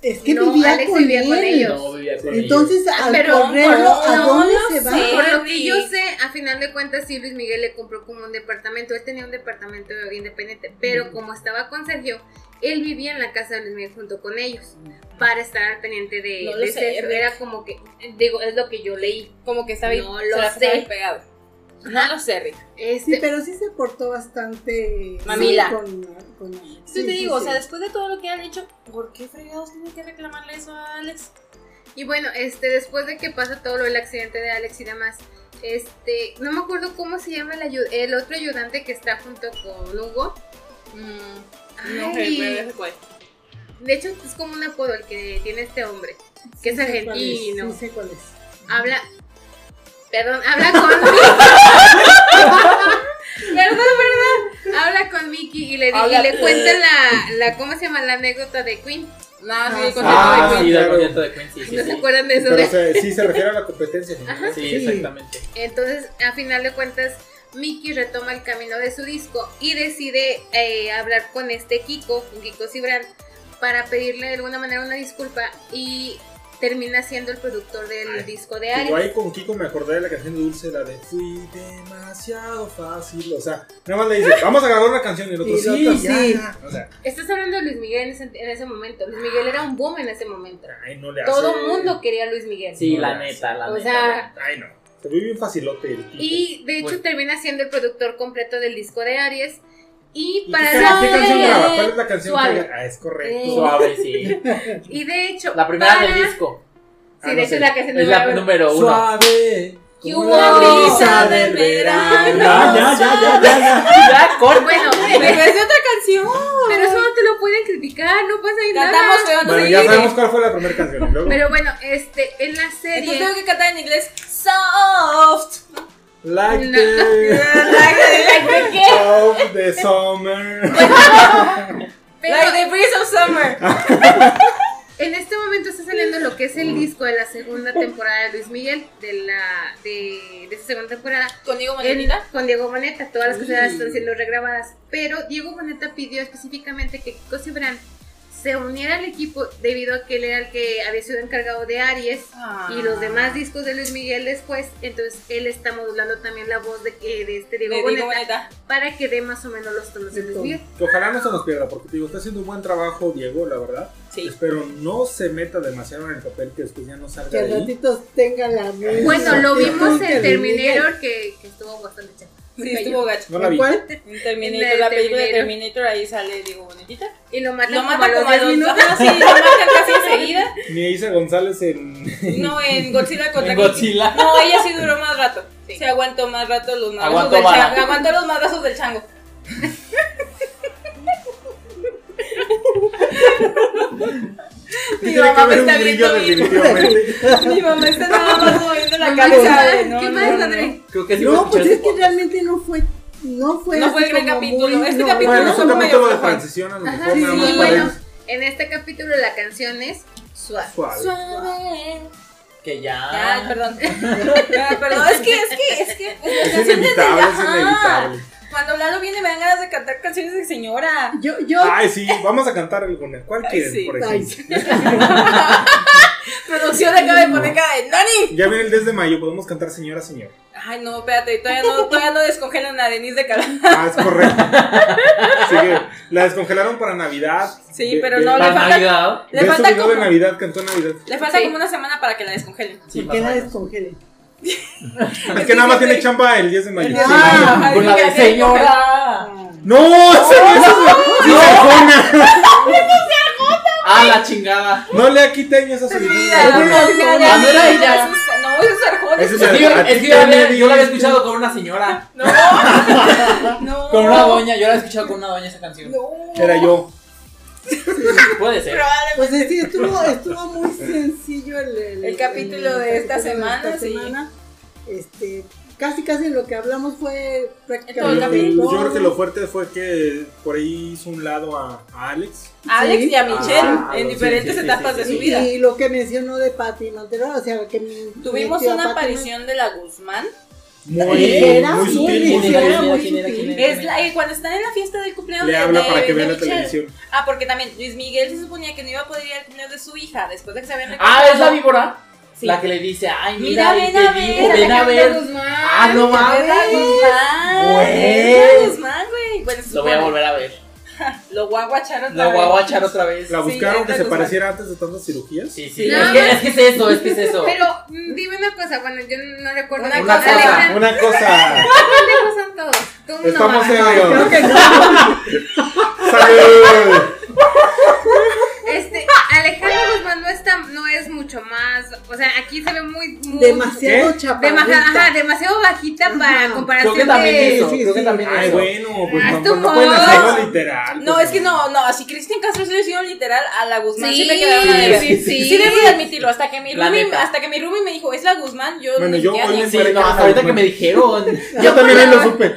S7: Es que
S3: No,
S7: vivía,
S3: Alex
S7: con,
S3: vivía con
S7: él.
S3: ellos.
S4: No vivía con
S7: Entonces, al
S3: Pero,
S7: correrlo, ¿a
S2: no,
S7: dónde
S2: no
S7: se va?
S2: sé.
S3: Por lo que
S2: Henry.
S3: yo sé, a final de cuentas sí Luis Miguel le compró como un departamento, él tenía un departamento independiente, pero como estaba con Sergio, él vivía en la casa de Luis Miguel junto con ellos para estar al pendiente de,
S2: No lo
S3: de
S2: sé,
S3: Sergio.
S2: Rick.
S3: era como que, digo, es lo que yo leí.
S2: Como que está bien.
S3: No
S2: se
S3: lo
S2: la pasaba
S3: sé.
S2: bien pegado. No lo sé, Rick.
S3: Este,
S7: Sí, pero sí se portó bastante.
S2: Mamila.
S7: Con, con Alex.
S2: Sí,
S7: Sí,
S2: te
S7: sí,
S2: digo, o
S7: sí.
S2: sea, después de todo lo que han hecho, ¿por qué fregados tienen que reclamarle eso a Alex?
S3: Y bueno, este, después de que pasa todo lo del accidente de Alex y demás, este, no me acuerdo cómo se llama el, ayu- el otro ayudante que está junto con Hugo.
S2: Mm, no
S3: Ay.
S2: sé cuál.
S3: De hecho, es como un apodo el que tiene este hombre, que es
S7: Sí sé cuál es,
S3: argentino.
S7: Sí, sé cuál es.
S3: Habla, Perdón, habla con Perdón, perdón. Habla con Mickey y le, di- y
S2: Habla-
S3: le cuenta la, la, ¿cómo se llama? La anécdota de Queen.
S2: No, sí, el concierto
S4: Ah,
S2: de
S4: sí,
S2: Queen.
S4: del concierto de Queen, sí, sí,
S3: ¿No se
S4: sí.
S3: acuerdan de eso?
S5: Pero o sea, sí se refiere a la competencia. ¿no?
S4: Sí, exactamente.
S3: Entonces, a final de cuentas, Mickey retoma el camino de su disco y decide eh, hablar con este Kiko, con Kiko Cibran, para pedirle de alguna manera una disculpa y termina siendo el productor del disco de
S5: Yo
S3: Aries.
S5: ahí con Kiko me acordé de la canción de Dulce, la de Fui demasiado fácil. O sea, nada más le dice, vamos a grabar una canción y el otro,
S7: Y el
S5: sí,
S7: otro,
S5: ya,
S7: sí.
S5: ya". O sea,
S3: Estás hablando de Luis Miguel en ese, en ese momento. Luis Miguel era un boom en ese momento.
S5: ay, no le hace.
S3: Todo el mundo quería a Luis Miguel.
S4: Sí,
S5: No,
S4: la
S5: no,
S4: neta, la
S3: o
S4: neta.
S3: sea,
S5: Ay, no. Se ve bien facilote el Kiko.
S3: y de hecho
S4: Bueno.
S3: termina siendo el productor completo del disco de Aries. Y
S5: ¿Y
S3: para
S5: qué,
S3: la
S5: can- qué canción
S2: eh,
S5: graba? ¿Cuál es la canción
S3: suave.
S5: que Ah, es correcto.
S3: Eh,
S4: Suave, sí.
S3: Y de hecho,
S4: La primera
S3: para-
S4: del disco.
S3: Sí,
S5: Ah,
S3: de
S5: no
S3: hecho
S5: sé.
S3: es la canción de
S4: Es la
S3: Bárbara.
S4: número uno.
S5: Suave.
S3: Y
S5: como
S3: hubo
S5: la
S3: brisa
S2: del verano.
S5: Ya, ya, ya, ya, ya, ya.
S4: Ya, corta.
S3: Bueno,
S2: Me
S3: pero
S2: parece otra canción.
S3: eso no te lo pueden criticar, no pasa ahí
S2: Cantamos
S3: nada.
S2: feo, no
S5: Bueno,
S2: se
S5: ya
S2: llegue.
S5: sabemos cuál fue la primera canción. y Luego,
S3: Pero bueno, este, en la
S2: Entonces
S3: serie.
S2: tengo que cantar en inglés. Soft.
S5: like
S3: No.
S5: the
S2: Like the-
S5: of the summer.
S3: Pero
S2: like the breeze of summer.
S5: Ah.
S3: en este momento está saliendo lo que es el disco de la segunda temporada de Luis Miguel, de la de, de esa segunda temporada.
S2: Conmigo,
S3: en-
S2: Manuelita.
S3: con Diego Boneta, todas las canciones están siendo regrabadas. Pero Diego Boneta pidió específicamente que Kiko Cibrán se uniera al equipo debido a que él era el que había sido encargado de Aries y
S2: Ah.
S3: los demás discos de Luis Miguel después, entonces él está modulando también la voz de, que- de este Diego
S2: Le
S3: Boneta
S2: digo, Boneta.
S3: para que dé más o menos los tonos de Luis Miguel.
S5: Que ojalá no se nos pierda, porque te digo, está haciendo un buen trabajo, Diego, la verdad.
S2: Sí.
S5: Espero no se meta demasiado en el papel que después ya no salga
S7: Que
S5: de
S7: al
S5: ahí.
S7: ratito tenga la misma
S3: Bueno, lo
S7: actitud
S3: vimos
S7: que
S3: en
S7: Luis Miguel.
S3: Terminator que, que estuvo bastante chato.
S2: Sí, estuvo gacho.
S5: No la vi.
S7: ¿Cuál?
S2: En
S3: En la
S2: Terminator,
S3: de
S2: la película de
S3: Terminator.
S2: Terminator, ahí sale Diego Bonetita.
S3: Y lo matan
S2: Lo
S3: como
S2: mata
S3: a los
S2: como a
S3: 10
S2: los
S3: minutos.
S2: Ajá, sí, lo matan casi enseguida.
S5: Ni Isa González en.
S2: No, en Godzilla contra
S4: En
S2: King.
S4: Godzilla.
S2: No, ella sí duró más rato. Se aguantó más rato los madrazos
S4: Aguantó
S2: del
S4: vara.
S2: chango. Aguantó los madrazos del chango. Mi
S5: Tiene que
S2: mamá me
S5: haber un
S2: está
S5: brillo,
S2: viendo bien.
S5: definitivamente.
S2: Mi mamá está nada más moviendo la
S3: Mamá,
S2: cabeza. de,
S3: ¿qué más,
S2: no, no, no,
S3: André?
S2: no.
S4: Creo que sí
S7: No, pues es que
S4: escuchaste.
S7: realmente no fue. No fue,
S2: No
S7: así
S2: fue el gran
S7: como
S2: capítulo.
S7: muy-
S2: Este
S7: no,
S2: capítulo
S5: Bueno,
S7: bueno,
S5: es
S2: son
S5: un
S2: medio
S5: capítulo de
S2: flojos.
S5: transición, a lo
S3: Ajá,
S5: mejor
S3: sí,
S5: nada más
S2: sí,
S5: para
S3: bueno,
S5: ir
S3: en este capítulo la canción es Suave.
S5: suave.
S2: Suave.
S4: Que ya.
S5: Ah.
S2: Ya, perdón. Ya, perdón. Es que, es que, es que. pues, las
S5: Es
S2: canciones de-
S5: inevitable, es
S2: ajá.
S5: inevitable.
S2: Cuando Lalo viene me dan ganas de cantar canciones de señora.
S7: Yo, yo,
S5: Ay, sí, vamos a cantar alguna. ¿Cuál quieren,
S2: sí.
S5: por
S7: ay,
S5: ejemplo?
S2: Producción acaba de
S5: Mm.
S2: poner cara de ¡Nani!
S5: Ya viene el 10 de mayo, podemos cantar señora, señor.
S2: Ay, no, espérate, todavía no, todavía no descongelan a Denise de Calaf.
S5: Ah, es correcto. Así que la descongelaron para Navidad.
S2: Sí,
S5: Ve-
S2: pero
S5: ve-
S2: no le
S4: Para
S2: falta-
S4: Navidad.
S2: Le
S5: Ve su
S2: falta,
S5: video de
S2: como,
S5: Navidad, cantó Navidad.
S2: le falta
S3: Sí.
S2: como una semana para que la descongelen.
S4: Sí, más
S7: que
S4: o
S7: la
S4: menos.
S7: descongele.
S5: Es que nada más tiene chamba el 10 de mayo.
S2: Ah, ay,
S4: Con la
S2: que
S4: de
S2: la tienen
S4: señora.
S7: Ah.
S5: ¡No! ¡Se me hizo- sí, se arjona.
S4: Ah, la chingada.
S5: No le quiten esa su
S2: Vida,
S4: Ah, no era ella.
S2: No, eso es Arjona.
S5: Ese
S4: Es que yo,
S5: A ti
S4: es que yo la
S5: te
S4: había- yo la había
S5: dicen.
S4: escuchado con una señora.
S2: No, no.
S4: Con una doña. Yo la había escuchado con una doña esa canción.
S2: No.
S5: Era yo.
S4: Puede ser.
S2: Probablemente.
S7: Pues sí, estuvo, estuvo muy sencillo el,
S2: El capítulo de esta semana, sí.
S7: Este, casi, casi lo que hablamos fue
S2: Todo el
S7: prácticamente.
S2: capítulo.
S5: Eh, Yo
S7: todo.
S5: creo que lo fuerte fue que por ahí hizo un lado a, a Alex.
S2: Alex y a Michelle
S4: Ah,
S2: en
S4: sí,
S2: diferentes
S4: sí, sí,
S2: etapas
S4: sí,
S2: de su
S7: Y,
S2: vida.
S7: y lo que mencionó de Pati Montero, o sea, que me-
S2: Tuvimos
S7: metió a
S2: una
S7: Pati
S2: aparición de la Guzmán.
S5: Muy,
S7: Ligera,
S5: muy
S7: sí,
S5: sutil, muy
S7: ligera,
S5: sutil.
S7: muy
S6: ligera,
S7: sutil.
S6: ligera.
S2: Es la, eh, cuando están en la fiesta del cumpleaños
S5: Le
S2: de,
S5: habla
S2: de-
S5: para que
S2: de
S5: vea la
S2: Michelle.
S5: televisión.
S2: Ah, porque también Luis Miguel se suponía que no iba a poder ir al cumpleaños de su hija después de que se habían
S4: Ah,
S2: reconciliado.
S4: es la víbora.
S2: Sí.
S4: La que le dice, ay,
S2: Mira,
S4: mira, ahí
S2: ven
S4: te
S2: a
S4: digo,
S2: ver,
S4: ven a
S3: Alejandra
S4: ver.
S3: Guzmán.
S4: Ah, no
S2: Es la
S4: mames.
S2: Guzmán.
S4: Güey.
S2: Es la Guzmán, güey. Bueno, se
S4: Lo voy a
S2: supone.
S4: volver a ver.
S2: Lo voy a guachar otra
S4: Lo
S2: vez.
S4: voy a guachar otra vez.
S5: La
S2: Sí,
S5: buscaron
S2: es
S5: que
S2: la
S5: se
S2: Guzmán.
S5: pareciera antes de tantas cirugías.
S4: Sí, sí.
S3: No.
S4: Es, que, es que es eso, es que es eso.
S3: Pero mm, dime una cosa, bueno, yo no recuerdo
S2: Una
S3: nada.
S2: cosa.
S3: Alejandra,
S5: Una cosa.
S3: pendejos son todos? Tú no
S5: Estamos
S3: mames.
S5: serios. Salud.
S3: Este, Alejandro Guzmán no es, tan- no es es mucho más. O sea, aquí se ve muy. muy
S7: Demasiado chaparrita.
S3: Demasiado, ajá, demasiado bajita para
S7: Ajá.
S3: comparación
S6: Creo que también
S3: de.
S6: eso. creo que también
S5: Ay,
S6: eso.
S5: bueno, pues
S3: Ah,
S5: no,
S3: tú
S5: no pueden
S3: no.
S5: hacerlo literal.
S2: No,
S5: pues,
S2: es que no, no, si Cristian Castro se hicieron literal a la Guzmán, sí,
S3: Sí,
S2: me quedaron a deber.
S3: sí, sí.
S2: Sí, debo de admitirlo, hasta que mi
S4: La
S2: Rumi,
S4: neta.
S2: hasta que mi Rumi me dijo, es la Guzmán, yo
S5: Bueno,
S2: ni
S5: yo
S2: siquiera
S5: hoy
S2: ni-
S5: me
S4: Sí, no, hasta ahorita que me dijeron.
S5: Yo también ahí lo supe.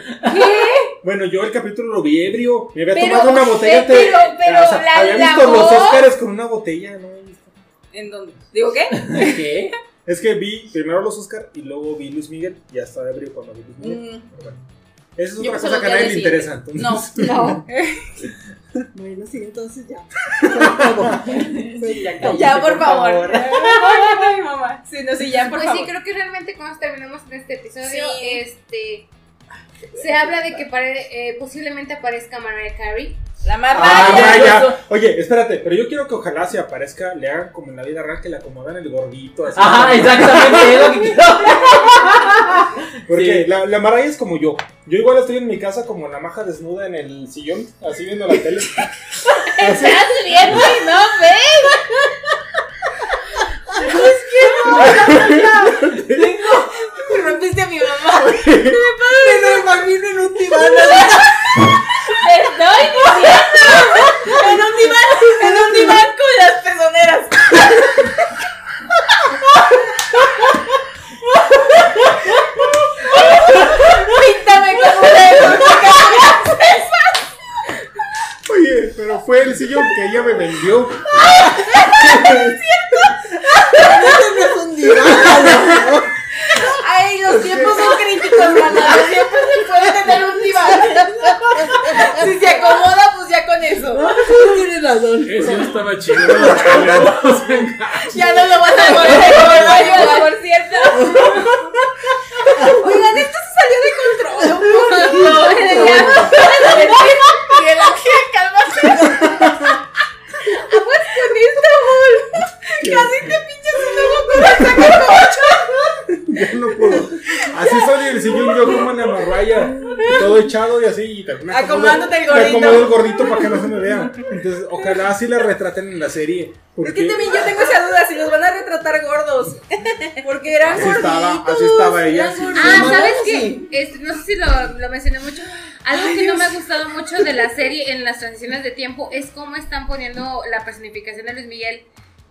S5: Bueno, yo el capítulo lo vi ebrio. Me había
S3: Pero,
S5: tomado una botella.
S3: pero, pero, la-
S5: había
S3: la
S5: visto los
S3: voz-
S5: Óscares con una botella. No,
S2: ¿En dónde? ¿Digo qué?
S4: ¿Qué?
S5: es que vi primero los Óscar y luego vi Luis Miguel. Ya estaba ebrio cuando vi Luis Miguel.
S2: Mm,
S5: Pero bueno, Esa es
S2: Yo
S5: otra
S2: pensé
S5: cosa
S2: lo
S5: que a
S2: que
S5: nadie le
S2: decía.
S5: interesa. entonces.
S2: no,
S7: No. bueno, sí, entonces ya. Fue todo. Fue todo.
S2: ya, por favor. Ay, mamá. Sí, no, sí, ya, por
S3: Pues sí,
S2: favor.
S3: creo que realmente cuando terminamos en este episodio,
S2: Sí.
S3: este. Se habla de que pare- eh, posiblemente aparezca Mariah Carey.
S2: La marra.
S5: Ah,
S4: ya,
S5: ya,
S4: yo-
S5: ya. Oye, espérate, pero yo quiero que ojalá se aparezca, le hagan como en la vida real que le acomodan el gordito así.
S4: Ajá, exactamente. es lo que quiero.
S5: Porque
S4: Sí.
S5: la, la Mariah es como yo. Yo igual estoy en mi casa como la maja desnuda en el sillón, así viendo la tele. Así.
S3: viendo y no ves?
S2: rompiste a mi mamá.
S7: Me imagino en un diván.
S2: Estoy diciendo. En un diván, en un diván con las pezoneras. Píntame con un dedo.
S5: Oye, pero fue el sillón que ella me vendió.
S7: No es un diván.
S2: Ay, los tiempos son críticos, mamá. Los tiempos se puede tener un diván. Si se acomoda, pues ya con eso.
S7: No, sí, tienes razón.
S1: Eso estaba chido. chale.
S2: Ya no lo vas a volver a recordar, por cierto. Oigan, esto se salió de control.
S3: No, ya.
S2: Que la que calmas. Aguas con esto, amor. Casi te pinches un ojo con el saco
S5: Ya no puedo. Así sale el sillón yo como la Mariah. Todo echado y así. Y también me acomodo-
S2: Acomodándote el
S5: Me
S2: gordito.
S5: acomodo el gordito para que no se me vea. Entonces, ojalá así la retraten en la serie.
S2: Es
S5: Porque
S2: que también yo tengo esa duda si los van a retratar gordos. Porque eran
S5: así estaba,
S2: gorditos.
S5: así estaba ella. así.
S3: Ah,
S7: Mamá,
S3: ¿sabes qué?
S7: sí.
S3: Este, no sé si lo, lo mencioné mucho. Algo que no me ha gustado mucho de la serie en las transiciones de tiempo es cómo están poniendo la personificación de Luis Miguel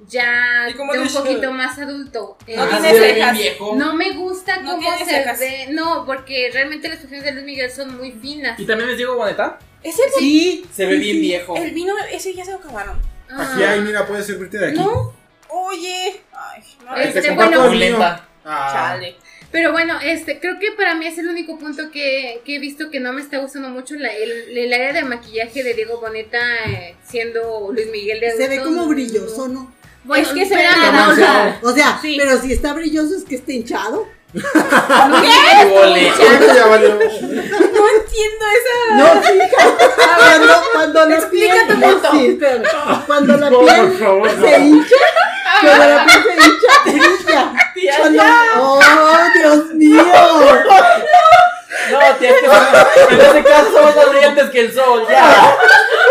S3: ya
S2: ¿Y cómo
S3: de un
S2: dice?
S3: poquito más adulto.
S2: No
S6: Ah,
S3: Eh,
S2: tiene cejas.
S3: no me gusta
S2: No
S3: cómo
S2: tiene
S3: se
S2: cejas.
S3: ve. No, porque realmente las facciones de Luis Miguel son muy finas.
S6: Y también les digo, Boneta,
S2: Ese güey,
S7: Sí.
S6: se ve bien viejo.
S2: el vino, ese ya se lo acabaron.
S3: Ah.
S5: Aquí hay, mira, puedes servirte de aquí.
S2: No. Oye. Ay, no.
S5: Ahí
S3: Este,
S5: comparto
S3: bueno,
S5: el mío.
S6: Lenta.
S5: Ah.
S2: Chale.
S3: Pero bueno, este, creo que para mí es el único punto que, que he visto que no me está gustando mucho la- el, el área de maquillaje de Diego Boneta eh, siendo Luis Miguel de
S7: Se ve
S3: adulto,
S7: como
S3: no.
S7: brilloso, ¿no?
S3: Bueno,
S2: Es Pues que se
S3: pero-
S2: ve
S3: ah,
S2: como-
S3: no, o sea,
S7: O sea,
S3: Sí.
S7: pero si está brilloso es que está hinchado.
S6: Ole.
S5: Ahorita ya valió.
S2: No entiendo esa.
S7: No, fíjate. Cuando, cuando la piel.
S2: Explica tu punto.
S7: Sí, espérame. Cuando la
S5: No, por
S7: piel
S5: favor. no.
S7: se hincha, cuando la piel se hincha, brilla. Cuando- ¡Oh, Dios mío!
S6: No, tía, es que son- en este caso somos más brillantes que el sol, ya.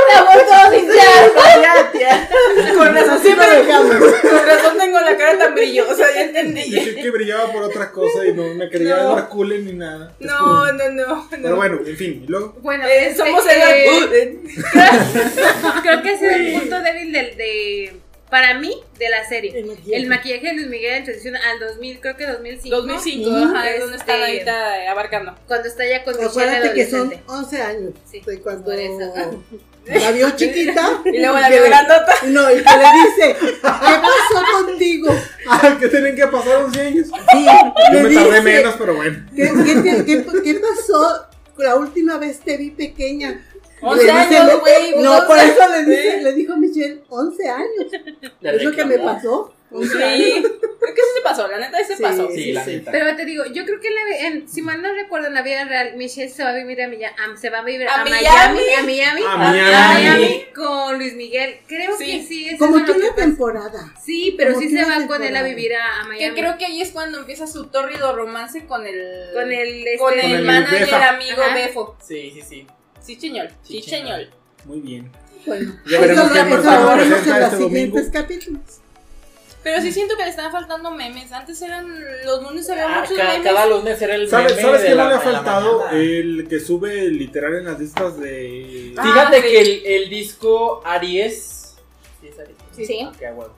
S6: Ya, tía.
S2: Con razón
S7: Así lo
S2: siempre.
S7: dejamos.
S2: Con razón tengo la cara tan brillosa, ya entendí.
S5: Dije que brillaba por otra cosa y no me creía
S2: No.
S5: no. Hercule ni nada. Es como-
S2: No, no, no.
S5: Pero
S2: no.
S5: bueno, en fin, y luego.
S3: bueno,
S2: Eh,
S3: este,
S2: somos
S3: eh,
S2: Edgar Wood.
S3: Creo que ese es el punto débil del de, para mí de la serie.
S7: El maquillaje.
S3: El maquillaje de Luis Miguel en transición al 2000, creo que 2005.
S2: 2005,
S7: Ujú.
S2: ajá, es donde están
S3: Este-
S2: ahorita eh, abarcando.
S3: Cuando está ya con Michelle
S7: Acuérdate que son
S3: adolescente.
S7: 11 años.
S3: Sí,
S7: de cuando
S3: por eso.
S7: la vio chiquita.
S2: Y luego la
S7: que-
S2: veo grandota.
S7: No, y que le dice, ¿qué pasó contigo?
S5: Ah, que tienen que pasar 11 años.
S7: Sí,
S5: Yo
S7: le
S5: me tardé
S7: dice,
S5: menos, pero bueno.
S7: ¿Qué, qué, te- qué, qué pasó? La última vez te vi pequeña.
S2: 11
S7: Le dice-
S2: años, güey, pues,
S7: No, por
S2: 11.
S7: eso le, dice, le dijo Michelle, 11 años. Es lo que me pasó. 11 años.
S2: Sí, creo que sí se pasó, la neta sí se
S7: Sí.
S2: pasó.
S6: Sí, la
S7: Sí, sí.
S6: neta.
S3: Pero te digo, yo creo que en la- en- si mal no recuerdo, en la vida real, Michelle se va a vivir a, Milla- a- se va a, vivir
S2: ¿A
S3: a,
S2: Miami?
S3: Miami, a Miami,
S5: A
S3: a
S5: Miami.
S3: Miami con Luis Miguel. Creo
S2: Sí.
S3: que sí, eso
S7: Como
S3: es
S7: que
S3: lo que
S7: una
S3: pasa.
S7: temporada.
S3: Sí, pero
S7: como
S3: sí
S7: que
S3: se
S7: una
S3: va con él a
S7: temporada.
S3: vivir a, a Miami.
S2: Que creo que ahí es cuando empieza su tórrido romance con el.
S3: con el,
S2: con
S3: este,
S2: el
S5: el
S2: manager
S5: Befa.
S2: amigo
S3: Ajá.
S2: Befo.
S6: Sí, sí, sí.
S2: Sí, cheñol. Sí,
S6: Chicheñol.
S2: cheñol.
S5: Muy bien.
S7: Bueno,
S5: Ya
S7: eso
S5: veremos
S7: lo
S5: qué
S7: eso lo
S5: personaje
S7: veremos en
S5: presenta
S7: los
S5: este domingo.
S7: siguientes capítulos.
S2: Pero sí siento que le están faltando memes. Antes eran. Los lunes había
S4: Ah,
S2: muchos
S4: ca-
S2: memes.
S4: cada lunes era el
S5: ¿Sabes,
S4: meme
S5: ¿sabes
S4: de
S5: qué
S4: la-
S5: no le ha
S4: de la
S5: faltado? Eh,
S4: mañana.
S5: El que sube literal en las listas de.
S2: Ah,
S4: Fíjate
S2: sí.
S4: que el, el disco Aries. ¿Sí es Aries?
S3: Sí.
S4: Ok, a huevo.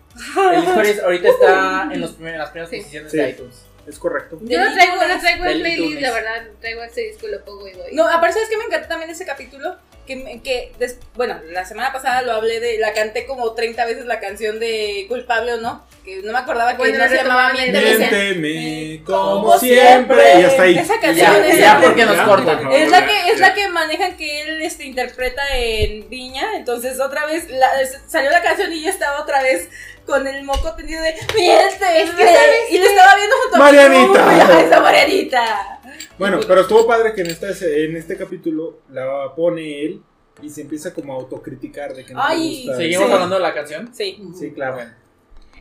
S4: El disco Aries ahorita está en, los primer- en las primeras
S3: Sí.
S4: posiciones
S5: Sí.
S4: de iTunes.
S5: Es correcto.
S3: Yo lo traigo, lo traigo en
S4: Del
S3: playlist,
S4: iTunes.
S3: la verdad. Traigo ese disco y lo pongo y voy.
S2: No, aparte, ¿sabes que me encantó también ese capítulo? Que, me- que des- bueno, la semana pasada lo hablé de, la canté como 30 veces la canción de Culpable o no, que no me acordaba que
S3: Bueno,
S2: no se llamaba
S3: retomaban el
S2: Miénteme,
S3: Miente.
S2: decían,
S5: Miénteme
S2: como
S5: como siempre. Y hasta ahí.
S2: Esa
S4: Ya,
S2: canción
S4: ya,
S2: es,
S4: porque nos
S1: Ya,
S4: cortan.
S1: por
S2: es
S1: favor,
S2: la
S1: ya,
S2: que es
S1: ya.
S2: la que manejan que él este, interpreta en Viña, entonces otra vez la- es- salió la canción y yo estaba otra vez con el moco tendido de miente
S3: Es que, ¿sabes
S2: y lo estaba viendo junto a
S5: Marianita.
S2: mi novia, esa Marianita.
S5: Bueno, pero estuvo padre que en, esta, en este capítulo la pone él y se empieza como a autocriticar de que no
S2: Ay,
S5: le gusta.
S4: Seguimos
S2: Sí.
S4: hablando de la canción.
S2: Sí.
S5: Sí, claro.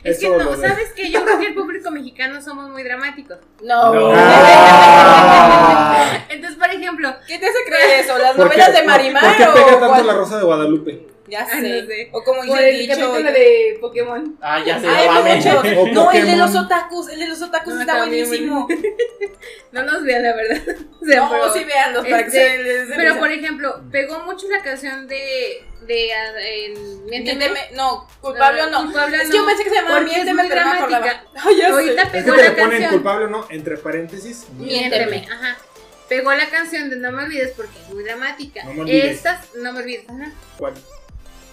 S3: es que
S5: Eso
S3: no,
S5: lo de-
S3: ¿sabes qué? Yo creo que el público mexicano somos muy dramáticos.
S2: No.
S1: No.
S5: Ah.
S3: Entonces, por ejemplo,
S2: ¿Qué te hace creer eso? ¿Las
S5: ¿Por qué-
S2: novelas de
S5: por-
S2: Marimar
S5: ¿Por qué
S2: o
S5: pega tanto
S2: cuál?
S5: la Rosa de Guadalupe?
S2: Ya sé.
S3: Ah, no sé.
S2: O como
S3: por
S2: dice el
S3: el
S2: dicho.
S3: capítulo de Pokémon.
S4: Ah, ya se
S2: Ay,
S4: la
S2: no, mucho.
S4: mames.
S5: O
S2: No, el de
S5: Pokémon.
S2: los otakus. El de los otakus
S3: No,
S2: está
S3: también,
S2: buenísimo.
S3: No los vean, la verdad. O sea,
S2: No,
S3: pero-
S2: sí, veanlos para que
S3: Este,
S2: se les dé
S3: Pero,
S2: risa.
S3: por ejemplo, pegó mucho la canción de. de ah, en-
S2: Miénteme, no, culpable o no.
S3: Culpable o
S2: Es que yo
S3: no,
S2: pensé que se llamaba
S3: porque es
S2: Miénteme,
S3: muy
S2: pero no me
S3: dramática.
S2: acordaba. Ay, ya sé.
S3: Ahorita
S5: Es que
S3: pegó
S5: te le
S3: la
S5: ponen
S3: canción.
S5: culpable o no, entre paréntesis.
S3: Miénteme, ajá. Pegó la canción de No me olvides porque es muy dramática.
S5: No me olvides.
S3: Estas, no me olvides, ajá.
S5: ¿Cuál?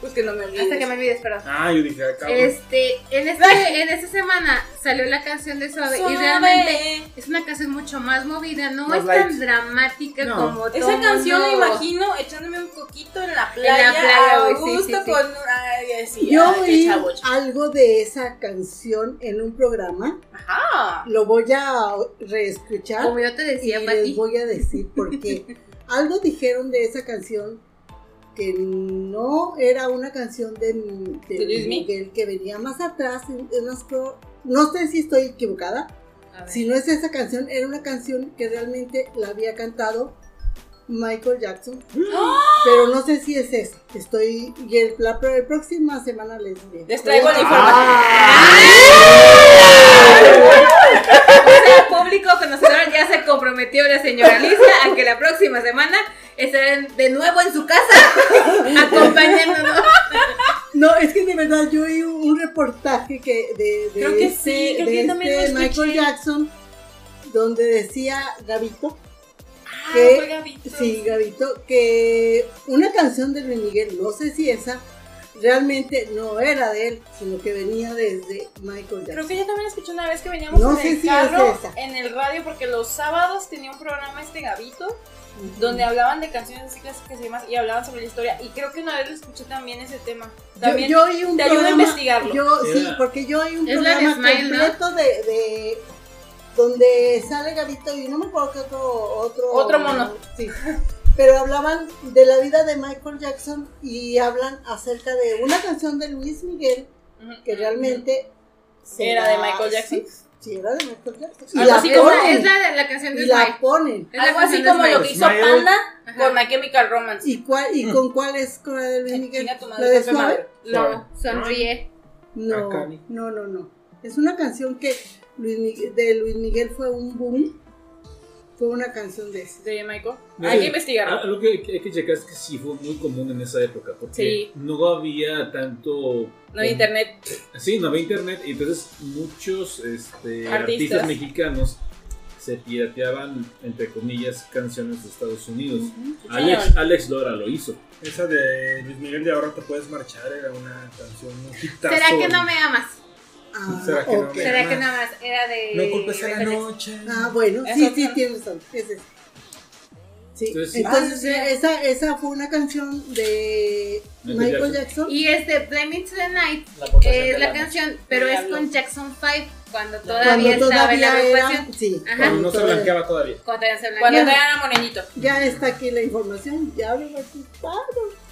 S2: Pues que no me olvides.
S3: Hasta que me olvides, perdón.
S5: Ah, yo dije, acá.
S3: Este, en, este, en esta semana salió la canción de Suave,
S2: Suave.
S3: y realmente es una canción mucho más movida, no
S5: Más
S3: es
S5: light.
S3: tan dramática
S5: No.
S3: como todo
S2: Esa canción la
S3: mundo.
S2: imagino echándome un coquito en la playa,
S3: playa,
S2: a
S3: güey, sí,
S2: gusto
S3: sí, sí.
S2: con... Ay, así,
S7: Yo
S2: ay, qué
S7: oí
S2: chavo.
S7: algo de esa canción en un programa.
S2: Ajá.
S7: Lo voy a reescuchar
S3: Como yo te
S7: y
S3: decía,
S7: les
S3: Pati.
S7: voy a decir porque algo dijeron de esa canción que no era una canción de, de
S2: ¿De Luismi?
S7: Miguel que venía más atrás. en- en las pro- no sé si estoy equivocada.
S3: A ver.
S7: Si no es esa canción, era una canción que realmente la había cantado Michael Jackson. Pero no sé si es esa. Estoy. Y el- la, pro- próxima semana les diré.
S2: Les traigo la información.
S5: Ah.
S3: O sea, el público conocedor ya se comprometió la señora Lisa a que la próxima semana estará de nuevo en su casa acompañándonos.
S7: No, es que de verdad yo vi un reportaje que de, de
S2: Creo que
S7: este,
S2: sí, creo
S7: de
S2: que yo también
S7: este
S2: lo escuché.
S7: Michael Jackson donde decía Gabito,
S2: Ah,
S7: ¿Qué?
S2: fue Gabito.
S7: sí, Gabito, que una canción de Luis Miguel, no sé si esa realmente no era de él, sino que venía desde Michael Jackson.
S2: Creo que yo también escuché una vez que veníamos
S7: No
S2: en
S7: sé
S2: el
S7: si
S2: carro,
S7: es esa.
S2: en el radio, porque los sábados tenía un programa este Gabito,
S7: Ujú.
S2: donde hablaban de canciones así clásicas y demás, y hablaban sobre la historia. Y creo que una vez lo escuché también ese tema.
S7: Yo,
S2: También
S7: yo oí un
S2: te ayuda a
S7: programa-
S2: investigarlo.
S7: yo- sí,
S1: Era-
S7: porque yo hay un
S3: Es la
S7: programa
S3: de Smile, ¿no?
S7: completo de, de- donde sale Gabito y no me acuerdo qué otro otro
S2: Otro mono.
S7: Sí. Pero hablaban de la vida de Michael Jackson y hablan acerca de una canción de Luis Miguel
S2: Ujú.
S7: que realmente se
S2: ¿Era
S7: la-
S2: de Michael Jackson?
S7: Sí, sí, era de Michael Jackson. Y
S2: Algo
S7: la
S2: así
S3: Es
S2: como-
S7: ponen.
S3: la, es la, la canción de
S7: y
S3: Smile.
S7: la ponen.
S3: Es la
S2: Algo así
S3: canción de
S2: como lo
S3: Smile.
S2: que hizo
S5: Smile.
S2: Panda
S3: Ajá.
S2: con My Chemical Romance.
S7: ¿Y, cuál, ¿Y con cuál es con la de Luis Miguel?
S2: Chinga tu madre,
S7: ¿La de
S2: Pepe
S7: Suave?
S2: Madero.
S3: No, sonríe.
S7: No,
S5: Acá.
S7: no, no, no. Es una canción que Luis Miguel- de Luis Miguel fue un boom. Fue una canción de ese.
S2: De Michael.
S1: Sí.
S2: Hay que
S7: Ah.
S2: investigarlo.
S1: Algo que que hay que checar es que sí fue muy común en esa época, porque
S2: Sí.
S1: no había tanto...
S2: No hay internet.
S1: Sí, no había internet, y entonces muchos este,
S2: Artistas.
S1: artistas mexicanos se pirateaban, entre comillas, canciones de Estados Unidos. Alex,
S2: Mm, señor.
S1: Alex Lora lo hizo.
S5: Esa de Luis Miguel de ahora te puedes marchar era una canción un hitazo.
S3: ¿Será que no me amas?
S7: Ah,
S5: ¿Será que no
S7: ok.
S5: me-
S3: ¿Será que no me amas? Era de.
S5: No culpes a la
S3: Beethoven.
S5: noche.
S7: Ah, bueno,
S2: Es
S7: sí,
S2: otra.
S7: sí, tienes razón. es esa. Sí.
S1: Entonces,
S7: Entonces,
S1: sí.
S2: Ah,
S7: esa, esa fue una canción de
S1: Michael
S7: Michael Jackson.
S3: Y es de Blame It to the Night.
S4: La aportación
S3: Es
S4: de
S3: Eh, la
S4: Lana.
S3: canción, pero es
S2: Diablo.
S3: con Jackson 5
S7: Cuando
S3: cuando todavía estaba en la
S7: todavía era-
S3: agrupación.
S7: sí,
S3: Ajá.
S5: Cuando no se
S7: todavía-
S5: blanqueaba todavía.
S3: Cuando todavía se
S2: Cuando
S3: blanqueaba.
S2: traían a Morenito.
S7: Ya está aquí la información, ya me lo quitaron.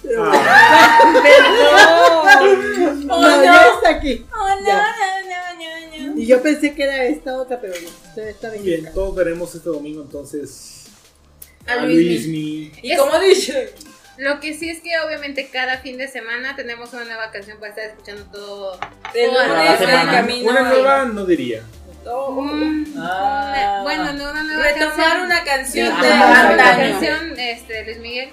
S7: Pero
S5: Ah.
S2: Perdón.
S7: no,
S2: Oh, no.
S7: ya está aquí.
S2: Oh, no,
S7: Ya.
S2: no, no, no, no.
S7: Y yo pensé que era esta otra, pero no, está bien.
S5: Ah, Bien, todos veremos este domingo entonces
S3: A
S5: a
S3: Luis
S5: Luismi.
S2: ¿Y cómo dice?
S3: Lo que sí es que obviamente cada fin de semana tenemos una nueva canción para estar escuchando todo.
S2: De
S3: toda
S4: la
S2: lunes al
S4: semana.
S2: camino.
S5: Una
S2: al-
S5: nueva no diría.
S2: Oh.
S3: Mm, una-
S4: Ah.
S3: bueno, no una nueva
S2: Retomar
S3: canción.
S2: una canción
S3: Sí,
S2: de
S3: retomar una
S2: antaño.
S3: canción este, de Luis Miguel.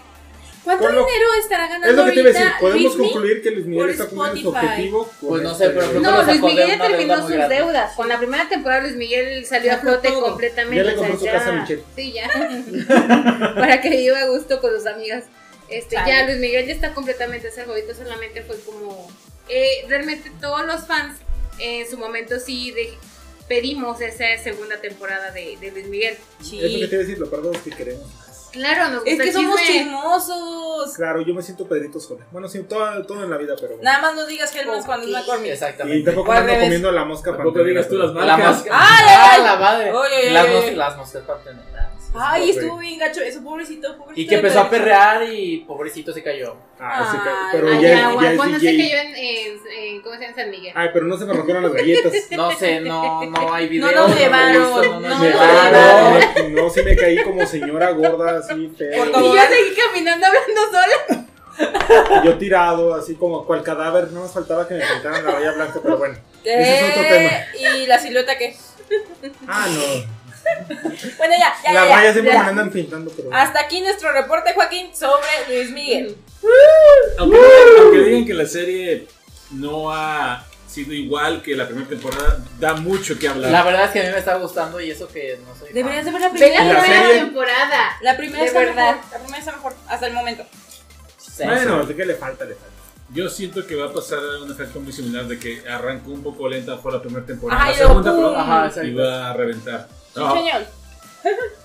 S2: ¿Cuánto
S5: Con lo-
S2: dinero estará
S5: Es
S2: ganando
S5: lo que te iba a decir.
S2: ahorita
S5: Podemos
S2: Britney?
S5: concluir que Luis Miguel
S2: por
S5: está cumpliendo su
S2: Spotify.
S5: objetivo. con este
S4: Pues no sé, pero creo
S3: No,
S4: que lo
S3: Luis
S4: sacó de
S3: Miguel ya
S4: una deuda
S3: terminó
S4: muy
S3: sus
S4: grande.
S3: deudas. Con la primera temporada Luis Miguel salió a
S7: Ya fue
S3: flote
S7: todo.
S3: completamente.
S5: Ya le compró
S3: o sea,
S5: su casa a Michelle.
S3: Sí, ya. Para que viva a gusto con sus amigas. Este,
S2: Chale.
S3: ya Luis Miguel ya está completamente salvo. Ahorita solamente fue como... eh, realmente todos los fans eh, en su momento sí de- pedimos esa segunda temporada de, de Luis Miguel.
S5: Es lo que
S2: Sí.
S5: te iba a decir, lo pardo es que queremos.
S3: Claro, nos gusta
S2: Es que
S3: el
S2: somos
S3: chisme.
S2: chismosos.
S5: Claro, yo me siento Pedrito sola. Bueno, sí, todo, todo en la vida, pero.
S2: Nada más no digas Hellman's cuando es McCormick.
S5: Y
S4: Exactamente.
S5: tampoco
S2: O al
S5: ando
S2: revés.
S5: comiendo la mosca
S1: Tampoco
S5: panteonera,
S1: digas tú
S5: pero-
S1: las malas.
S4: La mosca. Ah,
S2: ¡Ay, ay, ay!
S4: la madre!
S2: Oye, oye,
S4: las,
S2: oye,
S4: mos-
S2: oye. Ah,
S4: las moscas parteneras.
S2: Ay, estuvo bien gacho. Eso, pobrecito, pobrecito.
S4: Y que empezó a perrear y pobrecito se cayó.
S5: Ah, sí,
S2: Ah,
S5: pero
S3: Ah,
S5: ya,
S3: ya,
S5: ya es
S3: bueno, sé
S5: DJ.
S3: que yo en, en- en- ¿cómo se llama? en San Miguel.
S5: Ay, pero no se me rompieron las galletas.
S4: No sé, no, no hay
S2: No
S4: video.
S2: nos
S4: lo he
S2: llevaron, no
S4: visto, nos
S5: Me
S2: nos
S4: llevaron.
S5: caí, no, no, sí me caí como señora gorda, así feo.
S2: Por
S3: Y yo
S2: tobogán.
S3: seguí caminando hablando sola.
S5: Yo tirado, así como cual cadáver, no más faltaba que me pintaran la raya blanca, pero bueno.
S2: ¿Qué?
S5: Ese es otro
S2: Y la silueta que.
S5: Ah, no.
S2: Bueno, ya, ya,
S5: Las
S2: ya,
S5: rayas siempre
S2: ya.
S5: me andan pintando, pero. bueno.
S2: Hasta aquí nuestro reporte, Joaquín, sobre Luis Miguel.
S1: Aunque, aunque digan que la serie no ha sido igual que la primera temporada, da mucho que hablar.
S4: La verdad es que a mí me está gustando y eso que no soy. fan.
S2: Deberías de ver la
S3: Ve la
S2: primera.
S5: la
S3: primera
S5: serie-
S3: temporada.
S2: La primera
S3: De
S2: está
S3: verdad.
S2: mejor. La primera está mejor hasta el momento.
S4: Sí.
S5: Bueno, ¿de qué le falta? Le falta.
S1: Yo siento que va a pasar un efecto muy similar de que arrancó un poco lenta fue la primera temporada,
S2: Ay,
S1: la segunda
S2: lo-
S1: perdón,
S4: Ajá,
S1: y
S4: exacto.
S1: va a reventar.
S2: Sí,
S5: Ah.
S1: No,
S2: señor.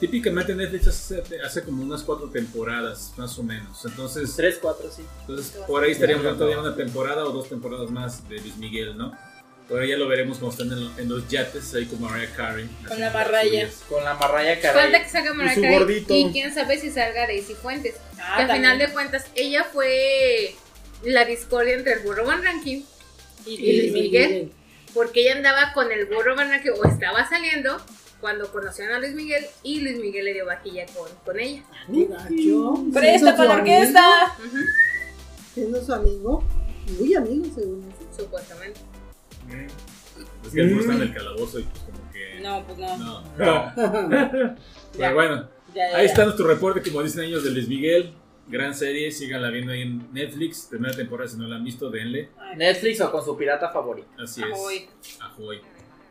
S1: típicamente Netflix hace, hace como unas cuatro temporadas, más o menos. Entonces,
S4: Tres, cuatro, sí.
S1: entonces por ahí estaríamos hablando de una temporada o dos temporadas más de Luis Miguel, ¿no? Ahora ya lo veremos cuando estén en, lo- en los yates, ahí con Mariah Carey. haciendo las
S2: marraya.
S1: suyas.
S4: Con la marraya
S3: Falta
S4: caray.
S3: que salga
S5: Y su
S3: Mariah Carey
S5: gordito.
S3: y quién sabe si salga Daisy Fuentes.
S2: Ah,
S3: que al
S2: también.
S3: final de cuentas ella fue la discordia entre el burro Van Ranking y
S7: Y
S3: Luis Miguel, porque ella andaba con el burro Van Ranking o estaba saliendo cuando conocieron a Luis Miguel y Luis Miguel le dio vaquilla con, con ella.
S7: Gacho, siendo
S2: Presta
S7: su
S2: para la
S7: amigo,
S2: orquesta.
S3: Ujú,
S7: Siendo su amigo, muy amigo según eso.
S3: Supuestamente.
S1: Es que algunos están en el calabozo y pues como que...
S2: No, pues no.
S1: No.
S2: Ya.
S1: Pero bueno,
S2: Ya, ya,
S1: ahí
S2: ya.
S1: está nuestro reporte, como dicen ellos, de Luis Miguel. Gran serie, síganla viendo ahí en Netflix. Primera temporada, si no la han visto, denle.
S4: Netflix o con su pirata favorito.
S1: Así
S2: Ah,
S1: es.
S2: voy.
S1: Ahoy.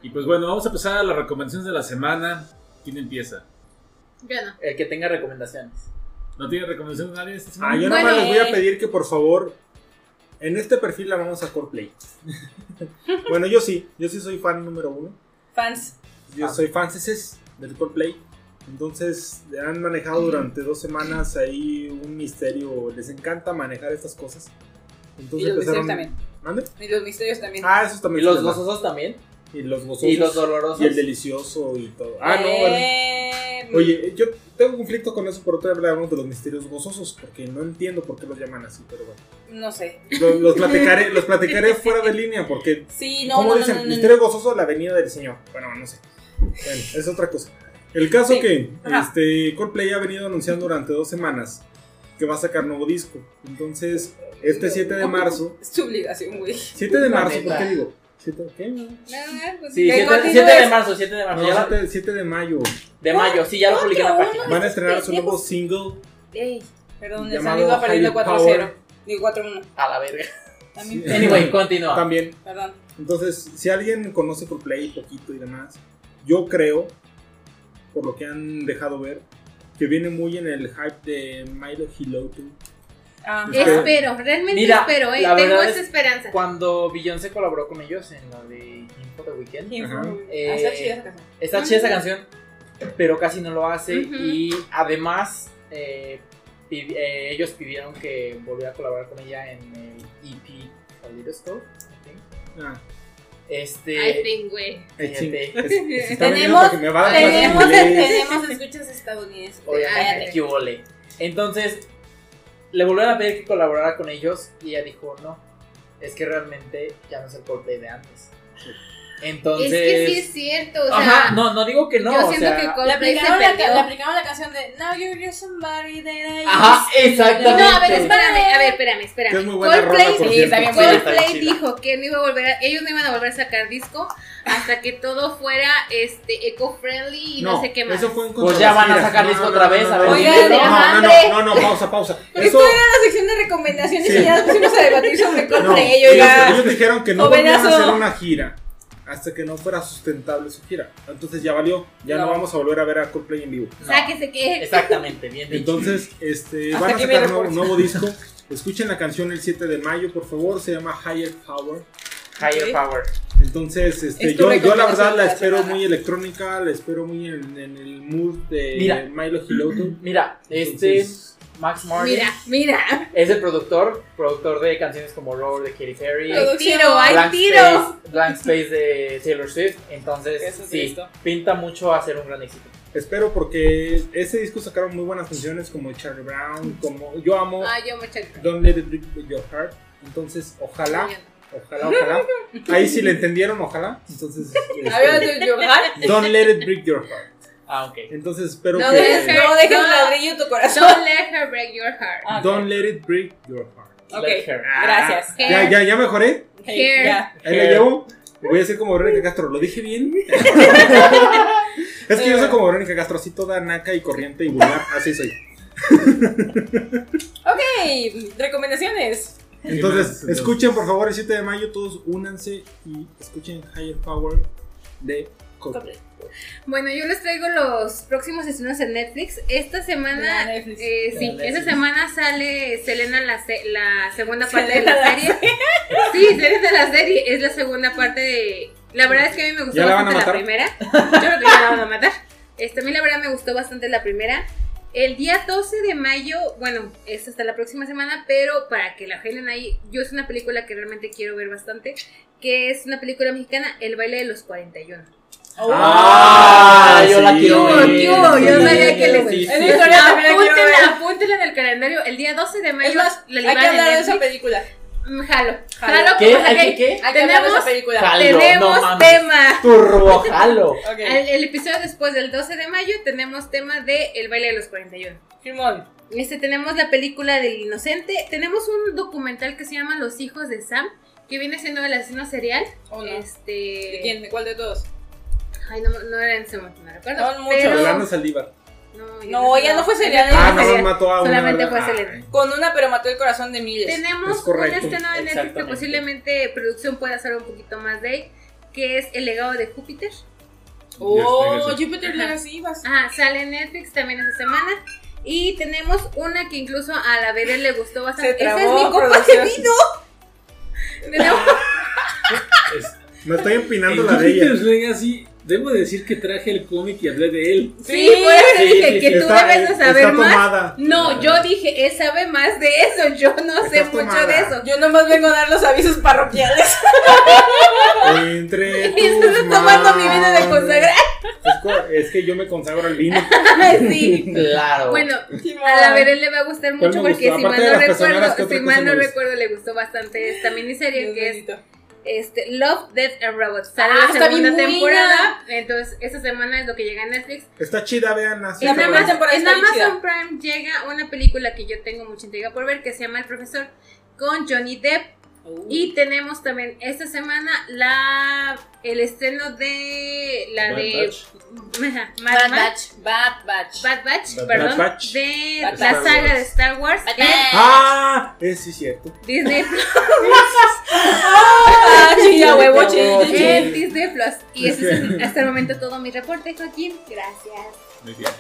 S1: Y pues bueno, vamos a empezar a las recomendaciones de la semana. ¿Quién empieza?
S3: Yo no.
S4: El que tenga recomendaciones.
S1: ¿No tiene recomendaciones nadie esta semana?
S5: Ah, yo
S3: Bueno,
S5: nada más les voy
S2: eh.
S5: a pedir que por favor, en este perfil la vamos a Coreplay. bueno, yo sí, yo sí soy fan número uno.
S2: Fans.
S5: Yo
S4: Ah.
S5: soy fan CCs del Coldplay. Entonces han
S2: Mm.
S5: manejado durante dos semanas ahí un misterio. Les encanta manejar estas cosas.
S2: Y
S5: Entonces
S2: los misterios
S5: empezaron.
S2: también.
S5: ¿Mande?
S2: Y los misterios también.
S5: Ah, esos
S4: Y
S5: también.
S4: los
S5: son de-
S4: gozosos también.
S5: Y los gozosos.
S4: Y los dolorosos.
S5: y el delicioso y todo. Ah, no. bueno.
S2: Eh,
S5: Oye, yo tengo un conflicto con eso, pero todavía hablamos de los misterios gozosos, porque no entiendo por qué los llaman así, pero bueno.
S2: No sé.
S5: Los, los platicaré, los platicaré fuera de línea, porque
S2: Sí,
S5: como
S2: no, no, no,
S5: dicen?
S2: no, no,
S5: Misterio gozoso, la avenida del señor. Bueno, no sé. Bueno, es otra cosa. El caso
S2: Sí.
S5: que
S2: Ajá.
S5: este, Coldplay ha venido anunciando durante dos semanas que va a sacar nuevo disco. Entonces, este 7 de marzo.
S2: Es tu obligación, güey.
S5: 7 de
S4: La
S5: marzo,
S4: neta.
S5: ¿por qué digo? 7, ¿qué?
S3: No, pues,
S4: Sí,
S2: Que
S4: 7,
S2: continúes.
S4: de marzo, 7 de marzo.
S5: No,
S4: ya la-
S5: 7, 7 de mayo.
S4: de mayo, sí, ya lo publiqué en la página.
S5: Van a estrenar su nuevo single
S3: ey,
S2: Perdón, el San
S5: llamado
S2: Luis va perdiendo
S5: Higher
S2: 4-0.
S5: Power.
S2: Digo 4-1.
S4: A la verga.
S2: También.
S5: Sí.
S4: Anyway, continúa.
S5: También.
S2: Perdón.
S5: Entonces, si alguien conoce Coldplay poquito y demás, yo creo, por lo que han dejado ver, que viene muy en el hype de Milo Hiloto.
S2: Ah,
S5: Es que-
S3: Espero, realmente
S4: Mira,
S3: espero, eh,
S4: la
S3: tengo
S4: verdad
S3: esa
S4: es-
S3: esperanza.
S4: Cuando Beyoncé colaboró con ellos en la de Info the Weekend,
S2: Info.
S5: Ajá.
S2: Ah, está chida esa canción.
S4: está chida esa canción, pero casi no lo hace.
S3: Ah, Ujú.
S4: Y además, eh, pi- eh, ellos pidieron que volviera a colaborar con ella en el E EP Kaleidoscope. I think.
S5: Ah,
S3: I
S4: Este.
S3: think, güey.
S5: es ching-
S4: fíjate,
S5: es- se está vendiendo
S2: Tenemos-
S5: porque me va a dar clases de
S2: Tenemos,
S5: inglés.
S2: tenemos escuchas estadounidenses. Ah,
S4: Obviamente,
S3: Ay.
S4: que vole. Entonces, le volvieron a pedir que colaborara con ellos y ella dijo: No, es que realmente ya no es el Coldplay de antes. Entonces.
S3: es que sí es cierto, o sea,
S4: Ajá, no, no digo que no.
S3: yo
S4: o
S3: siento
S4: sea,
S3: que
S2: Le
S3: Coldplay se
S2: aplicaron, la,
S3: perdió.
S2: ca- le aplicaron la canción de Now you're just somebody that I
S4: Ajá,
S2: used to
S4: exactamente.
S3: No, a ver,
S2: love".
S3: espérame, a ver, espérame, espérame.
S5: Que es muy buena
S3: Coldplay,
S5: rola, por
S3: sí,
S5: cierto.
S3: está bien
S4: Sí, está
S3: Coldplay
S4: bien chida.
S3: dijo que no iba a volver a- ellos no iban a volver a sacar disco hasta que todo fuera este eco-friendly y no, sé qué más.
S5: Eso fue un
S4: Pues ya van a sacar
S5: No,
S4: disco
S5: no,
S4: otra
S5: no,
S4: vez,
S5: no,
S4: a ver,
S5: no,
S2: Oigan,
S5: no, no,
S3: hambre.
S5: no, no, no, pausa, pausa.
S2: Pero
S5: Eso,
S2: esto era la sección de recomendaciones
S5: Sí.
S2: y ya nos pusimos a debatir sobre
S5: no,
S2: Coldplay,
S5: ellos,
S2: oiga.
S5: ellos dijeron que no volvían a
S2: Jovenazo.
S5: hacer una gira hasta que no fuera sustentable su gira. Entonces ya valió, ya no,
S4: No.
S5: vamos a volver a ver a Coldplay en vivo.
S3: O sea, que se que
S4: Exactamente, bien dicho.
S5: Entonces, este,
S2: Hasta
S5: van a
S2: aquí viene
S5: sacar nuevo,
S2: Forza.
S5: nuevo disco. Escuchen la canción el 7 de mayo, por favor, se llama Higher Power.
S4: Higher
S2: Ok.
S4: power.
S5: Entonces, este,
S2: Es tu
S5: yo, yo la verdad
S2: recomendación de
S5: la
S2: la
S5: espero
S2: semana.
S5: muy electrónica, la espero muy en, en el mood de
S4: Mira.
S5: Milo Hiloto.
S4: Mira, este
S5: Entonces,
S4: Max Martin
S3: mira, mira,
S4: es el productor, productor de canciones como Roar de Katy Perry,
S2: Todo
S3: hay tiro, hay
S4: Blank,
S3: tiro.
S4: Space, Blank Space de Taylor Swift. Entonces,
S6: Eso sí,
S4: sí,
S6: listo.
S4: pinta mucho a ser un gran éxito.
S5: Espero porque ese disco sacaron muy buenas canciones como Charlie Brown, como yo amo
S3: Ay, yo me checo.
S5: Don't Let It Rip Your Heart. Entonces, ojalá, ojalá, ojalá. Ahí sí le entendieron, ojalá. Entonces, este,
S2: Habla de tu hogar.
S5: Don't Let It Break Your Heart.
S4: Ah, ok.
S5: Entonces, espero
S2: No
S5: que
S2: dejes, no dejes
S3: No.
S2: ladrillo en tu corazón.
S3: Don't let her break your heart.
S2: Ah, ok.
S5: Don't Let It Break Your Heart.
S2: Ok,
S4: Let her.
S2: gracias.
S5: Ya, ya, ya mejoré.
S2: Ok,
S3: Here.
S2: ya.
S5: Ahí la
S4: Hair.
S5: llevo. Voy a ser como Verónica Castro. ¿Lo dije bien? es que yo soy como Verónica Castro, así toda naca y corriente y vulgar. Así soy.
S2: Ok, recomendaciones.
S5: Entonces, escuchen por favor el 7 de mayo. Todos únanse y escuchen Higher Power de Coldplay.
S3: Bueno, yo les traigo los próximos estrenos en Netflix. Esta semana,
S2: La Netflix.
S3: eh, sí,
S4: La
S3: esta
S4: Netflix.
S3: semana sale Selena la, se- la segunda parte
S2: Selena
S3: de
S2: la
S3: la serie. sí, Selena la serie es la segunda parte de. La verdad es que a mí me gustó
S5: ¿Ya la van a
S3: bastante la,
S5: matar?
S3: primera. Yo creo que ya la van a matar. Este, a mí la verdad me gustó bastante la primera. El día 12 de mayo, bueno, es hasta la próxima semana, pero para que la agenden ahí, yo es una película que realmente quiero ver bastante, que es una película mexicana, El baile de los 41.
S2: Oh.
S4: Ah, yo la quiero
S3: Yo,
S4: ver.
S3: yo, yo
S4: Sí,
S3: sabía que les
S4: sí,
S2: En
S4: sí.
S2: Victoria también la quiero
S3: Apúntenla,
S2: ver.
S3: apúntenla en el calendario. El día 12 de mayo
S2: Es más,
S3: la
S2: hay que
S3: liberan en
S2: hablar de esa
S3: Netflix.
S2: película.
S3: Mm, Jalo,
S2: Jalo.
S3: jalo,
S4: ¿Qué?
S3: como jale.
S4: ¿Hay que qué?
S2: Hay que hablar de
S3: Tenemos-
S2: esa película.
S4: Jalo,
S3: Tenemos
S4: no mames.
S3: tema.
S4: Turbo jalo.
S2: Ok,
S3: El, el episodio después del 12 de mayo tenemos tema de El baile de los 41.
S2: Simón.
S3: Este, tenemos la película del inocente. Tenemos un documental que se llama Los hijos de Sam, que viene siendo el asesino serial.
S2: ¿O no?
S3: Este.
S2: ¿De quién? ¿De cuál de todos?
S3: Ay, no, no era en ese momento, no recuerdo.
S2: Son muchos.
S3: pero-
S5: Yolanda Saldívar.
S3: No,
S2: No, ella no fue serial.
S5: Ah,
S2: Ella
S5: no, mató a una.
S3: Solamente
S5: ¿verdad?
S3: fue Selena.
S2: Con una, pero mató el corazón de miles.
S3: Tenemos
S5: Es correcto,
S3: un estreno de Netflix que
S4: exactamente.
S3: posiblemente producción pueda hacer un poquito más de él, que es El legado de Júpiter.
S2: Oh,
S1: Dios,
S2: Jupiter
S3: Ajá.
S2: así vas.
S3: Ah, sale en Netflix también esta semana. Y tenemos una que incluso a la Bere le gustó bastante.
S2: Se trabó,
S3: Esa Ah, es mi copa de
S2: producción.
S3: vino. Tenemos-
S5: Me estoy empinando
S6: En
S5: la de ella.
S6: Jupiter's Legacy, debo decir que traje el cómic y hablé de él.
S3: Sí, por eso
S4: sí,
S3: dije
S4: sí,
S3: que tú debes de saber
S5: está
S3: más.
S5: tomada.
S3: No, yo dije, él sabe más de eso. Yo no sé
S5: Está
S3: mucho
S5: tomada.
S3: de eso.
S2: Yo nomás vengo a dar los avisos parroquiales.
S5: Entre
S3: Y
S5: tus
S3: estás tomando mi vino de
S5: manos.
S3: consagrar.
S5: Es, co- es que yo me consagro al vino.
S3: Sí.
S4: Claro.
S3: Bueno,
S2: Simón.
S3: A la Verel le va a gustar
S5: ¿Cuál
S3: mucho
S5: me
S3: porque
S5: gustó?
S3: si mal
S5: Aparte de
S3: no
S5: las personeras,
S3: recuerdo,
S5: ¿qué otra
S3: si
S5: cosa
S3: mal
S5: me
S3: no
S5: gustó?
S3: recuerdo, le gustó bastante esta miniserie
S2: Dios
S3: que es
S2: bendito.
S3: este, Love, Death and Robots. Sale
S2: Ah,
S3: la
S2: está
S3: segunda
S2: bien
S3: temporada. Entonces, esta semana es lo que llega en Netflix.
S5: Está chida, vean. así
S3: En
S2: la
S5: está
S2: primera
S5: buena.
S3: Amazon,
S2: temporada
S3: en
S2: está bien
S3: Amazon Prime llega una película que yo tengo mucha intriga por ver que se llama El Profesor con Johnny Depp.
S2: Oh.
S3: Y tenemos también esta semana la el estreno de la
S1: Bad
S3: de Ajá, Mad
S2: Bad
S3: Max.
S2: Batch. Bad Batch.
S3: Bad Batch,
S5: Bad
S3: perdón,
S5: Batch.
S3: de
S2: Bad
S3: la
S5: Batch.
S3: saga de Star Wars
S2: Bad
S3: en
S2: Batch.
S5: Ah, es sí, cierto.
S3: Disney Plus.
S2: Ah, chilla, huevo,
S4: Sí,
S2: chilla.
S4: sí.
S3: en Disney Plus. Y ese es hasta el momento todo mi reporte, Joaquín. Gracias.
S1: Muy bien.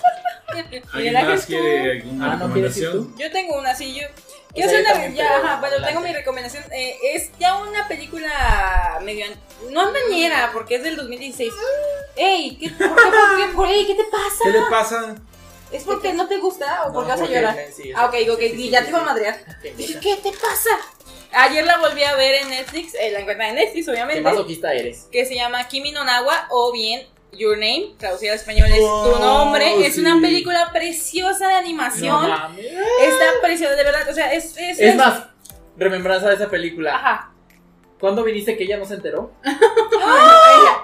S2: ¿Y el
S1: ¿Alguien
S2: ángel
S1: más quiere alguna
S4: Ah, ¿no quieres ir
S1: recomendación?
S2: Yo tengo una, sí, yo.
S4: sea,
S2: Yo soy
S4: yo
S2: una-
S4: también,
S2: ya,
S4: pero
S2: ajá, bueno, tengo
S4: adelante.
S2: mi recomendación. eh, es ya una película medio. an- No andañera, porque es del 2016. ¡Ey! ¿qué, ¿Por qué? ¿Por qué? por- ey, ¿Qué te pasa?
S5: ¿Qué le pasa?
S2: ¿Es porque no te gusta o
S4: No,
S2: porque vas a
S4: porque-
S2: llorar?
S4: sí,
S2: Ah, ok, ok,
S4: sí, sí,
S2: y ya
S4: sí,
S2: te iba a
S4: sí.
S2: madrear. Dije,
S4: Qué
S2: ¿qué te pasa? Ayer la volví a ver en Netflix, eh, la encuentran en Netflix, obviamente,
S4: masoquista eres.
S2: que se llama Kimi no Nawa o bien Your Name, traducida al español es
S5: Oh,
S2: Tu Nombre. Es
S5: sí.
S2: una película preciosa de animación.
S4: No mames.
S2: Está preciosa, de verdad, o sea, es... es,
S4: Es más, remembranza de esa película.
S2: Ajá.
S4: ¿Cuándo viniste que ella no se enteró?
S3: Ella,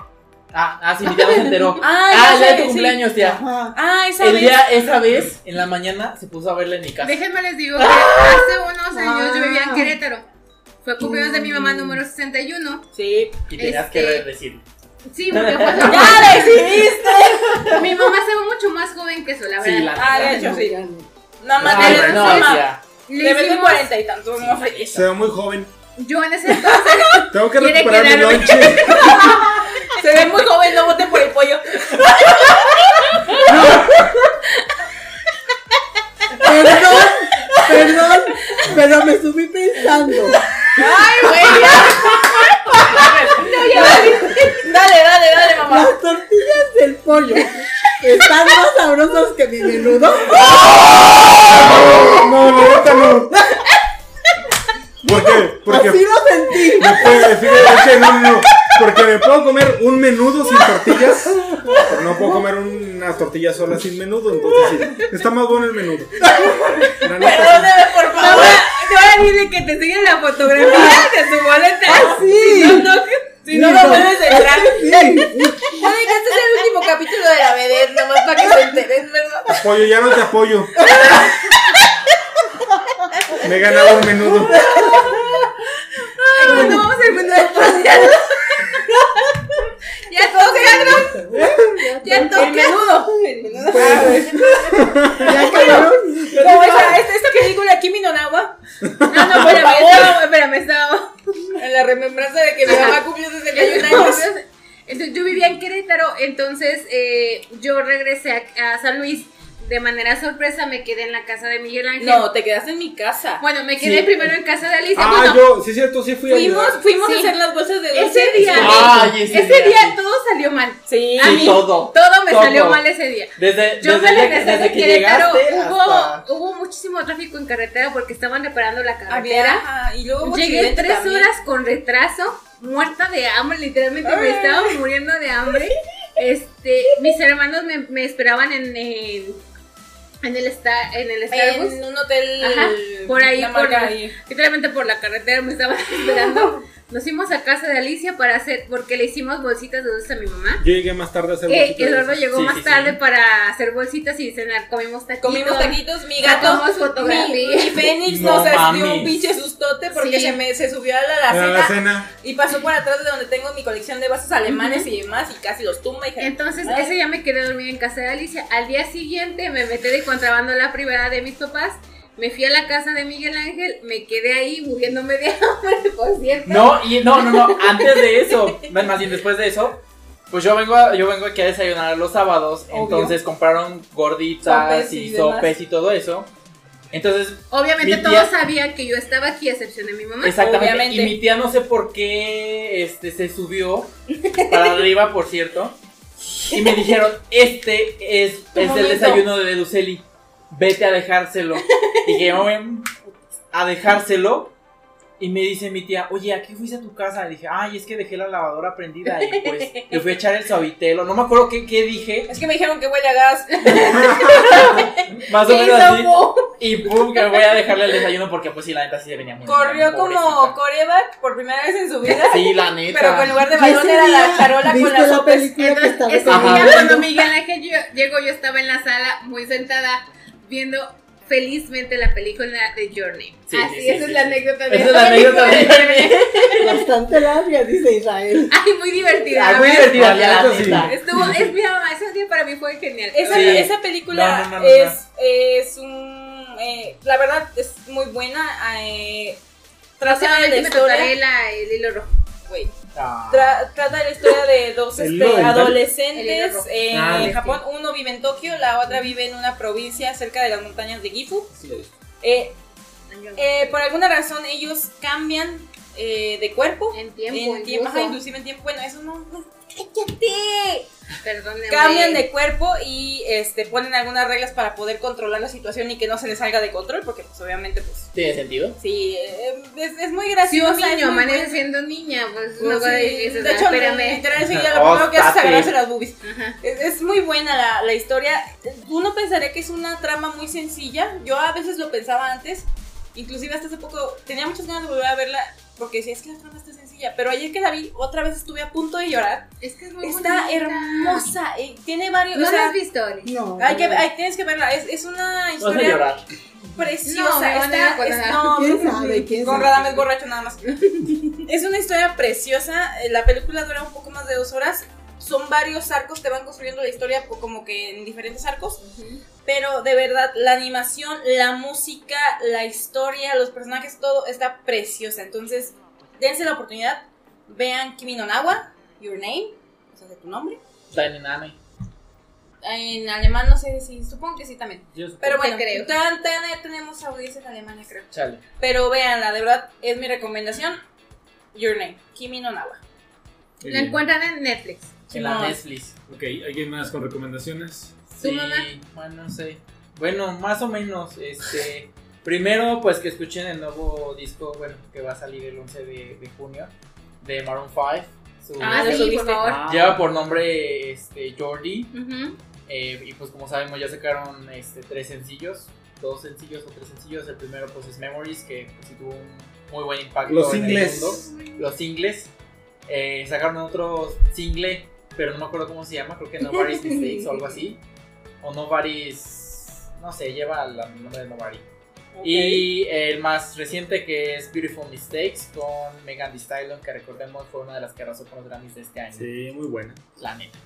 S4: Ah, ah, sí, mi tía no se enteró.
S2: Ah, ya
S4: Ah, el día
S2: sé,
S4: de tu
S2: sí.
S4: cumpleaños, tía.
S7: Ajá.
S2: Ah, esa
S4: El
S2: vez.
S4: día, esa vez, en la mañana, se puso a verla en mi casa.
S3: Déjenme les digo que hace unos años yo vivía
S7: Ah.
S3: en Querétaro. Fue cumpleaños de mi
S2: Mm.
S3: mamá número 61.
S4: Sí, y tenías que
S3: Este-
S4: re- decirlo.
S3: Sí, porque fue
S2: ¡Ya decidiste!
S3: Mi mamá se ve mucho más joven que eso, la
S4: Sí,
S3: verdad.
S4: la
S2: Ah, de hecho, sí. Nada más
S4: Ay,
S2: de
S4: no,
S2: mamá.
S4: tía.
S3: Le
S2: Le ves de
S3: hicimos-
S2: cuarenta y tantos, no fregues.
S5: Se ve muy joven.
S3: Yo en ese entonces,
S5: Tengo que
S3: Quiere
S5: recuperar mi
S3: quedarme.
S5: lonche.
S2: Se ve muy joven, no voten por el pollo.
S7: Perdón, perdón, pero me subí pensando.
S2: Dale, dale, dale, mamá.
S7: Las tortillas del pollo están más sabrosas que mi menudo.
S5: No, la neta no. ¿Por qué? Porque
S7: Así lo sentí.
S5: me puedo decir que no, no, no. Porque me puedo comer un menudo sin tortillas. Pero no puedo comer una tortilla sola sin menudo. Entonces sí, está más bueno el menudo. La neta,
S2: Perdóneme, por
S3: te
S2: favor.
S3: voy a- te voy a decir de que te siguen la fotografía de su boleta.
S7: Así.
S3: No, no,
S2: Si ah, no lo puedes entrar.
S7: Sí.
S2: Ya dejaste ser el último capítulo de la vedette, nomás para que se enteren, ¿verdad?
S5: Apoyo, ya no te apoyo. Me he ganado un menudo.
S3: ay, cuando vamos al mundo espacial. Ya tocaron, ya
S2: El
S3: tocaron.
S2: menudo. Pues, Ah,
S7: Ya acabaron.
S2: Como esa, esta, esta película Kimi no Nawa,
S3: No, no, espérame, estaba, espérame, estaba.
S2: en la remembranza de que mi mamá cumplió 61 años.
S3: Entonces, entonces, yo vivía en Querétaro, entonces eh, yo regresé a, a San Luis. De manera sorpresa me quedé en la casa de Miguel Ángel.
S2: No, te quedaste en mi casa.
S3: Bueno, me quedé
S5: Sí.
S3: primero en casa de Alicia.
S5: Ah,
S3: Bueno,
S5: yo, sí es cierto, sí fui a
S2: Fuimos,
S5: ayudar.
S2: fuimos a
S3: Sí.
S2: hacer las bolsas de dulce.
S3: ese día,
S4: Ay, ese
S3: ese,
S4: día,
S3: día,
S4: sí.
S3: todo salió mal.
S2: Sí.
S3: A mí,
S4: todo,
S3: todo me
S4: todo.
S3: salió mal ese día.
S4: Desde,
S3: Yo me
S4: desde, el día-
S3: regresé
S4: desde
S3: de
S4: que
S3: Querétaro.
S4: llegaste hasta... Ah,
S3: Hubo, hubo muchísimo tráfico en carretera porque estaban reparando la carretera.
S2: Ajá, Ah, y luego hubo
S3: Ah, Llegué
S2: accidente
S3: tres
S2: también.
S3: horas con retraso, muerta de hambre, literalmente me
S2: Ay.
S3: estaba muriendo de hambre. Este, mis hermanos me, me esperaban en, en, en el sta- en el Starbucks.
S2: En un hotel.
S3: Ajá, por ahí,
S2: la
S3: por
S2: marca
S3: la-
S2: ahí.
S3: Literalmente por la carretera me estaban esperando. Nos fuimos a casa de Alicia para hacer, porque le hicimos bolsitas de dulce a mi mamá.
S5: Yo llegué más tarde a hacer
S3: Eh,
S5: bolsita de
S3: Eduardo
S5: dulce.
S3: llegó
S4: Sí,
S3: más
S4: sí, sí.
S3: tarde para hacer bolsitas y cenar. Comimos taquitos.
S2: Comimos taquitos, mi gato.
S3: Sacamos
S2: Mi,
S3: fotografía.
S2: mi Fénix
S4: No
S2: nos dio
S4: mames.
S2: un pinche sustote porque
S3: Sí.
S2: se, me, se subió a la
S5: Era
S2: alacena
S5: Ah, la cena.
S2: y pasó por atrás de donde tengo mi colección de vasos alemanes y demás y casi los tumba. hija.
S3: Entonces,
S2: Ay.
S3: ese ya me quedé dormida en casa de Alicia. Al día siguiente me metí de contrabando a la privada de mis papás. Me fui a la casa de Miguel Ángel, me quedé ahí muriéndome de hambre, por cierto.
S4: No, y no, no, no, antes de eso, más más bien después de eso, pues yo vengo, a- yo vengo aquí a desayunar los sábados,
S2: Obvio.
S4: entonces compraron gorditas
S2: Sopes y
S4: y,
S2: demás.
S4: sopes y todo eso. Entonces,
S3: Obviamente
S4: Mi tía-
S3: todos sabían que yo estaba aquí, a excepción de mi mamá.
S4: exactamente,
S2: Obviamente.
S4: y mi tía no sé por qué este, se subió para arriba, por cierto, y me dijeron, este es,
S2: Tu
S4: es el
S2: momento.
S4: desayuno de Luceli, vete a dejárselo. Y que yo me voy a dejárselo. Y me dice mi tía, oye, ¿a qué fuiste a tu casa? Y dije, ay, es que dejé la lavadora prendida. Y pues, le fui a echar el suavitelo. No me acuerdo qué, qué dije.
S2: Es que me dijeron que huele a gas.
S4: Más o
S2: Se
S4: menos así.
S2: hizo bu-
S4: Y pum, que voy a dejarle el desayuno porque, pues, sí, la neta sí le venía muy bien,
S2: Corrió como
S4: pobrecita.
S2: coreback por primera vez en su vida.
S4: Sí, la neta.
S2: Pero en lugar de
S7: Y
S2: balón
S7: ese
S2: era
S7: día
S2: la charola con
S7: ¿Viste
S2: las
S7: la
S2: sopes.
S7: película que estaba
S3: Ese
S4: Ajá.
S3: día
S7: comiendo?
S3: cuando Miguel Ángel yo- llegó, yo estaba en la sala muy sentada viendo felizmente la película de Journey.
S4: Sí,
S3: Así,
S4: sí, sí,
S3: esa es
S4: sí,
S3: la
S4: sí.
S3: anécdota de
S4: Esa es la anécdota de
S7: Bastante labia, dice Israel.
S3: Ay, muy divertida.
S4: Ay, Ah, muy
S3: ¿verdad?
S4: divertida,
S5: La
S4: tía, la
S5: neta, sí.
S4: neta.
S3: Estuvo, es mi mamá, ese día para mí fue genial.
S2: Esa,
S4: Sí.
S2: esa película
S4: No, no, no, no,
S2: es, es un. eh, la verdad es muy buena. Eh, trata de la
S3: Solamente me tocaré
S2: historia.
S3: la- el hilo rojo.
S2: güey,
S4: Ah.
S2: tra- trata de la historia de dos
S5: El
S2: este,
S5: hilo dental.
S3: El hilo
S2: adolescentes eh,
S3: rojo.
S2: en
S4: Ah,
S3: ok.
S2: Japón. Uno vive en Tokio, la otra vive en una provincia cerca de las montañas de Gifu. Eh, eh, por alguna razón ellos cambian eh, de cuerpo.
S3: en
S2: En
S3: tiempo. En
S2: tiempo,
S3: tiempo
S2: ajá, inclusive en tiempo. Bueno, eso no. no, ¡Cállate!
S3: Perdón,
S2: cambian
S3: hombre.
S2: de cuerpo y este ponen algunas reglas para poder controlar la situación y que no se les salga de control porque pues obviamente pues
S4: ¿Tiene sentido?
S2: sí eh, es, es muy
S3: Si un
S2: graciosa es
S3: niño
S2: muy
S3: amanece
S2: buena.
S3: siendo niña, pues
S2: Pues,
S3: no va a
S2: sí,
S3: decir
S2: de hecho
S3: espérame.
S2: literal enseguida lo primero que hace es
S4: Óstate.
S2: agarrarse las boobies
S3: Ajá.
S2: es, es muy buena la, la historia uno pensaría que es una trama muy sencilla yo a veces lo pensaba antes inclusive hasta hace poco tenía muchas ganas de volver a verla porque decía es que la trama está sencilla maravilla. Pero ayer que la vi, otra vez estuve a punto de llorar.
S3: Es que es muy
S2: Está
S3: bonita.
S2: hermosa. eh, tiene varios.
S3: ¿No
S2: o
S3: la
S2: sea,
S3: has visto, Oli?
S7: No.
S2: hay que, hay- tienes que verla. Es, es una
S8: Vas a
S2: historia
S8: llorar.
S2: preciosa.
S3: No, me van a
S2: está-
S3: acordar.
S2: es- no,
S7: ¿Quién
S2: pues,
S7: sabe? ¿Quién
S2: con
S7: sabe?
S2: Radamés borracho nada más. es una historia preciosa. eh, La película dura un poco más de dos horas. Son varios arcos, te van construyendo la historia po- como que en diferentes arcos. Pero de verdad, la animación, la música, la historia, los personajes, todo está preciosa. Entonces, dense la oportunidad. Vean Kimi no Nawa, Your Name, o sea, de tu nombre.
S8: Dainanami.
S2: En alemán no sé si, supongo que sí también.
S8: Yo supongo.
S2: Pero bueno,
S3: Te creo.
S2: tan- tan- eh, tenemos audiencia en Alemania, creo.
S8: Chale.
S2: Pero véanla, de verdad, es mi recomendación. Your Name, Kimi no Nawa.
S1: Muy
S3: La
S1: bien.
S3: encuentran en Netflix.
S8: En la
S2: Simón.
S8: Netflix.
S1: Ok, ¿alguien más con recomendaciones?
S3: ¿Tu
S8: Sí,
S3: mamá?
S4: Bueno, no sé. Bueno, más o menos, este... Primero, pues que escuchen el nuevo disco, bueno, que va a salir el 11 de, de junio, de Maroon 5. Su-
S3: Ah,
S2: ¿lo
S3: sí,
S2: viste?
S3: por favor.
S4: Lleva por nombre este, Jordi.
S3: Ujú.
S4: eh, y pues como sabemos ya sacaron este, tres sencillos, dos sencillos o tres sencillos. El primero pues es Memories, que pues, sí tuvo un muy buen impacto.
S5: Los
S4: en el
S5: singles.
S4: mundo. Los singles. Eh, sacaron otro single, pero no me acuerdo cómo se llama, creo que Nobody's Mistakes o algo así. O Nobody's... No sé, lleva la- el nombre de Nobody. Y el más reciente que es Beautiful Mistakes con Megan Thee Stallion, que recordemos fue una de las que arrasó con los Grammys de este año
S5: Sí, muy buena.
S4: la neta.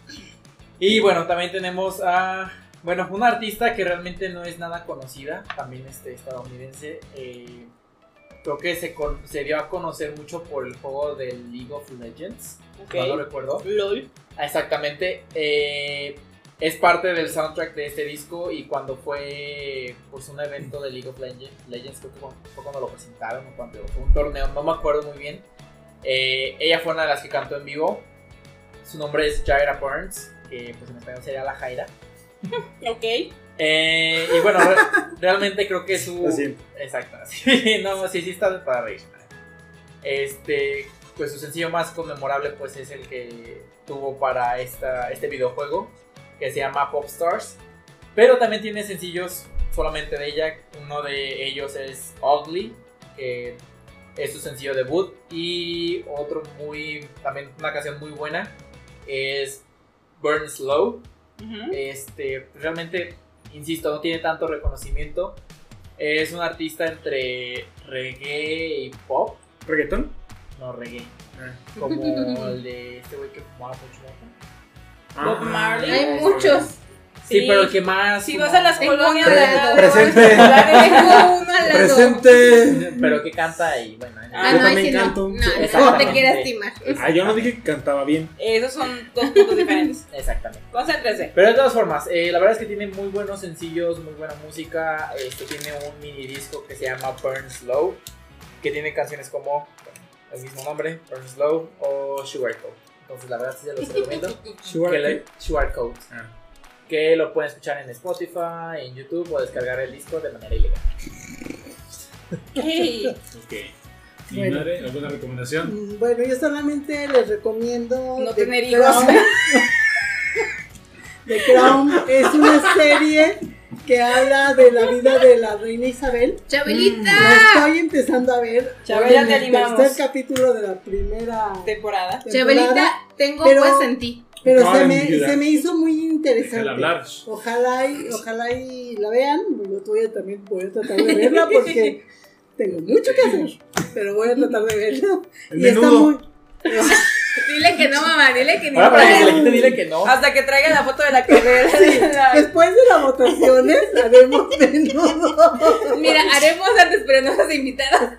S4: Y bueno, también tenemos a, bueno, una artista que realmente no es nada conocida, también este, estadounidense. eh, creo que se, con- se dio a conocer mucho por el juego del League of Legends,
S2: Ok.
S4: no lo recuerdo.
S2: LOL.
S4: Ah, Exactamente. eh, es parte del soundtrack de este disco y cuando fue pues, un evento de League of Legends, Legends, creo que fue fue cuando lo presentaron o cuando fue un torneo, no me acuerdo muy bien. Eh, ella fue una de las que cantó en vivo. Su nombre es Jaira Burns, que pues en español sería la Jaira.
S2: Ok.
S4: Eh, y bueno, re- realmente creo que su.
S5: Lo siento.
S4: Exacto. Sí, no, sí, sí está para reír. Este, pues su sencillo más conmemorable pues es el que tuvo para esta, este videojuego que se llama Pop Stars. Pero también tiene sencillos solamente de ella. Uno de ellos es Ugly, que es su sencillo debut. Y otro muy, también una canción muy buena es Burn Slow,
S2: Ujú.
S4: este, realmente, insisto, no tiene tanto reconocimiento. Es un artista entre reggae y pop.
S5: ¿Reggaetón?
S4: No, reggae. Como el de este güey que fumaba mucho. ¿no?
S2: Bob Marley.
S3: Hay muchos.
S4: Sí,
S2: Sí.
S4: pero el que más.
S2: Si
S4: fuma-
S2: vas a las
S3: Tengo
S2: colonias
S3: un
S2: de
S3: lado.
S5: Presente.
S3: Tengo uno al lado.
S5: Presente.
S4: Pero que canta y bueno. en-
S2: Ah,
S3: Ah,
S5: Yo
S3: no, ahí
S5: también
S3: sí no.
S5: canto.
S3: No,
S5: Sí,
S3: no, no te
S4: exactamente.
S3: quieras timar.
S5: Ah, yo no dije que cantaba bien.
S2: Esos son dos puntos diferentes.
S4: Exactamente.
S2: Concéntrese.
S4: Pero de todas formas, eh, la verdad es que tiene muy buenos sencillos, muy buena música. Este tiene un mini disco que se llama Burn Slow, que tiene canciones como el mismo nombre, Burn Slow o Sugarcoat. Entonces, la verdad sí se los recomiendo.
S5: Sugar
S4: que le- Sugarcoat.
S1: Ah.
S4: Que lo pueden escuchar en Spotify, en YouTube o descargar el disco de manera ilegal.
S2: Hey.
S1: Ok. ¿Y
S7: Bueno.
S1: madre, alguna recomendación?
S7: Mm, Bueno, yo solamente les recomiendo.
S2: No
S7: The
S2: tener hijos.
S7: Crown. The Crown es una serie que habla de la vida de la reina Isabel. La
S3: Chabelita.
S7: estoy empezando a ver.
S2: Ah. Chabela,
S7: Voy en
S2: te
S7: el
S2: animamos.
S7: tercer capítulo de la primera
S2: Temporada.
S7: temporada,
S3: Chabelita, tengo
S7: Pero-
S3: pues en ti.
S7: Pero
S5: No,
S7: se
S5: en
S7: me,
S5: viuda.
S7: se me hizo muy interesante.
S1: Déjala hablar.
S7: Ojalá y, ojalá y la vean. Yo voy a también voy a tratar de verla porque tengo mucho que hacer. Pero voy a tratar de verla.
S5: El
S7: y está
S5: menudo.
S7: muy.
S3: Dile que no, mamá, dile que no.
S4: Ahora, para que se le
S7: Ay.
S4: quite, dile que no.
S2: Hasta que traiga la foto de la carrera.
S7: Después de las votaciones haremos menudo.
S3: Mira, haremos antes, pero no las invitadas.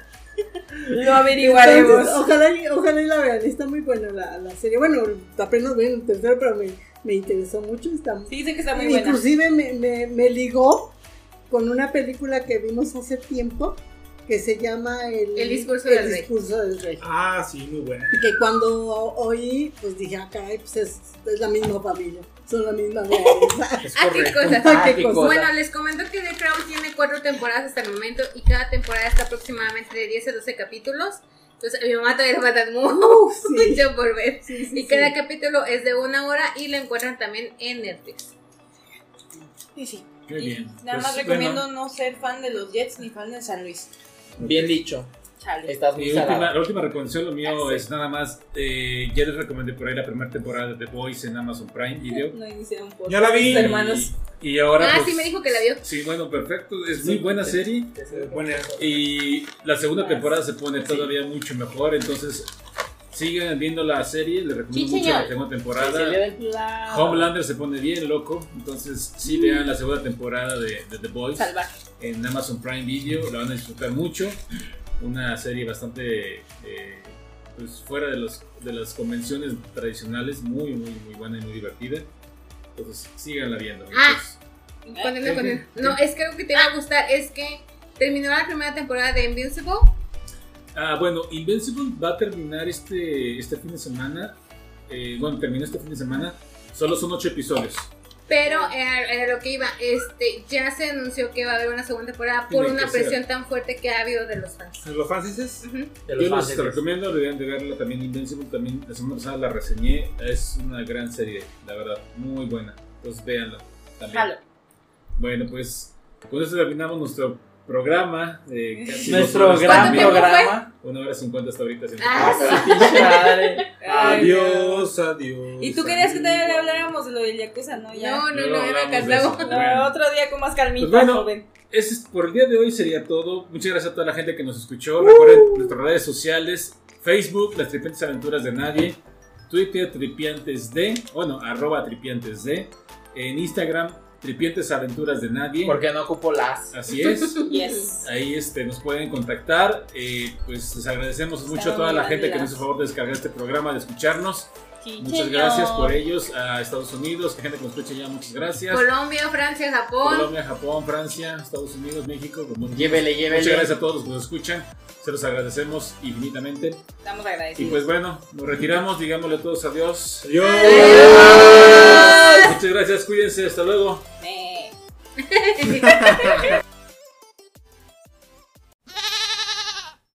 S2: Lo averiguaremos.
S7: Entonces, ojalá, y, ojalá y la vean. Está muy buena la, la serie. Bueno, apenas voy en el tercero, pero me, me interesó mucho. Está muy
S2: Sí, dicen que está muy buena.
S7: Inclusive me, me- me ligó con una película que vimos hace tiempo que se llama El,
S3: El discurso
S7: El
S3: del rey.
S7: discurso del rey.
S5: Ah, sí, muy buena.
S7: Que cuando o- oí, pues dije, ah, caray, pues es, es la misma familia, son la misma realeza.
S5: Es
S3: Ah, qué
S5: correcto.
S3: cosas.
S4: Ah,
S7: qué
S4: qué
S7: cosa.
S4: cosa.
S3: Bueno, les comento que The Crown tiene cuatro temporadas hasta el momento y cada temporada está aproximadamente de 10 a 12 capítulos. Entonces a mi mamá todavía le faltan mucho
S7: sí.
S3: por ver.
S7: Sí, sí,
S3: Y
S7: sí.
S3: cada capítulo es de una hora y lo encuentran también en Netflix.
S2: Sí, sí.
S1: Muy bien.
S2: Nada
S1: Pues,
S2: más
S1: bueno,
S2: recomiendo no ser fan de los Jets ni fan de San Luis.
S4: Bien dicho.
S2: Chale.
S4: Estás muy
S1: Mi última,
S4: salado.
S1: la última recomendación, lo mío
S2: Sí.
S1: es nada más. eh, ya les recomendé por ahí la primera temporada de The Boys en Amazon Prime Video.
S2: No iniciaron por
S5: Ya la vi.
S2: mis hermanos.
S1: Y, y ahora.
S3: ah,
S1: pues,
S3: sí, me dijo que la vio.
S1: Sí, bueno, perfecto. Es
S5: Sí,
S1: muy buena
S5: sí.
S1: serie.
S5: Bueno,
S1: Y la segunda temporada se pone todavía mucho mejor. Entonces, sigan viendo la serie. Les recomiendo
S3: Sí,
S1: mucho
S3: señor.
S1: la segunda
S4: Sí, sí, le
S1: temporada.
S4: den la-
S1: Homelander se pone bien loco. Entonces, sí vean la segunda temporada de, de The Boys
S2: Salvar.
S1: en Amazon Prime Video. La van a disfrutar mucho. Una serie bastante eh, pues, fuera de, los, de las convenciones tradicionales. Muy, muy, muy buena y muy divertida. Entonces, síganla viendo.
S3: Ah.
S1: Entonces,
S3: Continúa, continúa. No, es que algo que te va a gustar es que terminó la primera temporada de Invincible.
S1: Ah, bueno, Invincible va a terminar este, este fin de semana. Eh, bueno, termina este fin de semana. Solo son ocho episodios.
S3: Pero era, era lo que iba, este, ya se anunció que va a haber una segunda temporada
S1: Y
S3: por
S1: de
S3: una
S1: tercera.
S3: presión tan fuerte que ha habido de los fans.
S5: los fans dices,
S3: Ujú.
S4: de los
S1: Yo
S4: fans
S1: les
S4: de-
S1: recomiendo, deberían de verla también Invincible. También la semana pasada la reseñé. Es una gran serie, la verdad. Muy buena. Entonces véanla también.
S2: Jalo.
S1: Bueno, pues con esto terminamos nuestro programa. eh, casi dos
S6: Nuestro
S1: horas
S6: gran
S1: también.
S3: tiempo
S6: programa.
S1: Una hora cincuenta hasta ahorita. siento.
S3: Ah, sí.
S6: Pinche madre.
S5: adiós, adiós.
S2: Y tú querías que
S5: adiós.
S2: te habláramos de lo del Yakuza, ¿no? Ya.
S3: No, no,
S1: Luego
S3: no, ya me
S1: hablamos de
S3: encantaba.
S1: eso.
S2: No,
S1: Bueno.
S2: Otro día con más calmita,
S1: Pues bueno.
S2: joven.
S1: Ese es, por el día de hoy sería todo. Muchas gracias a toda la gente que nos escuchó.
S2: Uh.
S1: Recuerden nuestras redes sociales: Facebook, Las Tripiantes Aventuras de Nadie, Twitter, Tripiantes de, bueno, arroba Tripiantes de, en Instagram, Tripiantes Aventuras de Nadie.
S4: Porque no ocupo las.
S1: Así es.
S2: Yes.
S1: Ahí este, nos pueden contactar. Eh, pues les agradecemos mucho a toda la gente que nos hizo favor de descargar este programa, de escucharnos. Muchas gracias por ellos. A Estados Unidos, que gente que nos escucha ya, muchas gracias.
S3: Colombia, Francia, Japón.
S1: Colombia, Japón, Francia, Estados Unidos, México. pues, muchas
S4: Llévele, llévele.
S1: Muchas gracias a todos los que nos escuchan. Se los agradecemos infinitamente.
S2: Estamos
S1: Y
S2: agradecidos.
S1: pues bueno, nos retiramos. Digámosle a todos adiós.
S5: Adiós.
S1: Muchas gracias. Cuídense. Hasta luego.
S2: Me-